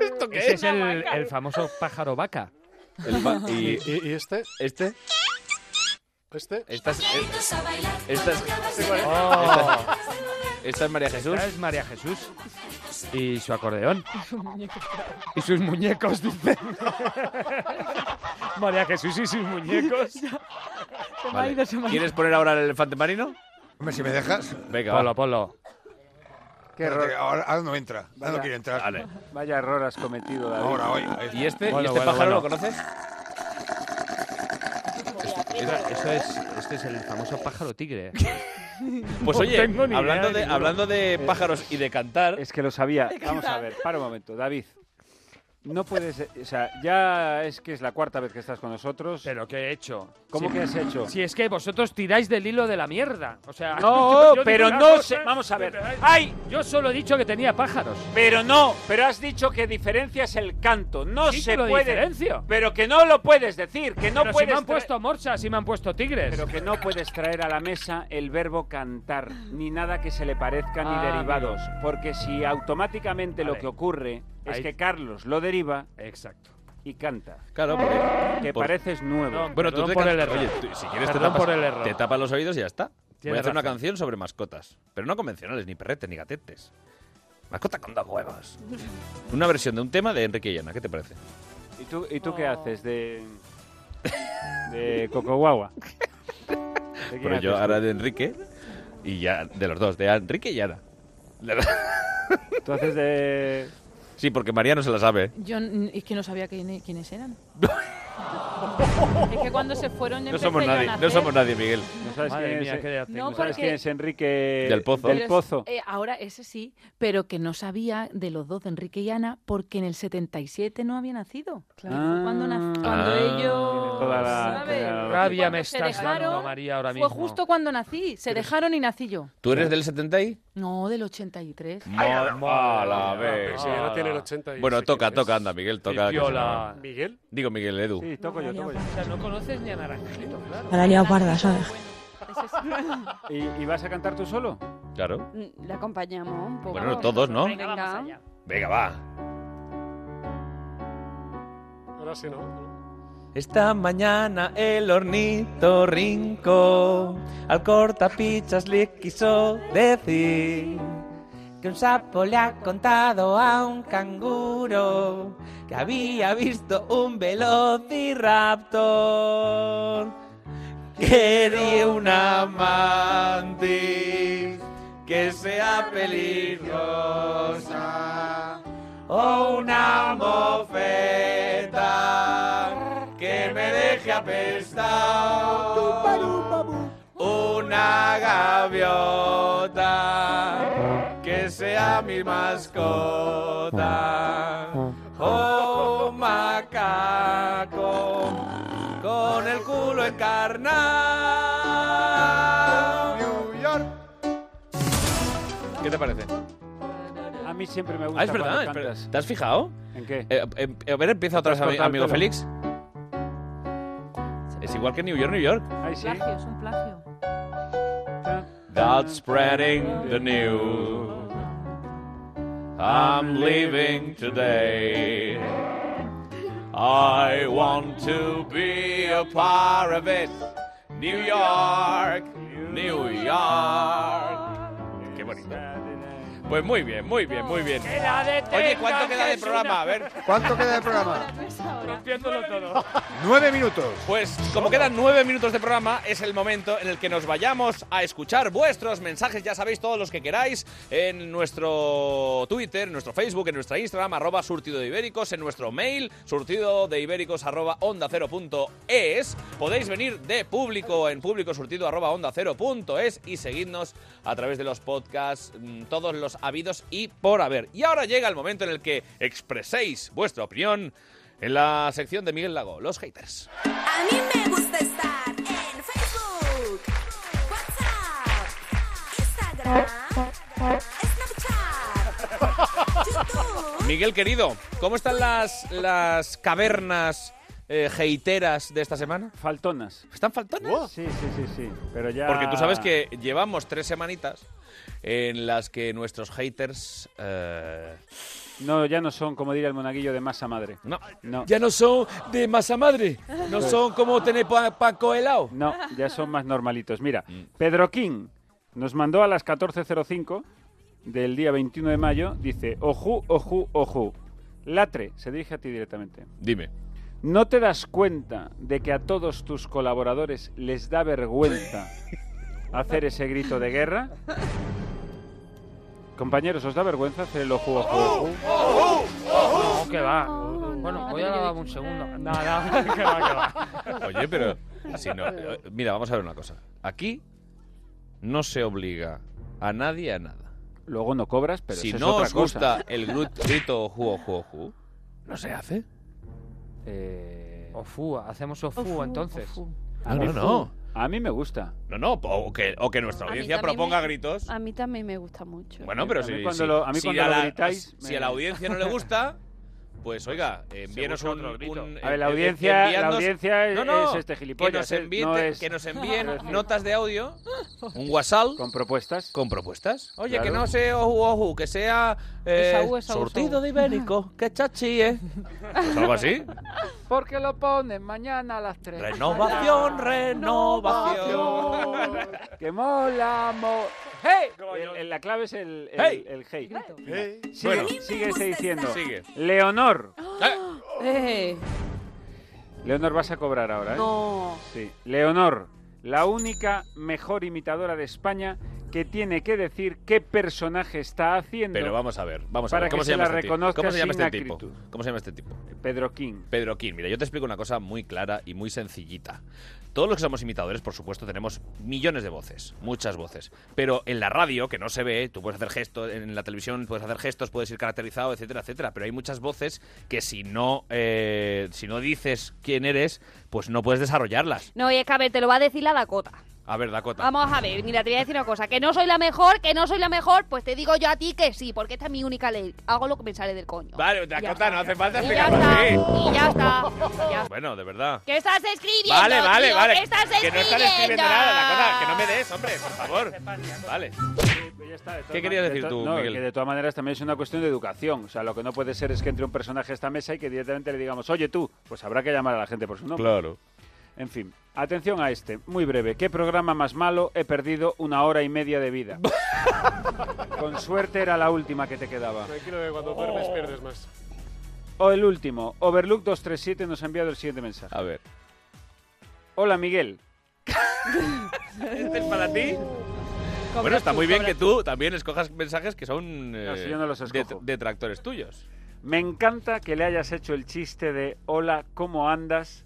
S7: ¿Esto Ese es el, el famoso pájaro vaca.
S1: El pa-
S24: ¿Y,
S1: y
S24: y- y este?
S1: este.
S24: ¿Este?
S1: Esta es, eh, esta es-
S7: Oh.
S1: esta es- esta es María Jesús.
S7: Esta es María Jesús. Y su acordeón. Y sus muñecos, dice. María Jesús y sus muñecos.
S1: Vale. ¿Quieres poner ahora el elefante marino?
S11: Hombre, si me dejas.
S1: Venga, va.
S7: Polo, polo.
S4: Qué
S11: Espérate,
S4: error.
S11: que Ahora, ahora no entra. Ahora no quiere entrar.
S4: Vaya error has cometido, David.
S11: Ahora, hoy. ahí está.
S1: ¿Y este,
S7: Bueno,
S1: ¿y este
S7: bueno,
S1: pájaro
S7: bueno.
S1: lo conoces?
S7: Eso es, este es el famoso pájaro tigre.
S1: Pues
S7: No
S1: oye,
S7: tengo ni idea
S1: hablando
S7: de
S1: de,
S7: ninguno.
S1: hablando de pájaros y de cantar,
S4: Eh, Es que lo sabía. Vamos a ver, para un momento, David. No puedes, eh, o sea, ya es que es la cuarta vez que estás con nosotros.
S7: Pero ¿qué he hecho?
S4: ¿Cómo
S7: Sí.
S4: que has hecho?
S7: Si es que vosotros tiráis del hilo de la mierda. O sea,
S4: No,
S7: digo
S4: pero
S7: una
S4: no
S7: cosa,
S4: sé- vamos a ver.
S7: me pegáis-
S4: ¡Ay!
S7: Yo solo he dicho que tenía pájaros.
S4: Pero no, pero has dicho que diferencias el canto. No
S7: Sí que
S4: se
S7: lo
S4: puede.
S7: diferencio.
S4: Pero que no lo puedes decir, que no
S7: Pero si
S4: puedes.
S7: me han
S4: tra-
S7: puesto morsas y me han puesto tigres.
S4: Pero que no puedes traer a la mesa el verbo cantar, ni nada que se le parezca
S7: Ah,
S4: ni derivados. Porque si automáticamente lo
S7: Vale.
S4: que ocurre es
S7: Ahí-
S4: que Carlos lo deriva
S7: Exacto.
S4: y canta.
S1: claro, porque
S4: Que
S1: Por-
S4: pareces nuevo.
S7: No,
S1: bueno, tú
S7: Perdón
S1: te
S7: por
S1: can-
S7: el error.
S1: Oye, tú, si quieres te
S7: Perdón
S1: tapas,
S7: por el error.
S1: te tapas los oídos y ya está. Voy
S7: Tienes
S1: a hacer una
S7: razón.
S1: canción sobre mascotas, pero no convencionales ni perretes ni gatetes. Mascota con dos huevos. Una versión de un tema de Enrique Llana, ¿qué te parece?
S4: ¿Y tú, y tú qué
S7: Oh.
S4: haces de. de Eh, Coco Guagua? ¿De qué
S1: Bueno, Pues yo
S4: haces?
S1: ahora de Enrique y y ya, de los dos, de Enrique y Ana. De los-
S4: Entonces de...
S1: Sí, porque María no se la sabe.
S10: Yo n- es que no sabía quién- quiénes eran. es que cuando se fueron
S1: No
S10: empecé
S1: somos
S10: yo a
S1: nadie, no
S10: nacer.
S1: somos nadie, Miguel.
S4: No sabes
S7: Madre
S4: quién
S7: mía,
S4: es,
S7: qué edad tengo.
S10: No,
S4: no sabes
S10: porque-
S4: quién es Enrique
S1: Del Pozo.
S4: Del
S10: Pero es-
S4: Pozo.
S10: eh, ahora ese sí, pero que no sabía de los dos de Enrique y Ana porque en el 77 no había nacido.
S4: Ah.
S10: Cuando, na-
S4: Ah.
S10: cuando
S4: Tiene
S10: ellos...
S4: toda la-
S10: ¿sabes?
S4: toda la-
S7: Rabia
S10: Cuando
S7: me
S10: se
S7: estás dando,
S10: dejaron,
S7: María, ahora
S10: Fue
S7: mismo.
S10: justo cuando nací. Se dejaron y nací yo.
S1: ¿Tú eres del 70 y?
S10: No, del 83.
S1: Mala, mala Ah, vez.
S24: Sí,
S4: Ah.
S24: ya no tiene el 80 y
S1: Bueno,
S24: sí,
S1: toca,
S24: que
S1: toca,
S24: es-
S1: anda, Miguel, toca.
S7: Piola.
S24: ¿Miguel?
S1: Digo Miguel, Edu.
S4: Sí, toco yo, toco yo.
S7: O sea, no conoces ni a Naranjito, claro.
S4: A la liado parda,
S2: ¿sabes?
S4: ¿Y, y vas a cantar tú solo?
S1: Claro.
S2: Mm,
S6: Le acompañamos un poco.
S1: Bueno, todos, ¿no?
S6: Venga,
S1: Venga, va.
S24: Ahora sí, ¿no?
S1: Esta mañana el hornito rinco al cortapichas le quiso decir
S12: Que un sapo le ha contado a un canguro que había visto un velociraptor.
S1: Quería una mantis que sea peligrosa o una mofeta que me deje apestado. Una gaviota que sea mi mascota o un Oh, macaco con el culo encarnado. New York. ¿Qué te parece?
S4: A mí siempre me gusta
S1: Ah, es verdad,
S4: cuando
S1: es verdad.
S4: cantas.
S1: ¿Te has fijado?
S4: ¿En qué?
S1: Eh, em- a ver, empieza otra
S4: Te has
S1: vez, ami-
S4: cortado el
S1: amigo
S4: pelo.
S1: Félix. Es igual que New York, New York.
S4: Ay, sí.
S10: Plagio, es un plagio.
S1: That's spreading the news. I'm leaving today. I want to be a part of it. New York, New York. Qué bonito. Pues muy bien, muy bien, muy bien. Oye, ¿cuánto queda de programa? A ver.
S11: ¿Cuánto queda de programa?
S7: Rompiéndolo todo.
S11: Nueve minutos.
S1: Pues como quedan nueve minutos de programa, es el momento en el que nos vayamos a escuchar vuestros mensajes, ya sabéis, todos los que queráis, en nuestro Twitter, en nuestro Facebook, en nuestra Instagram, arroba surtido de ibéricos, en nuestro mail, surtido de ibéricos, arroba onda cero punto es. Podéis venir de público en público surtido arroba onda cero punto es y seguidnos a través de los podcasts, mm, todos los habidos y por haber. Y ahora llega el momento en el que expreséis vuestra opinión en la sección de Miguel Lago, los haters.
S16: A mí me gusta estar en Facebook, WhatsApp, Instagram, Snapchat, YouTube.
S1: Miguel querido, ¿cómo están las, las cavernas eh, heiteras de esta semana?
S4: Faltonas.
S1: ¿Están faltonas?
S4: Sí, sí, sí, sí. Pero ya...
S1: Porque tú sabes que llevamos tres semanitas en las que nuestros haters... eh,
S4: No, ya no son, como diría el monaguillo, de masa madre.
S1: No.
S4: No.
S5: Ya no son de masa madre. No
S4: Sí.
S5: son como tener pa- Paco helado.
S4: No, ya son más normalitos. Mira,
S1: Mm.
S4: Pedro King nos mandó a las 14.05 del día 21 de mayo. Dice, oju, oju, oju. Latre, se dirige a ti directamente.
S1: Dime.
S4: ¿No te das cuenta de que a todos tus colaboradores les da vergüenza hacer ese grito de guerra? Compañeros, ¿os da vergüenza hacer el oju, oju, oju?
S5: ¡Oh!
S7: Oh, No, que va. Bueno, voy a darme un segundo. Nada, que va, que va.
S1: Oye, pero... así no. eh, Mira, vamos a ver una cosa. Aquí no se obliga a nadie a nada.
S4: Luego no cobras, pero
S1: si
S4: eso es
S1: no
S4: otra
S1: os gusta
S4: cosa.
S1: el gru- grito oju, oju, oju, no se hace.
S7: Ofu, Eh, hacemos ofu,
S1: Ofu,
S7: entonces.
S1: ofu.
S4: A
S1: No,
S4: mí
S1: no,
S4: fu-
S1: no.
S4: A mí me gusta.
S1: No, no, o que, o que nuestra
S6: A mí
S1: audiencia
S6: también
S1: proponga
S6: me-
S1: gritos.
S6: A mí también me gusta mucho.
S1: Bueno, pero
S4: A mí
S1: si,
S4: cuando
S1: si-
S4: lo- a mí
S1: si
S4: cuando lo
S1: la,
S4: gritáis,
S1: si
S4: me-
S1: a la audiencia no le gusta, pues oiga, envíenos
S7: busca
S1: un,
S7: otro grito.
S1: un-
S4: A ver, la
S1: eh, eh,
S4: audiencia-
S1: enviadnos-
S4: la audiencia es-
S1: No, no,
S4: es este gilipollas,
S1: Que nos,
S4: eh,
S1: envíen,
S4: no es-
S1: que nos envíen
S4: Quiero decir-
S1: notas de audio, un WhatsApp.
S4: Con propuestas.
S1: Con propuestas. Oye, que
S4: Claro.
S1: no sea oju oju, que sea eh,
S7: Esaú, Esaú,
S1: surtido
S7: Esaú.
S1: de ibérico, que chachi, ¿eh? Pues algo así.
S7: Porque lo ponen mañana a las 3.
S1: Renovación, renovación.
S4: ¡Que mola, mo- ¡Hey! El- el- la clave es el, el,
S1: ¡Hey!
S4: el hey.
S1: Hey.
S4: Sigue,
S1: Bueno.
S4: sigue este diciendo.
S1: Sigue.
S4: Leonor.
S1: ¡Ah!
S8: Eh.
S4: Leonor, vas a cobrar ahora, ¿eh?
S8: No.
S4: Sí. Leonor, la única mejor imitadora de España que tiene que decir qué personaje está haciendo.
S1: Pero vamos a ver, vamos a
S4: para
S1: ver. ¿Cómo
S4: que
S1: se llama
S4: la
S1: este tipo?
S4: reconozca
S1: ¿Cómo se llama
S4: sin
S1: este tipo?
S4: acritud.
S1: ¿Cómo se llama este tipo?
S4: Pedro King.
S1: Pedro King. Mira, yo te explico una cosa muy clara y muy sencillita. Todos los que somos imitadores, por supuesto, tenemos millones de voces, muchas voces. Pero en la radio, que no se ve, tú puedes hacer gestos, en la televisión puedes hacer gestos, puedes ir caracterizado, etcétera, etcétera. Pero hay muchas voces que si no, eh, si no dices quién eres, pues no puedes desarrollarlas.
S8: No, y es que a ver, te lo va a decir la Dakota.
S1: A ver, Dakota.
S8: Vamos a ver, mira, te voy a decir una cosa, que no soy la mejor, que no soy la mejor, pues te digo yo a ti que sí, porque esta es mi única ley. Hago lo que me sale del coño.
S1: Vale, Dakota, no hace falta
S8: Y ya
S1: explicarlo
S8: está,
S1: así.
S8: y ya está. ya está.
S1: Bueno, de verdad.
S8: ¿Qué estás escribiendo?
S1: Vale, vale,
S8: tío?
S1: vale.
S8: ¿Qué estás
S1: que no
S8: escribiendo?
S1: están escribiendo nada, Dakota. Que no me des, hombre, por favor. Vale. ¿Qué querías
S4: De
S1: decir
S4: to-
S1: tú,
S4: no,
S1: Miguel?
S4: que de todas maneras también es una cuestión de educación. O sea, lo que no puede ser es que entre un personaje a esta mesa y que directamente le digamos, oye tú, pues habrá que llamar a la gente por su nombre.
S1: Claro.
S4: En fin, atención a este, muy breve. ¿Qué programa más malo? He perdido una hora y media de vida. Con suerte era la última que te quedaba.
S24: Tranquilo que cuando duermes pierdes más.
S4: O el último, Overlook237 nos ha enviado el siguiente mensaje.
S1: A ver.
S4: Hola Miguel.
S1: ¿Este es para ti? Bueno, está muy bien que tú también escojas mensajes que son eh,
S4: si yo no los
S1: det- detractores tuyos.
S4: Me encanta que le hayas hecho el chiste de hola, ¿cómo andas?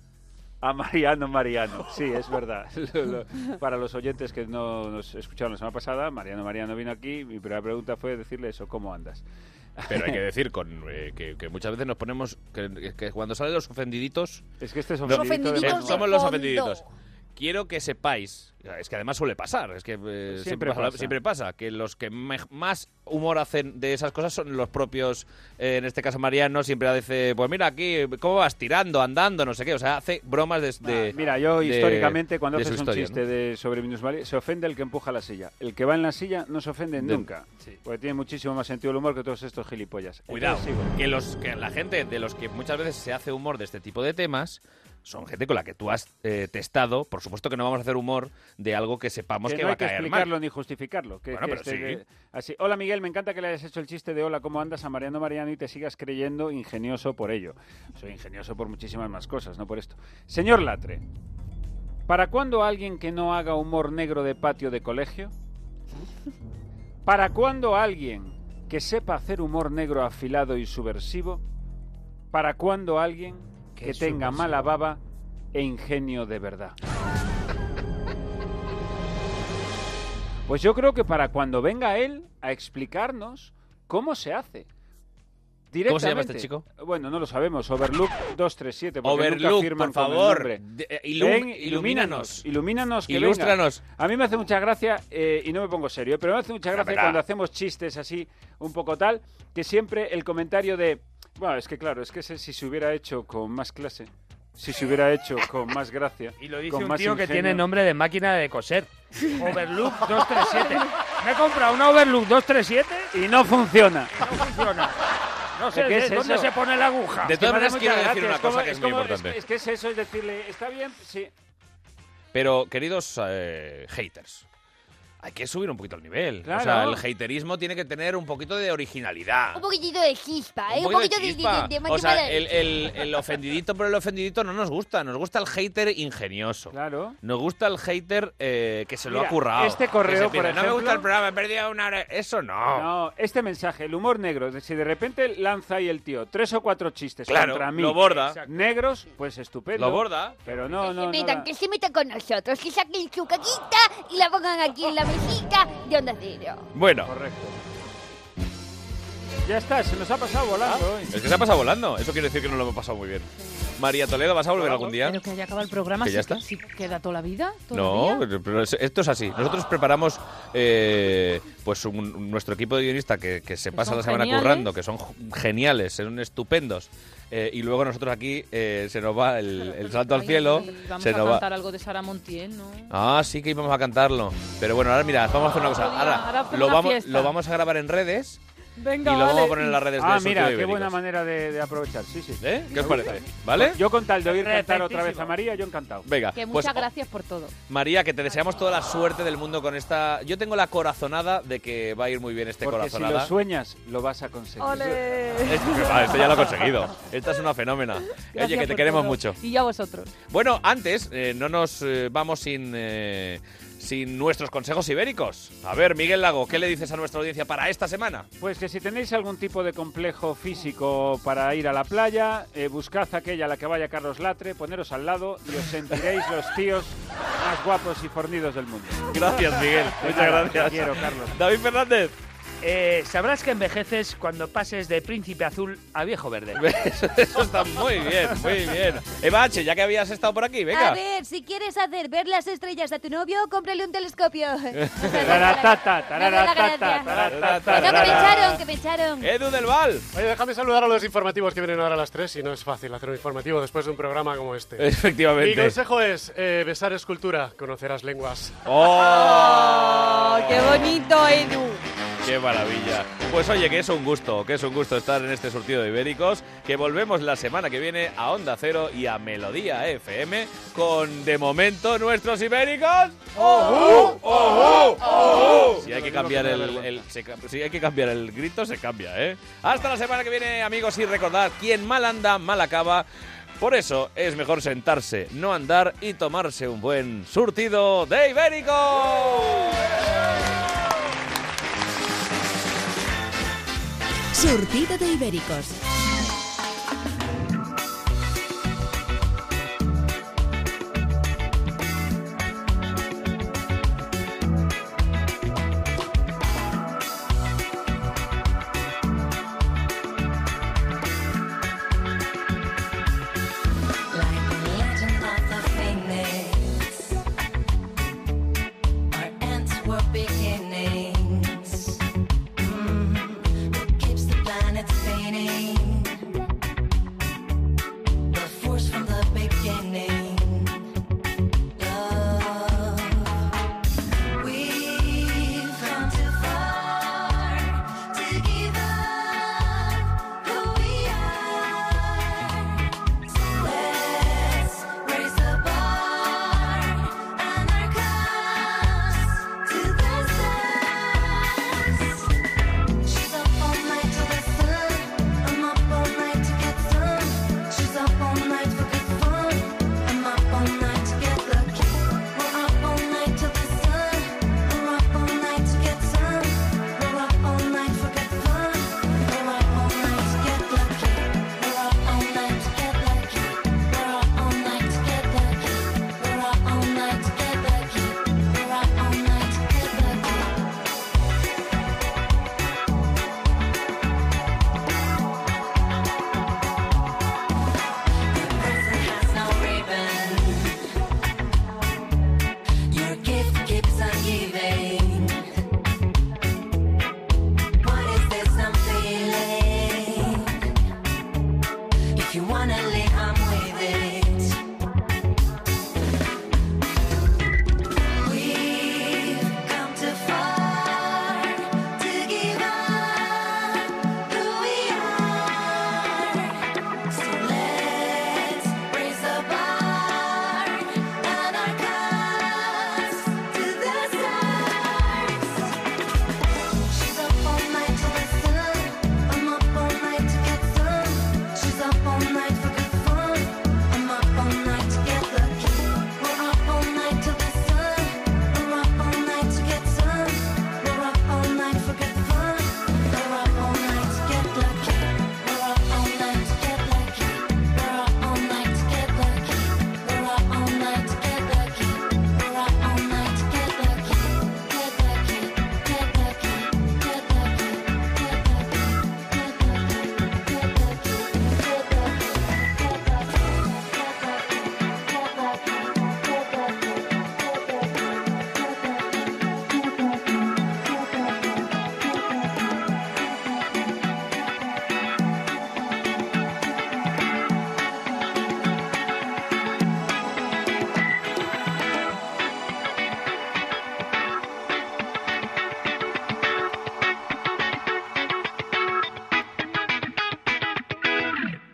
S4: A Mariano Mariano. Sí, es verdad. Lo- lo- Para los oyentes que no nos escucharon la semana pasada, Mariano Mariano vino aquí y mi primera pregunta fue decirle eso, ¿cómo andas?
S1: Pero hay que decir con, eh, que, que muchas veces nos ponemos que, que cuando salen los ofendiditos...
S4: Es que este es
S1: No,
S4: ofendidito de
S1: eh,
S4: fondo.
S1: somos los
S4: fondo.
S1: ofendiditos. Quiero que sepáis, es que además suele pasar, es que eh, siempre, pasa,
S4: pasa.
S1: siempre pasa, que los que me- más humor hacen de esas cosas son los propios, eh, en este caso Mariano, siempre dice, pues mira aquí, ¿cómo vas tirando, andando, no sé qué? O sea, hace bromas de... de-
S4: Mira, yo
S1: de-
S4: históricamente cuando
S1: de
S4: haces un
S1: su historia, ¿no?
S4: chiste de sobre minusvalía, se ofende el que empuja la silla. El que va en la silla no se ofende
S1: De-
S4: nunca, porque tiene muchísimo más sentido el humor que todos estos gilipollas.
S1: Cuidado,
S4: Entonces, sigo.
S1: que, los, que la gente de los que muchas veces se hace humor de este tipo de temas son gente con la que tú has eh, testado. Por supuesto que no vamos a hacer humor de algo que sepamos que,
S4: que no
S1: va
S4: hay
S1: a
S4: que
S1: caer
S4: explicarlo
S1: mal.
S4: ni justificarlo. Que,
S1: Bueno,
S4: que
S1: pero
S4: esté-
S1: sí.
S4: que- así. Hola Miguel, me encanta que le hayas hecho el chiste de hola, ¿cómo andas a Mariano Mariano y te sigas creyendo ingenioso por ello? Soy ingenioso por muchísimas más cosas, no por esto. Señor Latre, ¿para cuándo alguien que no haga humor negro de patio de colegio? ¿Para cuándo alguien que sepa hacer humor negro afilado y subversivo? ¿Para cuándo alguien que tenga mala baba e ingenio de verdad? Pues yo creo que para cuando venga él a explicarnos cómo se hace.
S1: ¿Cómo se llama
S4: Directamente.
S1: este chico?
S4: Bueno, no lo sabemos. Overlook 237. porque nunca
S1: Overlook,
S4: firman
S1: por
S4: con el
S1: favor.
S4: nombre.
S1: De- eh, ilum-
S4: Ven,
S1: ilumínanos.
S4: Ilumínanos. que
S1: Ilústranos.
S4: venga. A mí me hace mucha gracia, eh, y no me pongo serio, pero me hace mucha gracia
S1: verdad.
S4: cuando hacemos chistes así, un poco tal, que siempre el comentario de. Bueno, es que claro, es que ese si se hubiera hecho con más clase, si se hubiera hecho con más gracia.
S7: Y lo dice
S4: con
S7: un
S4: más
S7: tío que
S4: ingenio".
S7: tiene nombre de máquina de coser. Overlook 237. Me he comprado una Overlook 237
S4: y no funciona.
S7: y no funciona. No sé
S4: ¿Pero qué
S7: de
S4: es
S7: dónde
S4: eso?
S7: se pone la aguja.
S1: De
S4: Es que
S1: todas
S4: me hace mucha
S1: maneras, quiero decir
S4: gracia,
S1: una
S4: es como-
S1: cosa que es muy
S4: como-
S1: importante.
S4: Es que es eso, es decirle, ¿está bien? Sí.
S1: Pero, queridos eh, haters, hay que subir un poquito el nivel. O sea,
S4: Claro.
S1: el haterismo tiene que tener un poquito de originalidad.
S25: Un poquitito de chispa, ¿eh? Un
S1: poquito
S25: poquito de, de,
S1: chispa.
S25: de- de
S1: O
S25: máquina
S1: sea,
S25: de-
S1: el, el- el ofendidito por el ofendidito no nos gusta. Nos gusta el hater ingenioso.
S4: Claro.
S1: Nos gusta el hater eh, que se lo
S4: Mira,
S1: ha currado.
S4: este
S1: que
S4: correo,
S1: se
S4: por
S1: piensa, No me gusta el
S4: ejemplo-
S1: programa, he perdido una hora. Eso no.
S4: No, este mensaje, el humor negro, de- si de repente lanza ahí el tío tres o cuatro chistes
S1: Claro,
S4: contra mí,
S1: lo borda.
S4: Exacto. negros, pues estupendo.
S1: Lo borda.
S4: Pero no, no,
S25: que
S4: no.
S25: se metan,
S4: da-
S25: que se metan con nosotros, que saquen su caquita y la pongan aquí en la mesita de Onda Cero.
S1: Bueno.
S4: Correcto. Ya está, se nos ha pasado volando hoy.
S1: Es que se ha pasado volando. Eso quiere decir que no lo hemos pasado muy bien. María Toledo, ¿vas a volver algún día?
S10: Pero que haya acabado el programa,
S1: ¿Que ya
S10: sí que-
S1: está?
S10: sí queda toda la vida.
S1: No, pero es- esto es así. Nosotros preparamos eh, pues un- nuestro equipo de guionista que, que se pasa
S10: son
S1: la semana
S10: geniales.
S1: currando, que son ju- geniales, son estupendos. eh, y luego nosotros aquí eh, se nos va el, el salto al cielo.
S10: Vamos
S1: Se
S10: a
S1: nos va.
S10: cantar algo de Sara Montiel, ¿no?
S1: Ah, sí que íbamos a cantarlo. Pero bueno, ahora mira, vamos a hacer una cosa.
S10: Otro día, ahora
S1: Ahora
S10: hacer
S1: lo
S10: una
S1: vamos,
S10: fiesta.
S1: lo vamos a grabar en redes.
S10: Venga,
S1: Y lo vamos a poner en las redes de
S4: Ah,
S1: Surtido
S4: mira,
S1: de
S4: qué
S1: Ibéricos.
S4: buena manera de, de aprovechar. Sí, sí.
S1: ¿Eh? ¿Qué os
S4: Me
S1: parece?
S4: gusta.
S1: ¿Vale?
S4: Yo con tal de oír cantar otra vez a María, yo encantado.
S1: Venga,
S10: Que
S1: pues
S10: muchas gracias por todo.
S1: María, que te deseamos toda la suerte del mundo con esta. Yo tengo la corazonada de que va a ir muy bien este
S4: Porque si lo
S1: corazonada.
S4: sueñas, lo vas a conseguir.
S1: Este, ah, este ya lo ha conseguido. Esta es una fenómena. Oye, que te queremos mucho.
S10: Y yo a vosotros.
S1: Bueno, antes, eh, no nos eh, vamos sin, eh, sin nuestros consejos ibéricos. A ver, Miguel Lago, ¿qué le dices a nuestra audiencia para esta semana?
S4: Pues que si tenéis algún tipo de complejo físico para ir a la playa, eh, buscad aquella a la que vaya Carlos Latre, poneros al lado y os sentiréis los tíos más guapos y fornidos del mundo.
S1: Gracias, Miguel.
S4: De
S1: Muchas
S4: nada,
S1: gracias.
S4: Te quiero, Carlos.
S1: David Fernández.
S7: Eh, sabrás que envejeces cuando pases de príncipe azul a viejo verde.
S1: Eso está muy bien, muy bien. Eva H, ya que habías estado por aquí,
S8: A
S1: venga.
S8: ver, si quieres hacer ver las estrellas a tu novio, cómprale un telescopio.
S4: Tararatata,
S8: tararatata,
S1: Bueno, que me echaron,
S8: que me echaron.
S1: Edu del Val.
S24: Oye, déjame saludar a los informativos que vienen ahora a las 3 y no es fácil hacer un informativo después de un programa como este.
S1: Efectivamente.
S24: Mi consejo es, eh, besar es cultura, conocerás lenguas.
S1: ¡Oh!
S2: ¡Qué bonito, Edu!
S1: ¡Qué maravilla! Pues oye, que es un gusto, que es un gusto estar en este surtido de ibéricos, que volvemos la semana que viene a Onda Cero y a Melodía FM con, de momento, nuestros ibéricos.
S9: ¡Oh, oh, oh, oh,
S1: Si hay que cambiar el, el- se ca- si hay que cambiar el grito, se cambia, ¿eh? Hasta la semana que viene, amigos, y recordad, quien mal anda, mal acaba. Por eso es mejor sentarse, no andar y tomarse un buen surtido de ibéricos.
S16: Surtido de Ibéricos.